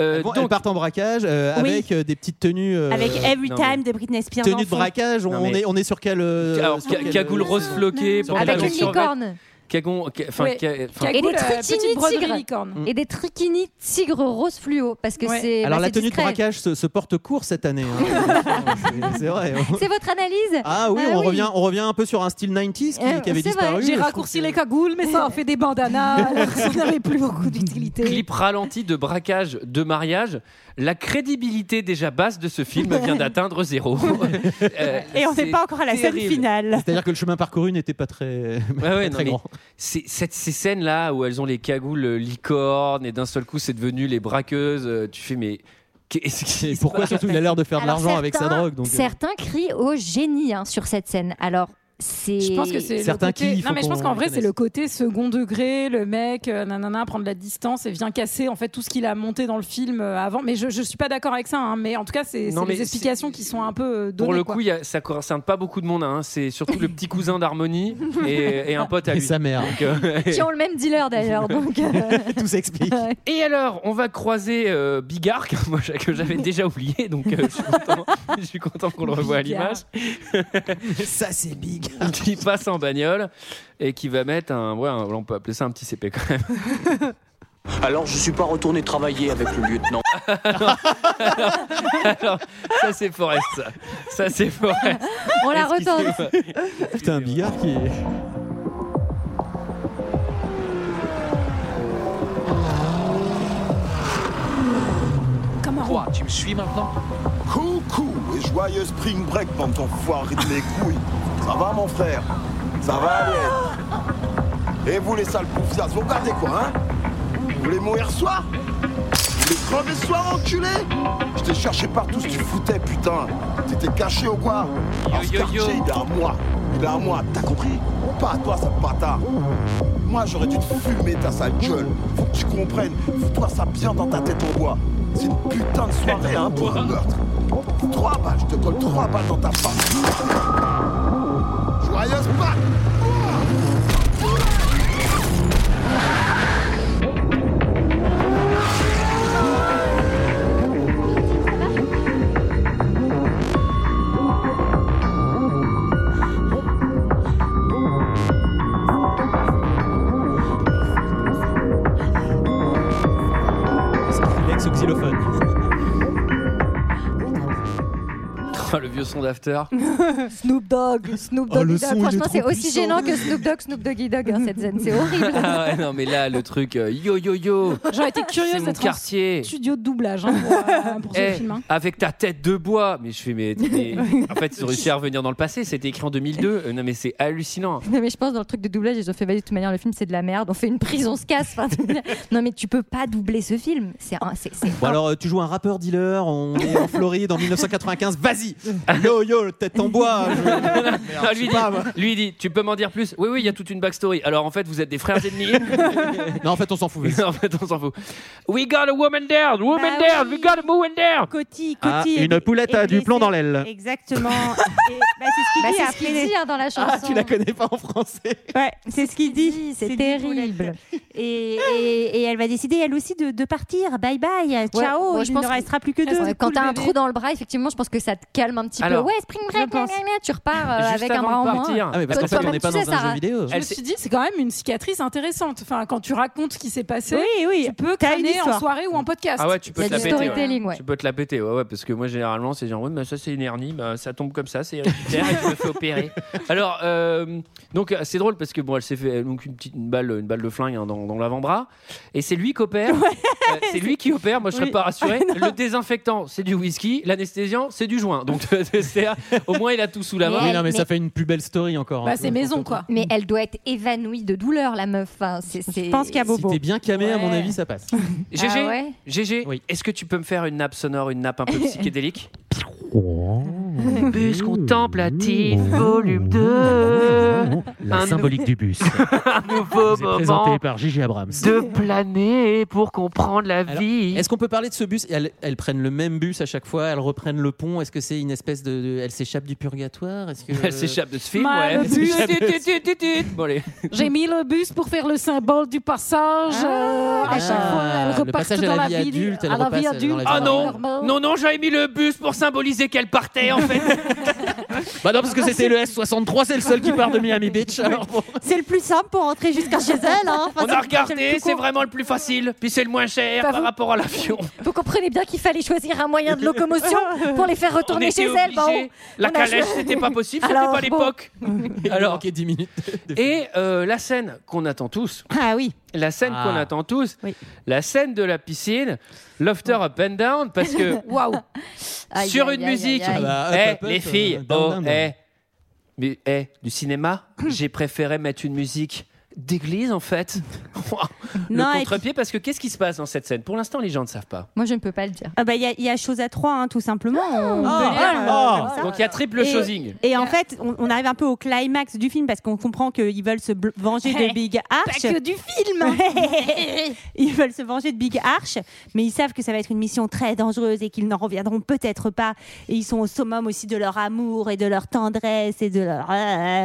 Speaker 1: euh,
Speaker 7: Bon, elles
Speaker 1: donc,
Speaker 7: partent en braquage euh,
Speaker 6: Oui.
Speaker 7: avec euh, des petites tenues. euh,
Speaker 6: Avec Every
Speaker 7: non, mais-
Speaker 6: Time de Britney Spears. en
Speaker 7: Tenue de
Speaker 6: fond.
Speaker 7: braquage, on,
Speaker 1: Non, mais-
Speaker 7: est, on est sur quel. euh,
Speaker 1: alors,
Speaker 7: sur
Speaker 1: ca-
Speaker 7: quel-
Speaker 1: cagoule rose floquée,
Speaker 7: Avec
Speaker 1: pantalon
Speaker 7: une
Speaker 1: survêt,
Speaker 10: Licorne.
Speaker 1: Cagon, ca- enfin,
Speaker 10: Ouais.
Speaker 1: ca- enfin,
Speaker 10: Et des
Speaker 11: euh, petite
Speaker 10: triquinis
Speaker 11: broderie
Speaker 10: tigres.
Speaker 11: licorne.
Speaker 10: Et des triquinis tigres rose fluo. Parce que c'est.
Speaker 7: Mm. Alors
Speaker 10: bah,
Speaker 7: la
Speaker 10: c'est
Speaker 7: tenue
Speaker 10: discret.
Speaker 7: de braquage se, se porte court cette année. hein. C'est- c'est vrai.
Speaker 10: C'est votre analyse
Speaker 7: Ah oui, on, Revient, on revient un peu sur un style 90s qui,
Speaker 10: Euh,
Speaker 7: qui
Speaker 10: Bah c'est
Speaker 7: avait disparu.
Speaker 10: vrai.
Speaker 7: je
Speaker 11: J'ai
Speaker 7: trouve
Speaker 11: raccourci
Speaker 7: que-
Speaker 11: les cagoules, mais ça a fait des bandanas. alors ça n'avait plus beaucoup d'utilité.
Speaker 1: clip ralenti de braquage de mariage, la crédibilité déjà basse de ce film vient d'atteindre zéro. Euh,
Speaker 6: Et on n'est
Speaker 1: c'est
Speaker 6: pas encore à la scène
Speaker 1: terrible.
Speaker 6: finale.
Speaker 7: C'est-à-dire que le chemin parcouru n'était pas très,
Speaker 1: Ouais, ouais,
Speaker 7: pas
Speaker 1: non, mais
Speaker 7: très grand.
Speaker 1: c'est- cette- ces scènes-là où elles ont les cagoules euh, licornes et d'un seul coup c'est devenu les braqueuses, euh, tu fais mais qu'est-ce qui se
Speaker 7: Pourquoi
Speaker 1: passe
Speaker 7: surtout il a l'air de faire de
Speaker 10: Alors,
Speaker 7: l'argent avec sa euh,
Speaker 10: certains-
Speaker 7: drogue donc. euh,
Speaker 10: Certains crient au génie hein, sur cette scène. Alors,
Speaker 11: Je pense que c'est
Speaker 7: Certains
Speaker 11: le côté...
Speaker 7: qui, il
Speaker 11: Non,
Speaker 7: faut
Speaker 11: mais je pense
Speaker 7: qu'on
Speaker 11: qu'en vrai, c'est
Speaker 7: reconnaisse.
Speaker 11: le côté second degré, le mec, euh, nanana, prendre la distance et vient casser en fait tout ce qu'il a monté dans le film euh, avant. Mais je, je suis pas d'accord avec ça. hein, mais en tout cas, c'est
Speaker 1: Non,
Speaker 11: c'est
Speaker 1: mais
Speaker 11: les explications qui sont un peu euh, données.
Speaker 1: Pour le
Speaker 11: quoi.
Speaker 1: coup, il y a- ça concerne pas beaucoup de monde. hein. C'est surtout le petit cousin d'Harmonie et, et un pote à lui.
Speaker 7: sa mère.
Speaker 1: Donc, euh,
Speaker 10: Qui ont le même dealer d'ailleurs. Donc, euh,
Speaker 7: Tout s'explique.
Speaker 1: Et alors, on va croiser euh, Bigard, que moi, j'a- que j'avais déjà oublié, donc euh, je suis content, je suis content qu'on le revoie à
Speaker 7: Bigard.
Speaker 1: l'image. ça, c'est Bigard. Qui passe en bagnole et qui va mettre un. Ouais, un- on peut appeler ça un petit CP quand même.
Speaker 3: Alors, je suis pas retourné travailler avec le lieutenant.
Speaker 1: Alors, ça, c'est Forest. Ça, Ça, c'est Forest.
Speaker 10: On la
Speaker 1: Qu'est-ce qui se
Speaker 10: retombe.
Speaker 1: passe
Speaker 7: Putain, Bigard qui est.
Speaker 16: Quoi Tu me suis maintenant Coucou et joyeux spring break, bande d'enfoirés de mes couilles. Ça va, mon frère Ça va aller Et vous, les sales poufias, vous regardez quoi, hein Vous voulez mourir ce soir Vous voulez crever ce soir, enculé Je t'ai cherché partout si tu foutais, putain. T'étais caché ou quoi Alors, ce
Speaker 1: yo, yo.
Speaker 16: quartier, il est à moi. Il est à moi, t'as compris Pas à toi, sale bâtard. Moi, j'aurais dû te fumer ta sale gueule. Faut que tu comprennes. Fous-toi ça bien dans ta tête en bois. C'est une putain de soirée, hein, pour un meurtre. Trois balles, je te colle trois balles dans ta face. Joyeuse Pâques
Speaker 7: Lex au xylophone.
Speaker 1: Oh, Le vieux son d'after.
Speaker 10: Snoop Dogg, Snoop
Speaker 1: Oh,
Speaker 10: Doggy
Speaker 1: le
Speaker 10: Dogg.
Speaker 1: son, il est
Speaker 10: Franchement,
Speaker 1: trop
Speaker 10: c'est aussi
Speaker 1: puissant.
Speaker 10: gênant que Snoop Dogg, Snoop Doggy Dogg. hein, cette scène, c'est horrible.
Speaker 1: Ah ouais, non, mais là, le truc euh, yo yo yo.
Speaker 11: J'aurais été
Speaker 1: C'est
Speaker 11: curieuse
Speaker 1: mon
Speaker 11: d'être en
Speaker 1: quartier.
Speaker 11: studio de doublage hein, pour, euh, pour
Speaker 1: Eh,
Speaker 11: ce film. hein.
Speaker 1: Avec ta tête de bois. Mais je fais, mais, mais- en fait, ils ont réussi à revenir dans le passé. C'était écrit en 2002. Euh, non, mais c'est hallucinant.
Speaker 10: Non mais je pense dans le truc de doublage ils ont fait vas-y de toute manière le film c'est de la merde on fait une prise on se casse Enfin, non mais tu peux pas doubler ce film c'est un- c'est- bah, c'est-
Speaker 7: Bon, alors, euh, tu joues un rappeur dealer, on est en Floride en 1995, vas-y Yo yo, tête en bois
Speaker 1: Ah, lui, dit, lui dit, tu peux m'en dire plus Oui, oui, il y a toute une backstory. Alors en fait, vous êtes des frères ennemis.
Speaker 7: Non, en fait, on s'en fout.
Speaker 1: en fait, on s'en fout. We got a woman there, woman
Speaker 10: Bah
Speaker 1: there, we got a woman there.
Speaker 6: Coty,
Speaker 7: Ah,
Speaker 6: Coty est-
Speaker 7: une poulette
Speaker 6: est
Speaker 7: a du
Speaker 6: blessée.
Speaker 7: plomb dans l'aile.
Speaker 6: Exactement. Et, bah, c'est ce qu'il
Speaker 10: Bah,
Speaker 6: dit,
Speaker 10: c'est ce
Speaker 6: après
Speaker 10: qu'il
Speaker 6: les-
Speaker 10: dit, hein, dans la chanson. Ah, tu la
Speaker 7: connais pas en français.
Speaker 6: Ouais, c'est ce qu'il dit.
Speaker 10: c'est
Speaker 6: du
Speaker 10: terrible
Speaker 6: Et, et- et elle va décider, elle aussi, de, de partir. Bye bye,
Speaker 10: Ouais,
Speaker 6: ciao.
Speaker 10: bon,
Speaker 6: il ne restera plus que deux.
Speaker 10: Ouais, quand t'as un trou dans le bras effectivement je pense que ça te calme un petit
Speaker 6: Alors,
Speaker 10: peu ouais spring break gna, gna, gna, tu repars euh,
Speaker 1: Juste
Speaker 10: avec un
Speaker 1: avant
Speaker 10: bras en
Speaker 1: de
Speaker 10: moins
Speaker 1: partir. Ah, mais parce
Speaker 10: Toi,
Speaker 1: qu'en fait,
Speaker 10: toi-même,
Speaker 1: on est pas
Speaker 10: tu sais,
Speaker 1: dans un jeu
Speaker 10: Sarah.
Speaker 1: vidéo.
Speaker 11: Je
Speaker 1: Elle
Speaker 11: me
Speaker 1: s'est-
Speaker 11: suis dit, c'est quand même une cicatrice intéressante. Enfin, quand tu racontes ce qui s'est passé,
Speaker 6: Oui,
Speaker 11: tu peux
Speaker 6: T'as une
Speaker 11: crâner en
Speaker 6: histoire.
Speaker 11: soirée ou en podcast.
Speaker 1: Ah ouais, tu peux te la péter. ouais.
Speaker 11: ouais.
Speaker 1: Tu peux te la péter, ouais, ouais, parce que moi généralement c'est genre, ouais, mais ça c'est une hernie, bah, ça tombe comme ça, c'est héréditaire, et je me fais opérer. Alors, euh, donc euh, c'est drôle parce que bon, elle s'est fait euh, donc une petite une balle, une balle de flingue hein, dans, dans l'avant-bras, et c'est lui qui opère. Euh, c'est lui qui opère, moi je serais
Speaker 17: Oui.
Speaker 1: pas rassuré.
Speaker 17: Ah, non.
Speaker 1: Le désinfectant, c'est du whisky, l'anesthésiant, c'est du joint. Donc c'est- au moins il a tout sous la main.
Speaker 7: Oui, non, mais, ça fait une plus belle story encore.
Speaker 11: Bah,
Speaker 7: hein.
Speaker 10: Bah, quoi mais elle doit être évanouie de douleur la meuf Enfin, c'est, je pense
Speaker 6: qu'il y a
Speaker 7: Si t'es bien camé, à mon avis, ça passe.
Speaker 1: GG,
Speaker 10: Ah ouais
Speaker 1: GG, est-ce que tu peux me faire une nappe sonore, une nappe un peu psychédélique
Speaker 17: Bus contemplatif, volume 2.
Speaker 1: La symbolique
Speaker 17: du
Speaker 7: bus.
Speaker 17: Un nouveau moment
Speaker 7: par Gigi Abrams.
Speaker 17: de planer pour comprendre la
Speaker 7: Alors,
Speaker 17: vie.
Speaker 7: Est-ce qu'on peut parler de ce bus elles, elles prennent le même bus à chaque fois, elles reprennent le pont. Est-ce que c'est une espèce de, de- elles s'échappent du purgatoire Est-ce que
Speaker 1: Elle s'échappe de ce film,
Speaker 11: Mal
Speaker 1: ouais.
Speaker 11: au bus.
Speaker 1: Tut, tut, tut, tut, tut. Bon, allez.
Speaker 11: J'ai mis le bus pour faire le symbole du passage. euh, à chaque fois, elle
Speaker 1: Ah. le
Speaker 11: repart
Speaker 1: passage à
Speaker 11: dans
Speaker 1: la
Speaker 11: la
Speaker 1: vie
Speaker 11: vie
Speaker 1: adulte, elle
Speaker 11: à la
Speaker 1: repasse
Speaker 11: vie
Speaker 1: dans la
Speaker 11: adulte.
Speaker 1: vie Ah non. Non, non, j'avais mis le bus pour symboliser qu'elle partait en fait.
Speaker 7: Bah non, parce que c'était le S63, c'est le seul qui part de Miami Beach. Alors bon.
Speaker 6: C'est le plus simple pour rentrer jusqu'à chez elle. hein. Enfin,
Speaker 1: On
Speaker 6: c'est
Speaker 1: a
Speaker 6: le- c'est
Speaker 1: regardé,
Speaker 6: le plus
Speaker 1: c'est
Speaker 6: court.
Speaker 1: vraiment le plus facile, puis c'est le moins cher par rapport à l'avion.
Speaker 10: vous comprenez bien qu'il fallait choisir un moyen de locomotion pour les faire retourner
Speaker 1: On était
Speaker 10: chez elles bah,
Speaker 1: obligés.
Speaker 10: on-
Speaker 1: La
Speaker 10: on a
Speaker 1: calèche,
Speaker 10: cho-
Speaker 1: c'était pas possible, c'était
Speaker 10: Alors,
Speaker 1: pas
Speaker 10: bon.
Speaker 1: l'époque. Alors, Et euh, la scène qu'on attend tous.
Speaker 6: Ah oui.
Speaker 1: La scène
Speaker 17: Ah.
Speaker 1: qu'on attend tous. La scène de la piscine, l'after up and down, parce que
Speaker 11: Waouh
Speaker 10: Aïe,
Speaker 1: sur
Speaker 10: aïe,
Speaker 1: une
Speaker 10: aïe, aïe,
Speaker 1: musique.
Speaker 10: aïe.
Speaker 1: Eh, les filles, oh, eh. Mais, eh, du cinéma, j'ai préféré mettre une musique d'église en fait. Waouh. le contre-pied parce que qu'est-ce qui se passe dans cette scène Pour l'instant, les gens ne savent pas.
Speaker 10: Moi, je ne peux pas le dire.
Speaker 6: Ah bah, il y, a- il y a chose à trois, hein, tout simplement. On peut
Speaker 1: Ah,
Speaker 6: lire,
Speaker 1: ah.
Speaker 6: euh, comme ça.
Speaker 1: Donc, il y a triple
Speaker 6: Et-
Speaker 1: choosing.
Speaker 6: Et en fait, on, on arrive un peu au climax du film parce qu'on comprend qu'ils veulent se bl- venger de
Speaker 12: Eh,
Speaker 6: Big Arch.
Speaker 12: pas que du film.
Speaker 6: Ils veulent se venger de Big Arch, mais ils savent que ça va être une mission très dangereuse et qu'ils n'en reviendront peut-être pas. Et ils sont au summum aussi de leur amour et de leur tendresse et de leur. euh,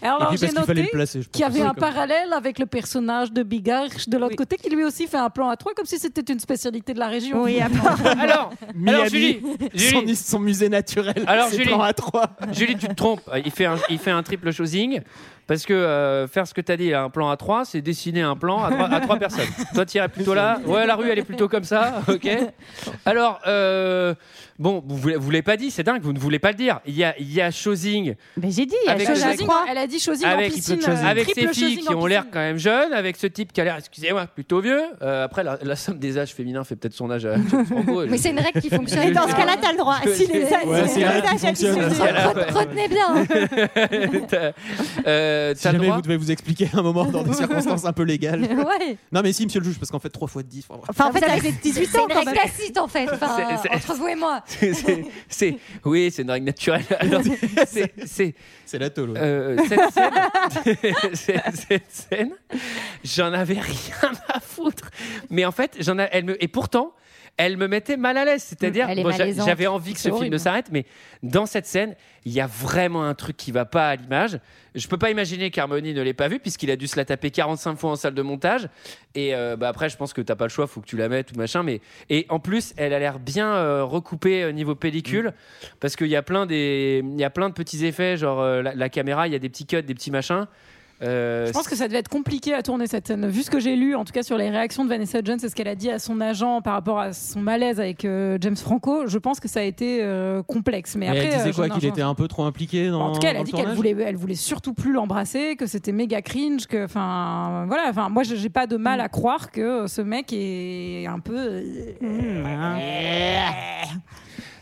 Speaker 11: Alors,
Speaker 7: puis,
Speaker 11: j'ai
Speaker 7: parce qu'il fallait
Speaker 11: noté
Speaker 7: le placer, je pense.
Speaker 11: qu'il y avait
Speaker 1: Ah,
Speaker 7: Oui,
Speaker 11: un
Speaker 7: comme-
Speaker 11: parallèle avec le personnage de Bigarche de l'autre côté, qui lui aussi fait un plan à trois, comme si c'était une spécialité de la région.
Speaker 6: Oui,
Speaker 1: Alors,
Speaker 11: alors,
Speaker 1: Julie,
Speaker 7: Son, son musée naturel.
Speaker 1: Alors
Speaker 7: ses
Speaker 1: Julie,
Speaker 7: plans à trois.
Speaker 1: Julie, tu te trompes. Il fait un, il fait un triple choosing parce que euh, faire ce que tu as dit, un plan à trois, c'est dessiner un plan à trois, à trois personnes. Toi, tu irais plutôt là. Ouais, la rue, elle est plutôt comme ça. Ok. Alors, euh, bon, vous voulez- vous l'avez pas dit, c'est dingue. Vous ne voulez pas le dire. Il y a, il y a choosing.
Speaker 6: Mais j'ai dit,
Speaker 11: il y a
Speaker 1: avec,
Speaker 11: chose à trois. Elle a dit Chosing en
Speaker 1: avec,
Speaker 11: piscine. euh,
Speaker 1: avec ces
Speaker 11: triple
Speaker 1: filles
Speaker 11: Chosing
Speaker 1: qui
Speaker 11: en
Speaker 1: ont l'air
Speaker 11: piscine.
Speaker 1: quand même jeunes, avec ce type qui a l'air, excusez-moi, plutôt vieux. Euh, après, la, la somme des âges féminins fait peut-être son âge. à- Franco, je-
Speaker 10: Mais c'est une règle qui fonctionne.
Speaker 1: Et dans ce
Speaker 6: cas-là, t'as le droit. Si les-
Speaker 1: Ouais, si les règles qui fonctionnent.
Speaker 10: Retenez bien.
Speaker 1: T'as- euh,
Speaker 7: Si
Speaker 1: t'as le
Speaker 7: jamais
Speaker 1: droit
Speaker 7: vous devez vous expliquer un moment dans des circonstances un peu légales.
Speaker 10: Ouais.
Speaker 7: Non, mais si, monsieur le juge, parce qu'en fait, 3 fois 10. Enfin, bref.
Speaker 10: Enfin, en fait,
Speaker 6: avec
Speaker 10: c'est-
Speaker 6: 18
Speaker 10: C'est
Speaker 6: ans,
Speaker 10: une
Speaker 6: quand
Speaker 10: règle
Speaker 6: même.
Speaker 10: tacite, en fait, enfin,
Speaker 1: C'est- c'est-
Speaker 10: entre vous et moi.
Speaker 1: C'est- c'est- c'est oui, c'est une règle naturelle. Alors, c'est- c'est euh,
Speaker 7: c'est la tolo.
Speaker 1: cette scène, cette- cette scène, j'en avais rien à foutre. Mais en fait, j'en a- elle me et pourtant. Elle me mettait mal à l'aise, c'est-à-dire
Speaker 17: Elle est
Speaker 1: bon, j'a-
Speaker 17: malaisante.
Speaker 1: j'avais envie que ce
Speaker 17: C'est
Speaker 1: film ne
Speaker 17: horrible.
Speaker 1: s'arrête, mais dans cette scène, il y a vraiment un truc qui va pas à l'image. Je peux pas imaginer qu'Harmony ne l'ait pas vu puisqu'il a dû se la taper 45 fois en salle de montage. Et euh, bah, après, je pense que t'as pas le choix, faut que tu la mettes ou machin. Mais et en plus, elle a l'air bien euh, recoupée euh, niveau pellicule parce qu'il y a plein des, il y a plein de petits effets, genre euh, la, la caméra, il y a des petits cuts, des petits machins. Euh,
Speaker 11: Je pense que ça devait être compliqué à tourner cette scène. Vu ce que j'ai lu, en tout cas sur les réactions de Vanessa Jones et ce qu'elle a dit à son agent par rapport à son malaise avec euh, James Franco, je pense que ça a été euh, complexe. Mais,
Speaker 7: Mais
Speaker 11: après,
Speaker 7: elle disait
Speaker 11: euh,
Speaker 7: quoi
Speaker 11: j'en-
Speaker 7: Qu'il
Speaker 11: j'en-
Speaker 7: était un peu trop impliqué dans.
Speaker 11: En tout cas, elle a
Speaker 7: dans le
Speaker 11: dit qu'elle
Speaker 7: tournage
Speaker 11: voulait, elle voulait surtout plus l'embrasser, que c'était méga cringe, que enfin voilà, enfin moi j'ai j'ai pas de mal à croire que euh, ce mec est un peu. euh,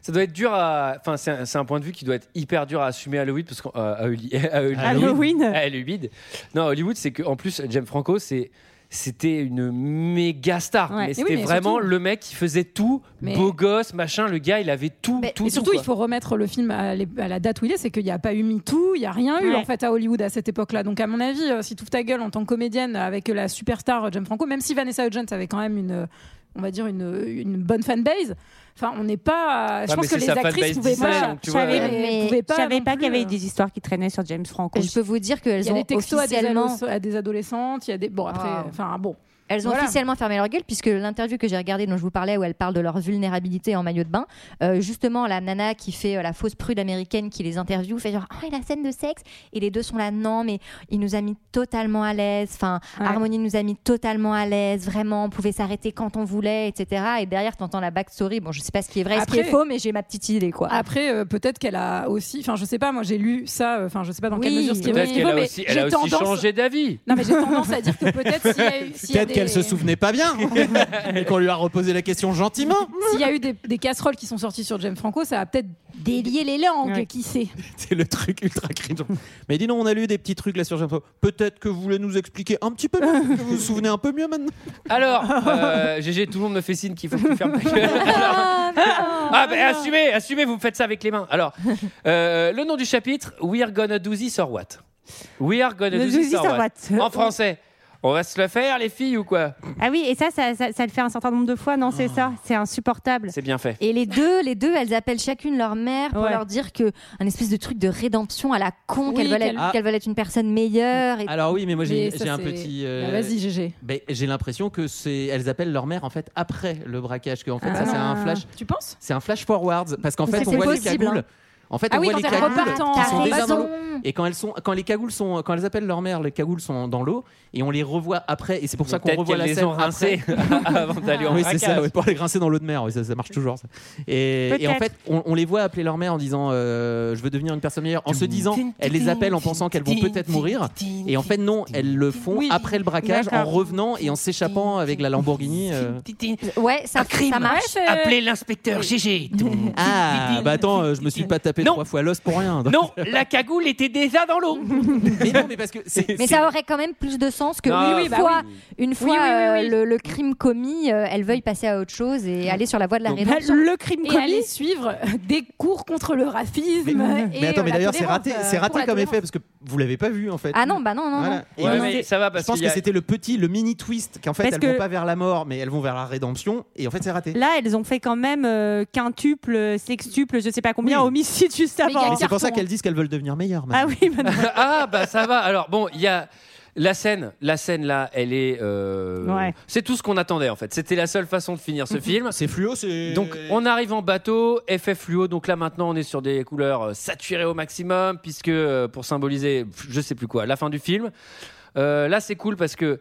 Speaker 1: Ça doit être dur à. Enfin, c'est un, c'est un point de vue qui doit être hyper dur à assumer à Hollywood parce qu'en euh, à- à Holly- à Hollywood.
Speaker 6: Halloween.
Speaker 1: À Hollywood. Non, à Hollywood, c'est qu'en plus, James Franco, c'est. C'était une méga star.
Speaker 11: Ouais.
Speaker 1: Mais
Speaker 11: Mais
Speaker 1: c'était
Speaker 11: oui, mais
Speaker 1: vraiment
Speaker 11: surtout-
Speaker 1: le mec qui faisait tout,
Speaker 11: Mais-
Speaker 1: beau gosse, machin. Le gars, il avait tout, tout.
Speaker 11: et surtout,
Speaker 1: tout,
Speaker 11: il
Speaker 1: quoi.
Speaker 11: faut remettre le film à, l'é- à la date où il est, c'est qu'il n'y a pas eu MeToo, il n'y a rien eu
Speaker 1: Ouais.
Speaker 11: en fait à Hollywood à cette époque-là. Donc, à mon avis, euh, si tu ouvres ta gueule en tant que comédienne avec la superstar James Franco, même si Vanessa Hudgens avait quand même une, euh, on va dire une, une bonne fanbase, enfin, on n'est pas.
Speaker 1: Ouais,
Speaker 11: Je
Speaker 1: mais
Speaker 11: pense que
Speaker 1: c'est
Speaker 11: les
Speaker 1: sa
Speaker 11: actrices
Speaker 1: fanbase
Speaker 11: pouvaient
Speaker 1: d'Israël,
Speaker 11: pas.
Speaker 1: donc tu
Speaker 6: Je
Speaker 1: vois,
Speaker 6: savais,
Speaker 1: euh,
Speaker 11: mais-
Speaker 6: je savais
Speaker 11: non
Speaker 6: pas qu'il y
Speaker 11: plus, euh.
Speaker 6: avait des histoires qui traînaient sur James Franco.
Speaker 10: Je peux vous dire
Speaker 11: Il
Speaker 10: qu'elles
Speaker 11: y a
Speaker 10: ont
Speaker 11: des textos à des,
Speaker 10: officiellement. Ah.
Speaker 11: ados- à des adolescentes, il y a des. Bon, après,
Speaker 10: Wow.
Speaker 11: enfin, bon.
Speaker 10: Elles ont
Speaker 11: Voilà.
Speaker 10: officiellement fermé leur gueule puisque l'interview que j'ai regardée dont je vous parlais où elles parlent de leur vulnérabilité en maillot de bain, euh, justement la nana qui fait euh, la fausse prude américaine qui les interviewe fait genre ah et la scène de sexe et les deux sont là non mais il nous a mis totalement à l'aise, enfin Harmony nous a mis totalement à l'aise vraiment on pouvait s'arrêter quand on voulait etc et derrière t'entends la backstory bon je sais pas ce qui est vrai et ce qui est
Speaker 11: Après-
Speaker 10: faux mais j'ai ma petite idée quoi.
Speaker 11: Après, euh, peut-être qu'elle a aussi. Enfin, je sais pas, moi j'ai lu ça, euh, enfin, je sais pas dans quelle
Speaker 10: Oui.
Speaker 11: mesure ce qui est vrai,
Speaker 1: Peut-être
Speaker 11: ce qui est
Speaker 1: qu'elle
Speaker 11: faux,
Speaker 1: a
Speaker 11: mais
Speaker 1: aussi, elle
Speaker 11: j'ai
Speaker 1: a aussi
Speaker 11: tendance-
Speaker 1: changé d'avis.
Speaker 11: Non, mais j'ai tendance à dire que peut-être s'il y a eu. s'il y a
Speaker 7: Peut-être qu'elle
Speaker 11: des-
Speaker 7: se souvenait pas bien hein, et qu'on lui a reposé la question gentiment.
Speaker 11: S'il y a eu des, des casseroles qui sont sorties sur James Franco, ça a peut-être délié les langues, qui sait
Speaker 7: C'est le truc ultra cringe. Mais dis donc, on a lu des petits trucs là sur James Franco. Peut-être que vous voulez nous expliquer un petit peu mieux, que vous vous souvenez un peu mieux maintenant.
Speaker 1: Alors, euh, GG, tout le monde me fait signe qu'il faut que tu fermes ta gueule. Alors- ah, ben assumez, assumez, vous me faites ça avec les mains. Alors, euh, le nom du chapitre, We are gonna do this or what We are gonna do
Speaker 6: Le
Speaker 1: this or what En français, on va se le faire, les filles, ou quoi
Speaker 6: Ah oui, et ça ça, ça, ça le fait un certain nombre de fois, non
Speaker 1: Ah.
Speaker 6: C'est ça, c'est insupportable.
Speaker 1: C'est bien fait.
Speaker 10: Et les deux, les deux, elles appellent chacune leur mère pour
Speaker 6: Ouais.
Speaker 10: leur dire que un espèce de truc de rédemption à la con,
Speaker 11: Oui,
Speaker 10: qu'elles veulent,
Speaker 11: qu'elles-
Speaker 10: être- qu'elles veulent être une personne meilleure. et-
Speaker 7: Alors oui, mais moi j'ai
Speaker 10: Mais ça,
Speaker 7: j'ai un
Speaker 10: c'est-
Speaker 7: petit.
Speaker 11: Bah,
Speaker 10: Ah, vas-y,
Speaker 11: GG.
Speaker 7: Ben, j'ai l'impression que c'est elles appellent leur mère en fait après le braquage, que en fait
Speaker 11: Ah.
Speaker 7: ça c'est un flash.
Speaker 11: Tu penses
Speaker 7: C'est un flash forward parce qu'en
Speaker 11: Ça,
Speaker 7: fait on
Speaker 11: c'est
Speaker 7: voit les
Speaker 11: possible,
Speaker 7: cagoules.
Speaker 11: hein.
Speaker 7: En fait,
Speaker 11: Ah
Speaker 7: on
Speaker 11: oui,
Speaker 7: voit
Speaker 11: quand
Speaker 7: les
Speaker 11: elles
Speaker 7: cagoules
Speaker 11: repartent en-
Speaker 7: qui sont
Speaker 11: T'as
Speaker 7: déjà dans l'eau.
Speaker 11: raison.
Speaker 7: Et quand elles sont, quand les cagoules sont, quand elles appellent leur mère, les cagoules sont dans l'eau et on les revoit après. Et c'est pour ça qu'on
Speaker 1: Peut-être
Speaker 7: revoit
Speaker 1: qu'elles
Speaker 7: la
Speaker 1: les
Speaker 7: scène
Speaker 1: ont rincées
Speaker 7: après.
Speaker 1: avant d'aller en
Speaker 7: Oui, c'est ça,
Speaker 1: braquage.
Speaker 7: ouais, pour les rincer dans l'eau de mer, oui, ça, ça marche toujours. ça. Et, et en
Speaker 1: Peut-être.
Speaker 7: fait, on, on les voit appeler leur mère en disant euh, Je veux devenir une personne meilleure. En se disant, elles les appellent en pensant qu'elles vont peut-être mourir. Et en fait, non, elles le font après le braquage en
Speaker 1: d'accord.
Speaker 7: revenant et en s'échappant avec la Lamborghini. euh.
Speaker 10: Ouais, ça, ça marche.
Speaker 1: Appelez l'inspecteur GG.
Speaker 7: Ah, bah attends, euh, je me suis pas tapé taper trois fois l'os pour rien.
Speaker 1: Non, la cagoule était déjà dans l'eau.
Speaker 7: mais non, mais parce que c'est.
Speaker 10: Mais
Speaker 7: c'est-
Speaker 10: ça aurait quand même plus de sens que
Speaker 1: Non,
Speaker 10: une,
Speaker 1: oui, bah
Speaker 10: fois,
Speaker 1: oui.
Speaker 10: une fois
Speaker 1: Oui, oui, oui, oui.
Speaker 10: euh, Le, le crime commis, euh, elle veuille passer à autre chose et aller sur la voie de la
Speaker 11: Donc,
Speaker 10: rédemption.
Speaker 11: le crime
Speaker 10: Et
Speaker 11: commis.
Speaker 10: aller
Speaker 11: suivre euh, des cours contre le racisme.
Speaker 7: Mais attends, mais d'ailleurs, c'est raté,
Speaker 11: euh,
Speaker 7: c'est raté comme effet parce que vous l'avez pas vu en fait.
Speaker 10: Ah non, bah non, non,
Speaker 7: Voilà.
Speaker 10: non.
Speaker 7: Et
Speaker 1: Ouais,
Speaker 7: donc,
Speaker 1: mais
Speaker 7: c'est-
Speaker 1: ça va parce
Speaker 7: je pense
Speaker 1: qu'il y
Speaker 7: que
Speaker 1: a-
Speaker 7: c'était le petit, le mini twist qu'en fait
Speaker 6: Parce
Speaker 7: elles
Speaker 6: que-
Speaker 7: vont pas vers la mort, mais elles vont vers la rédemption. Et en fait, c'est raté.
Speaker 6: Là, elles ont fait quand même euh, quintuple, sextuple, je sais pas combien, homicide juste avant.
Speaker 7: Mais c'est pour ça qu'elles disent qu'elles veulent devenir meilleures.
Speaker 6: Ah oui, maintenant.
Speaker 1: ah bah ça va. Alors bon, il y a la scène, la scène là, elle est. euh,
Speaker 6: Ouais.
Speaker 1: C'est tout ce qu'on attendait en fait. C'était la seule façon de finir ce film.
Speaker 7: C'est fluo, c'est.
Speaker 1: Donc on arrive en bateau, effet fluo. Donc là maintenant on est sur des couleurs euh, saturées au maximum puisque euh, pour symboliser, pff, je sais plus quoi, la fin du film. Euh, là c'est cool parce que.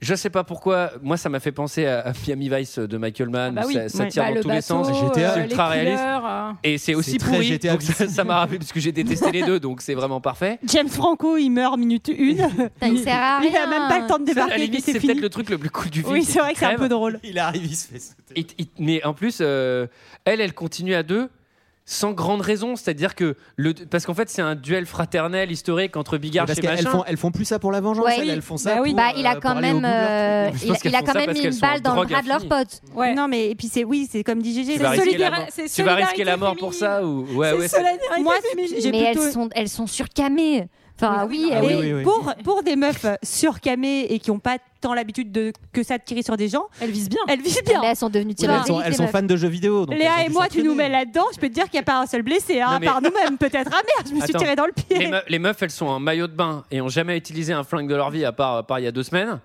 Speaker 1: Je sais pas pourquoi, moi ça m'a fait penser à, à Miami Vice de Michael Mann,
Speaker 11: bah oui.
Speaker 1: ça, ça
Speaker 11: Ouais.
Speaker 1: tire
Speaker 11: Bah,
Speaker 1: dans
Speaker 11: le
Speaker 1: tous les
Speaker 11: bateau,
Speaker 1: sens,
Speaker 11: euh,
Speaker 1: c'est
Speaker 11: les
Speaker 1: ultra réaliste.
Speaker 11: couleurs, euh.
Speaker 1: Et c'est aussi
Speaker 7: très
Speaker 1: pourri,
Speaker 7: GTA
Speaker 1: donc ça ça m'a rappelé, parce que j'ai détesté les deux, donc c'est vraiment parfait.
Speaker 6: James Franco, il meurt minute une.
Speaker 10: il sert à
Speaker 6: Il a
Speaker 10: rien.
Speaker 6: même pas le temps de
Speaker 1: Ça, à la
Speaker 6: débarquer.
Speaker 1: limite,
Speaker 6: mais
Speaker 1: c'est
Speaker 6: c'est
Speaker 1: peut-être
Speaker 6: fini.
Speaker 1: le truc le plus cool du film.
Speaker 6: Oui, c'est vrai que c'est un peu drôle.
Speaker 7: Il arrive, il se fait sauter.
Speaker 1: Il- il- mais en plus, euh, elle, elle continue à deux sans grande raison. C'est-à-dire que le, parce qu'en fait, c'est un duel fraternel historique entre Bigard
Speaker 7: Parce
Speaker 1: et
Speaker 7: qu'elles
Speaker 1: machin.
Speaker 7: font, elles font plus ça pour la vengeance,
Speaker 10: Ouais.
Speaker 7: elles, elles font ça.
Speaker 10: Bah,
Speaker 7: pour,
Speaker 10: il a
Speaker 7: euh,
Speaker 10: quand
Speaker 7: pour aller
Speaker 10: même,
Speaker 7: au bout de leur truc.
Speaker 10: euh,
Speaker 1: Je
Speaker 10: il,
Speaker 1: pense
Speaker 10: il
Speaker 1: qu'elles
Speaker 10: a
Speaker 1: font
Speaker 10: quand
Speaker 1: ça
Speaker 10: même
Speaker 1: parce
Speaker 10: mis
Speaker 1: qu'elles
Speaker 10: une
Speaker 1: sont en
Speaker 10: balle dans le
Speaker 1: drogue
Speaker 10: bras de leurs
Speaker 1: infinie.
Speaker 10: potes.
Speaker 6: Non, mais et puis c'est oui, c'est comme dit
Speaker 1: Tu
Speaker 6: Gégé.
Speaker 1: vas,
Speaker 6: c'est
Speaker 1: risquer la
Speaker 6: solidaire-
Speaker 1: mort.
Speaker 6: c'est
Speaker 1: Tu vas risquer
Speaker 6: solidarité
Speaker 1: la mort pour ça ou ouais,
Speaker 7: Ah
Speaker 1: ouais, c'est-
Speaker 6: Moi, j'ai
Speaker 10: Mais
Speaker 6: plutôt-
Speaker 10: elles sont, elles sont surcamées. Enfin, oui,
Speaker 6: Et
Speaker 10: elles-
Speaker 6: Pour, pour des meufs surcamées et qui n'ont pas tant l'habitude de, que ça de tirer sur des gens,
Speaker 11: elles visent bien.
Speaker 6: Elles visent bien.
Speaker 10: elles sont devenues
Speaker 7: Elles
Speaker 10: tireuses.
Speaker 7: sont, elles sont fans de jeux vidéo. donc elles
Speaker 6: Léa
Speaker 7: ont
Speaker 6: et
Speaker 7: dû
Speaker 6: moi, tu
Speaker 7: s'entraîner.
Speaker 6: nous mets là-dedans, je peux te dire qu'il n'y a pas un seul blessé, hein,
Speaker 1: Non,
Speaker 6: à
Speaker 1: mais-
Speaker 6: part nous-mêmes, peut-être. Ah merde, je me suis
Speaker 1: Attends,
Speaker 6: tiré dans le pied.
Speaker 1: Les, me- les meufs, elles sont en maillot de bain et ont jamais utilisé un flingue de leur vie à part, à part il y a deux semaines.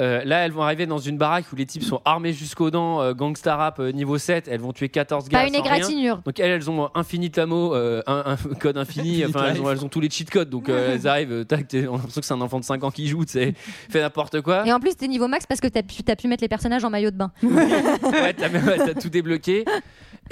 Speaker 1: Euh, là, elles vont arriver dans une baraque où les types sont armés jusqu'aux dents, euh, gangsta rap euh, niveau 7. Elles vont tuer 14 gars.
Speaker 10: Pas une
Speaker 1: sans rien.
Speaker 10: égratignure.
Speaker 1: Donc, elles, elles ont infinite ammo, euh, un, un code infini. enfin, elles ont, elles ont tous les cheat codes. Donc, euh, elles arrivent, euh, tac, t'es- on a l'impression que c'est un enfant de 5 ans qui joue, tu sais, fait n'importe quoi.
Speaker 10: Et en plus, t'es niveau max parce que t'as pu, t'as pu mettre les personnages en maillot de bain.
Speaker 1: Ouais, t'as même- t'as tout débloqué.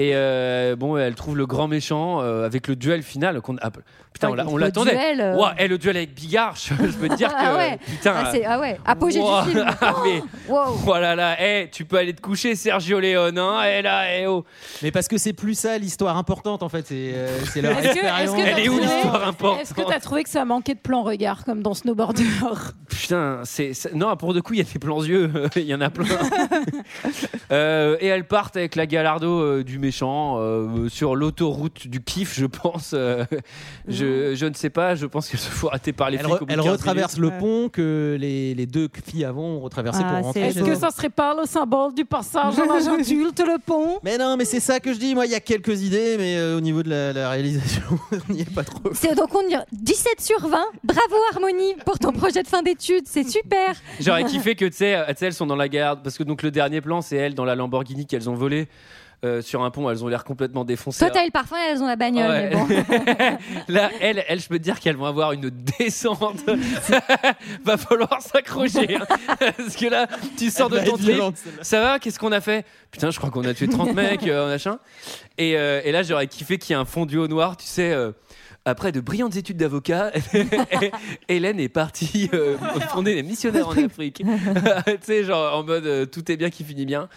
Speaker 1: Et euh, bon, elle trouve le grand méchant euh, avec le duel final qu'on ah, putain,
Speaker 10: Ouais,
Speaker 1: on l'a- on
Speaker 10: le
Speaker 1: l'attendais.
Speaker 10: duel, euh.
Speaker 1: Ouah, et le duel avec Bigard, je, je peux te dire que
Speaker 10: Ah ouais.
Speaker 1: putain.
Speaker 10: Ah, c'est- ah ouais, apogée
Speaker 1: Ouah,
Speaker 10: du film.
Speaker 1: ah, mais-
Speaker 10: Wow.
Speaker 1: Voilà là, eh, tu peux aller te coucher, Sergio Leone, hein, eh là, eh oh.
Speaker 7: Mais parce que c'est plus ça l'histoire importante en fait, c'est euh, c'est leur
Speaker 11: Est-ce que- est-ce que
Speaker 7: expérience.
Speaker 11: t'as
Speaker 1: Elle est où,
Speaker 11: trouvé-
Speaker 1: l'histoire importante
Speaker 11: Est-ce que t'as trouvé que ça manquait de plan regard comme dans Snowboarder
Speaker 1: Putain, c'est c'est- non pour de coup il y a des plans yeux, il y en a plein. Euh, et elles partent avec la galardo euh, du méchant euh, sur l'autoroute du kiff, je pense. euh, je, je ne sais pas, je pense qu'elles se font rater par les
Speaker 7: Elle,
Speaker 1: flics.
Speaker 7: re-
Speaker 1: au bout de
Speaker 7: elle
Speaker 1: 15
Speaker 7: retraverse
Speaker 1: minutes.
Speaker 7: le pont que les, les deux filles avant ont retraversé
Speaker 6: Ah,
Speaker 7: pour rentrer.
Speaker 6: c'est
Speaker 7: chez
Speaker 11: Est-ce que
Speaker 7: elles.
Speaker 11: ça serait pas le symbole du passage en âge adulte, le pont
Speaker 7: Mais non, mais c'est ça que je dis. Moi, il y a quelques idées, mais euh, au niveau de la, la réalisation, on n'y est pas trop.
Speaker 10: C'est donc on y- 17 sur 20. Bravo Harmonie pour ton projet de fin d'études, c'est super.
Speaker 1: J'aurais kiffé que tu sais, euh, tu sais, elles sont dans la garde parce que donc le dernier plan c'est elles dans la Lamborghini qu'elles ont volée euh, sur un pont, elles ont l'air complètement défoncées.
Speaker 10: Toi, t'as le parfum, elles ont la bagnole.
Speaker 1: Ouais.
Speaker 10: mais bon.
Speaker 1: Là, elles, elles, je peux te dire qu'elles vont avoir une descente. Va falloir s'accrocher. hein. Parce que là, tu sors de
Speaker 7: Elle va
Speaker 1: ton
Speaker 7: être
Speaker 1: trip.
Speaker 7: violente, celle-là.
Speaker 1: Ça va Qu'est-ce qu'on a fait Putain, je crois qu'on a tué 30 mecs, euh, machin. Et, euh, et là, j'aurais kiffé qu'il y ait un fondu au noir, tu sais. euh, après de brillantes études d'avocat, Hélène est partie euh, fonder des missionnaires en Afrique. tu sais, genre en mode euh, tout est bien qui finit bien.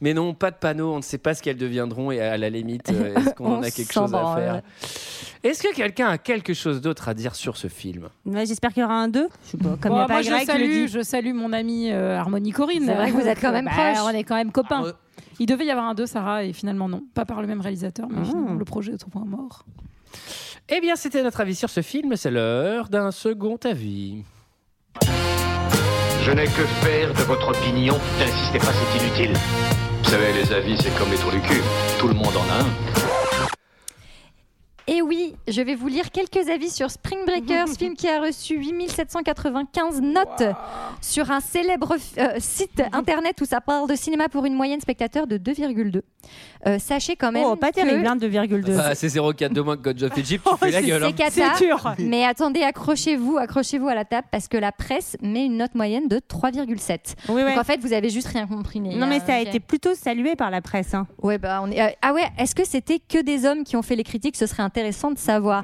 Speaker 1: Mais non, pas de panneau, on ne sait pas ce qu'elles deviendront et à, à la limite, euh, est-ce qu'on
Speaker 10: On
Speaker 1: en a quelque
Speaker 10: s'en
Speaker 1: chose à
Speaker 10: branle.
Speaker 1: faire Est-ce que quelqu'un a quelque chose d'autre à dire sur ce film
Speaker 6: Ouais, J'espère qu'il y aura un 2. Je sais pas, comme il
Speaker 11: Bon,
Speaker 6: n'y a
Speaker 11: moi,
Speaker 6: pas
Speaker 11: je
Speaker 6: Greg qui le
Speaker 11: salue,
Speaker 6: dit.
Speaker 11: je salue mon amie euh, Harmonie Corinne.
Speaker 10: C'est vrai que vous êtes quand même
Speaker 11: Bah,
Speaker 10: proches.
Speaker 11: On est quand même copains.
Speaker 7: Ah, euh.
Speaker 11: Il devait y avoir un 2, Sarah, et finalement non. Pas par le même réalisateur, mais finalement, le projet est au point mort.
Speaker 1: Eh bien, c'était notre avis sur ce film. C'est l'heure d'un second avis.
Speaker 2: Je n'ai que faire de votre opinion. N'insistez pas, c'est inutile.
Speaker 18: Vous savez, les avis, c'est comme les trous du cul. Tout le monde en a un.
Speaker 10: Et Eh oui, je vais vous lire quelques avis sur Spring Breakers, film qui a reçu 8795 notes sur un célèbre euh, site internet où ça parle de cinéma pour une moyenne spectateur de 2,2. Euh, sachez quand même
Speaker 6: Oh, pas terrible,
Speaker 10: que
Speaker 6: hein, 2,2.
Speaker 1: Bah, c'est 0,4 de moins que God of Egypt. Tu fais la gueule. hein.
Speaker 10: c'est cata,
Speaker 6: C'est dur.
Speaker 10: mais attendez, accrochez-vous, accrochez-vous à la table parce que la presse met une note moyenne de 3,7.
Speaker 6: Oui, ouais.
Speaker 10: Donc en fait, vous avez juste rien compris. les
Speaker 6: Non, mais
Speaker 10: gars,
Speaker 6: ça a
Speaker 10: ok.
Speaker 6: été plutôt salué par la presse. hein.
Speaker 10: Ouais, bah, on est... euh, ah ouais, est-ce que c'était que des hommes qui ont fait les critiques Ce serait intéressant de savoir.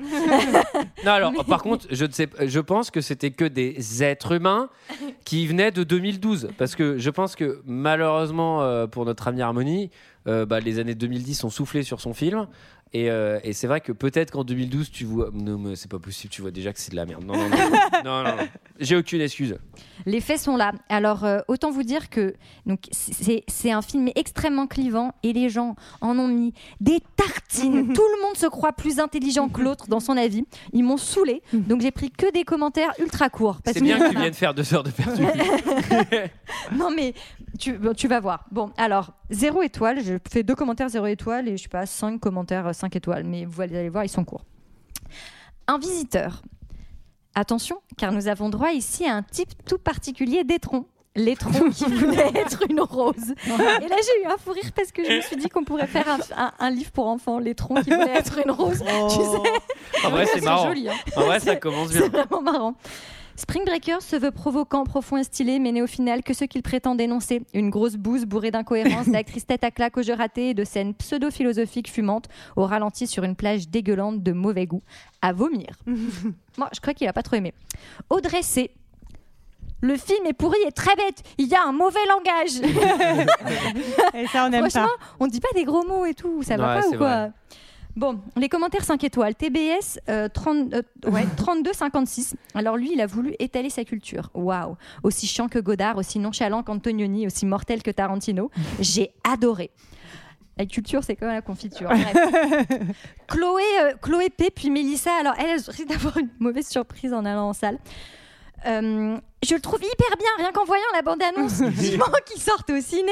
Speaker 1: Non, alors, par contre, je, ne sais, je pense que c'était que des êtres humains qui venaient de 2012. Parce que je pense que, malheureusement, euh, pour notre amie Harmonie, euh, bah, les années 2010 ont soufflé sur son film. Et, euh, et c'est vrai que peut-être qu'en 2012, tu vois. Non, mais c'est pas possible, tu vois déjà que c'est de la merde. Non, non, non. non, non, non. J'ai aucune excuse.
Speaker 10: Les faits sont là. Alors, euh, autant vous dire que donc c'est c'est un film extrêmement clivant et les gens en ont mis des tartines. Tout le monde se croit plus intelligent que l'autre dans son avis. Ils m'ont saoulé. Donc, j'ai pris que des commentaires ultra courts. parce
Speaker 1: C'est bien que tu viennes faire deux heures de perdu.
Speaker 10: non mais tu, bon, tu vas voir. Bon, alors, zéro étoile, je fais deux commentaires zéro étoile et je sais pas, cinq commentaires euh, cinq étoiles, mais vous allez voir, ils sont courts. Un visiteur. Attention, car nous avons droit ici à un type tout particulier d'étron. L'étron qui voulait être une rose. Et là, j'ai eu un fou rire parce que je me suis dit qu'on pourrait faire un, un- un livre pour enfants, l'étron qui voulait être une
Speaker 7: Oh.
Speaker 10: rose. Tu sais
Speaker 1: En vrai, c'est
Speaker 10: C'est
Speaker 1: marrant.
Speaker 10: joli, hein.
Speaker 1: En vrai, ça commence bien.
Speaker 10: C'est vraiment marrant. Spring Breaker se veut provoquant, profond et stylé, mais n'est au final que ce qu'il prétend dénoncer. Une grosse bouse bourrée d'incohérences, d'actrices tête à claque au jeu raté et de scènes pseudo-philosophiques fumantes au ralenti sur une plage dégueulante de mauvais goût. À vomir. Moi, je crois qu'il a pas trop aimé. Audrey C. Le film est pourri et très bête. Il y a un mauvais langage. et ça, on
Speaker 6: aime pas.
Speaker 10: on dit pas des gros mots et tout. Ça va
Speaker 6: Ouais,
Speaker 10: pas ou
Speaker 6: c'est
Speaker 10: quoi
Speaker 6: vrai.
Speaker 10: Bon, les commentaires 5 étoiles. TBS euh, 30, euh, ouais, 32-56. Alors lui, il a voulu étaler sa culture. Waouh Aussi chiant que Godard, aussi nonchalant qu'Antonioni, aussi mortel que Tarantino. J'ai adoré. La culture, c'est comme la confiture. Bref. Chloé, euh, Chloé P, puis Mélissa. Alors, elle, elle risque d'avoir une mauvaise surprise en allant en salle. Euh, je le trouve hyper bien, rien qu'en voyant la bande-annonce. Vivement qu'il sorte au ciné.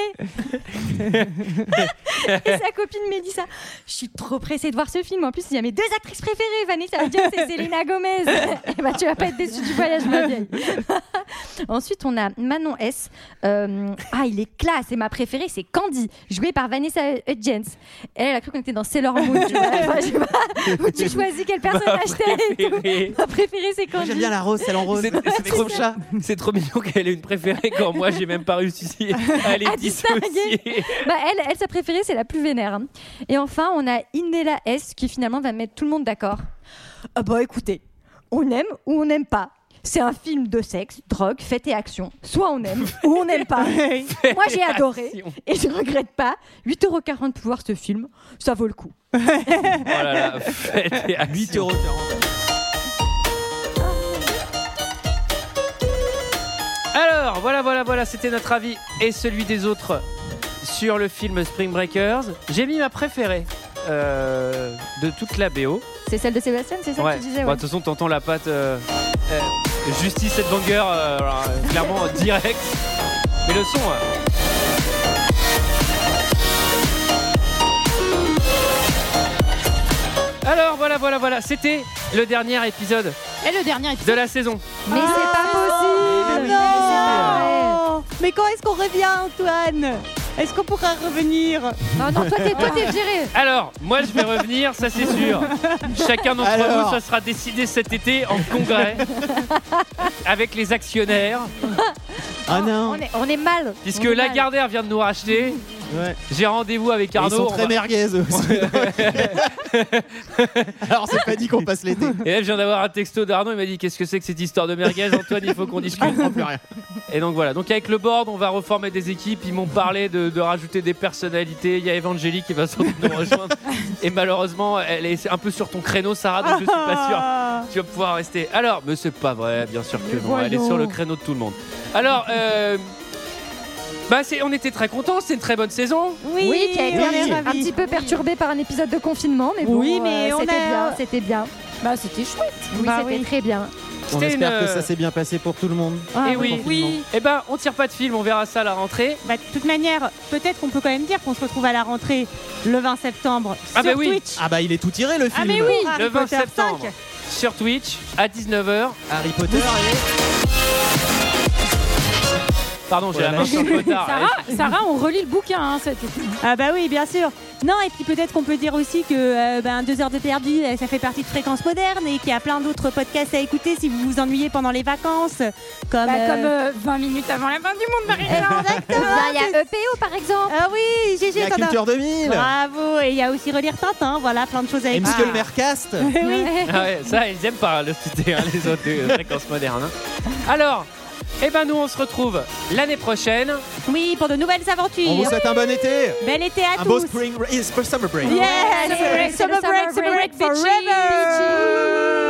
Speaker 10: Et sa copine Mélissa. Je suis trop pressée de voir ce film. En plus, il y a mes deux actrices préférées, Vanessa Hudgens et Selena Gomez. Eh ben, tu vas pas être déçue du voyage, ma vieille. Ensuite, on a Manon S. Euh, ah, il est classe. Et ma préférée, c'est Candy, jouée par Vanessa Hudgens. Elle, elle a cru qu'on était dans Sailor Moon. Tu, vois. Enfin, je sais pas, où tu choisis quel personnage t'es.
Speaker 1: préférée.
Speaker 10: Ma préférée, c'est Candy.
Speaker 7: J'aime bien la rose, celle en rose.
Speaker 1: C'est c'est trop, c'est trop mignon qu'elle ait une préférée quand moi j'ai même pas réussi à les
Speaker 10: À distinguer.
Speaker 1: dissocier.
Speaker 10: Bah, elle, elle, sa préférée, c'est la plus vénère. hein. Et enfin, on a Inela S qui finalement va mettre tout le monde d'accord. Ah bah écoutez, on aime ou on n'aime pas. C'est un film de sexe, drogue, fête et action. Soit on aime ou on n'aime pas. Moi j'ai adoré
Speaker 1: Oh
Speaker 10: et je regrette pas. 8,40€ pour voir ce film, ça vaut le coup.
Speaker 1: Oh là là, fête et action.
Speaker 7: 8,40€.
Speaker 1: Alors, voilà, voilà, voilà, c'était notre avis et celui des autres sur le film Spring Breakers. J'ai mis ma préférée euh, de toute la BO.
Speaker 10: C'est celle de Sébastien, c'est ça
Speaker 1: Ouais.
Speaker 10: que tu disais
Speaker 1: Bon,
Speaker 10: ouais.
Speaker 1: de toute façon, t'entends la patte euh, euh, Justice et Banger, euh, alors, euh, clairement euh, direct. Mais le son. euh, Alors voilà, voilà, voilà, c'était le dernier épisode
Speaker 12: Et le dernier
Speaker 1: de la saison.
Speaker 6: Mais c'est
Speaker 10: Ah,
Speaker 6: pas possible Non Mais quand est-ce qu'on revient, Antoine Est-ce qu'on pourra revenir
Speaker 10: Non, non, toi, t'es- toi, t'es viré
Speaker 1: Alors, moi je vais revenir, ça c'est sûr. Chacun d'entre
Speaker 13: Alors.
Speaker 1: vous, ça sera décidé cet été en congrès avec les actionnaires.
Speaker 7: Ah non
Speaker 10: on est, on est mal
Speaker 1: Puisque
Speaker 10: On est mal.
Speaker 1: Lagardère vient de nous racheter. J'ai rendez-vous avec Arnaud.
Speaker 7: Ils sont
Speaker 1: on
Speaker 7: très
Speaker 1: va-
Speaker 7: merguez eux aussi. Alors c'est pas dit qu'on passe l'été.
Speaker 1: Et là, je viens d'avoir un texto d'Arnaud, il m'a dit Qu'est-ce que c'est que cette histoire de merguez, Antoine Il faut qu'on discute. Et donc voilà, donc avec le board, on va reformer des équipes. Ils m'ont parlé de, de rajouter des personnalités. Il y a Evangélie qui va sans doute nous rejoindre. Et malheureusement, elle est un peu sur ton créneau, Sarah, donc je suis pas
Speaker 13: Ah.
Speaker 1: sûr. Tu vas pouvoir rester. Alors, mais c'est pas vrai, bien sûr que
Speaker 13: Mais
Speaker 1: non. Elle est
Speaker 13: voyons.
Speaker 1: sur le créneau de tout le monde. Alors, euh, bah, c'est- on était très contents, c'est une très bonne saison.
Speaker 10: Oui, qui a été
Speaker 1: Oui.
Speaker 10: un, un petit peu perturbé par un épisode de confinement, mais bon,
Speaker 6: Oui, mais
Speaker 10: euh,
Speaker 6: on
Speaker 10: c'était
Speaker 6: a-
Speaker 10: bien, c'était bien.
Speaker 12: Bah, c'était chouette.
Speaker 10: Oui,
Speaker 6: Bah
Speaker 10: c'était
Speaker 6: oui.
Speaker 10: très bien.
Speaker 7: On
Speaker 1: C'était
Speaker 7: espère
Speaker 1: une-
Speaker 7: que ça s'est bien passé pour tout le monde.
Speaker 6: Ah,
Speaker 13: Ah
Speaker 1: et oui, Et ben, on tire pas de film, on verra ça à la rentrée.
Speaker 6: Bah, de toute manière, peut-être qu'on peut quand même dire qu'on se retrouve à la rentrée le 20 septembre
Speaker 1: Ah
Speaker 6: sur
Speaker 1: bah oui.
Speaker 6: Twitch.
Speaker 7: Ah bah il est tout tiré le film.
Speaker 6: Ah mais oui.
Speaker 1: le
Speaker 6: Harry
Speaker 1: 20
Speaker 6: Potter
Speaker 1: septembre
Speaker 6: 5.
Speaker 1: sur Twitch à 19h.
Speaker 7: Harry Potter et...
Speaker 1: Pardon, j'ai
Speaker 7: Oh
Speaker 1: la
Speaker 7: la
Speaker 1: main
Speaker 7: vache.
Speaker 1: sur le retard.
Speaker 12: Sarah, Sarah, on relit le bouquin. Hein, cet été.
Speaker 6: Ah bah oui, bien sûr. Non, et puis peut-être qu'on peut dire aussi que euh, ben, deux heures de perdu, euh, ça fait partie de Fréquence Moderne et qu'il y a plein d'autres podcasts à écouter si vous vous ennuyez pendant les vacances. Comme,
Speaker 12: Bah, comme euh, 20 minutes avant la fin du monde, marie
Speaker 10: Il y a EPO par exemple.
Speaker 6: Ah oui, GG.
Speaker 7: La
Speaker 6: t'en as-
Speaker 7: Culture 2000.
Speaker 6: Bravo. Et il y a aussi Relire Tintin, voilà, plein de choses à
Speaker 7: Et
Speaker 6: écouter.
Speaker 7: Muscle Mercast.
Speaker 6: oui.
Speaker 1: Ah ouais, ça, ils aiment pas le citer, euh, hein, les autres de fréquences modernes. hein. Alors, Et ben nous, on se retrouve l'année prochaine.
Speaker 6: Oui, pour de nouvelles aventures.
Speaker 7: On vous souhaite un bon été.
Speaker 6: Bel été à
Speaker 7: un
Speaker 6: tous.
Speaker 7: beau spring, break- spring summer break.
Speaker 6: Yes,
Speaker 12: Summer break,
Speaker 6: summer break, summer break,
Speaker 12: summer break,
Speaker 6: forever.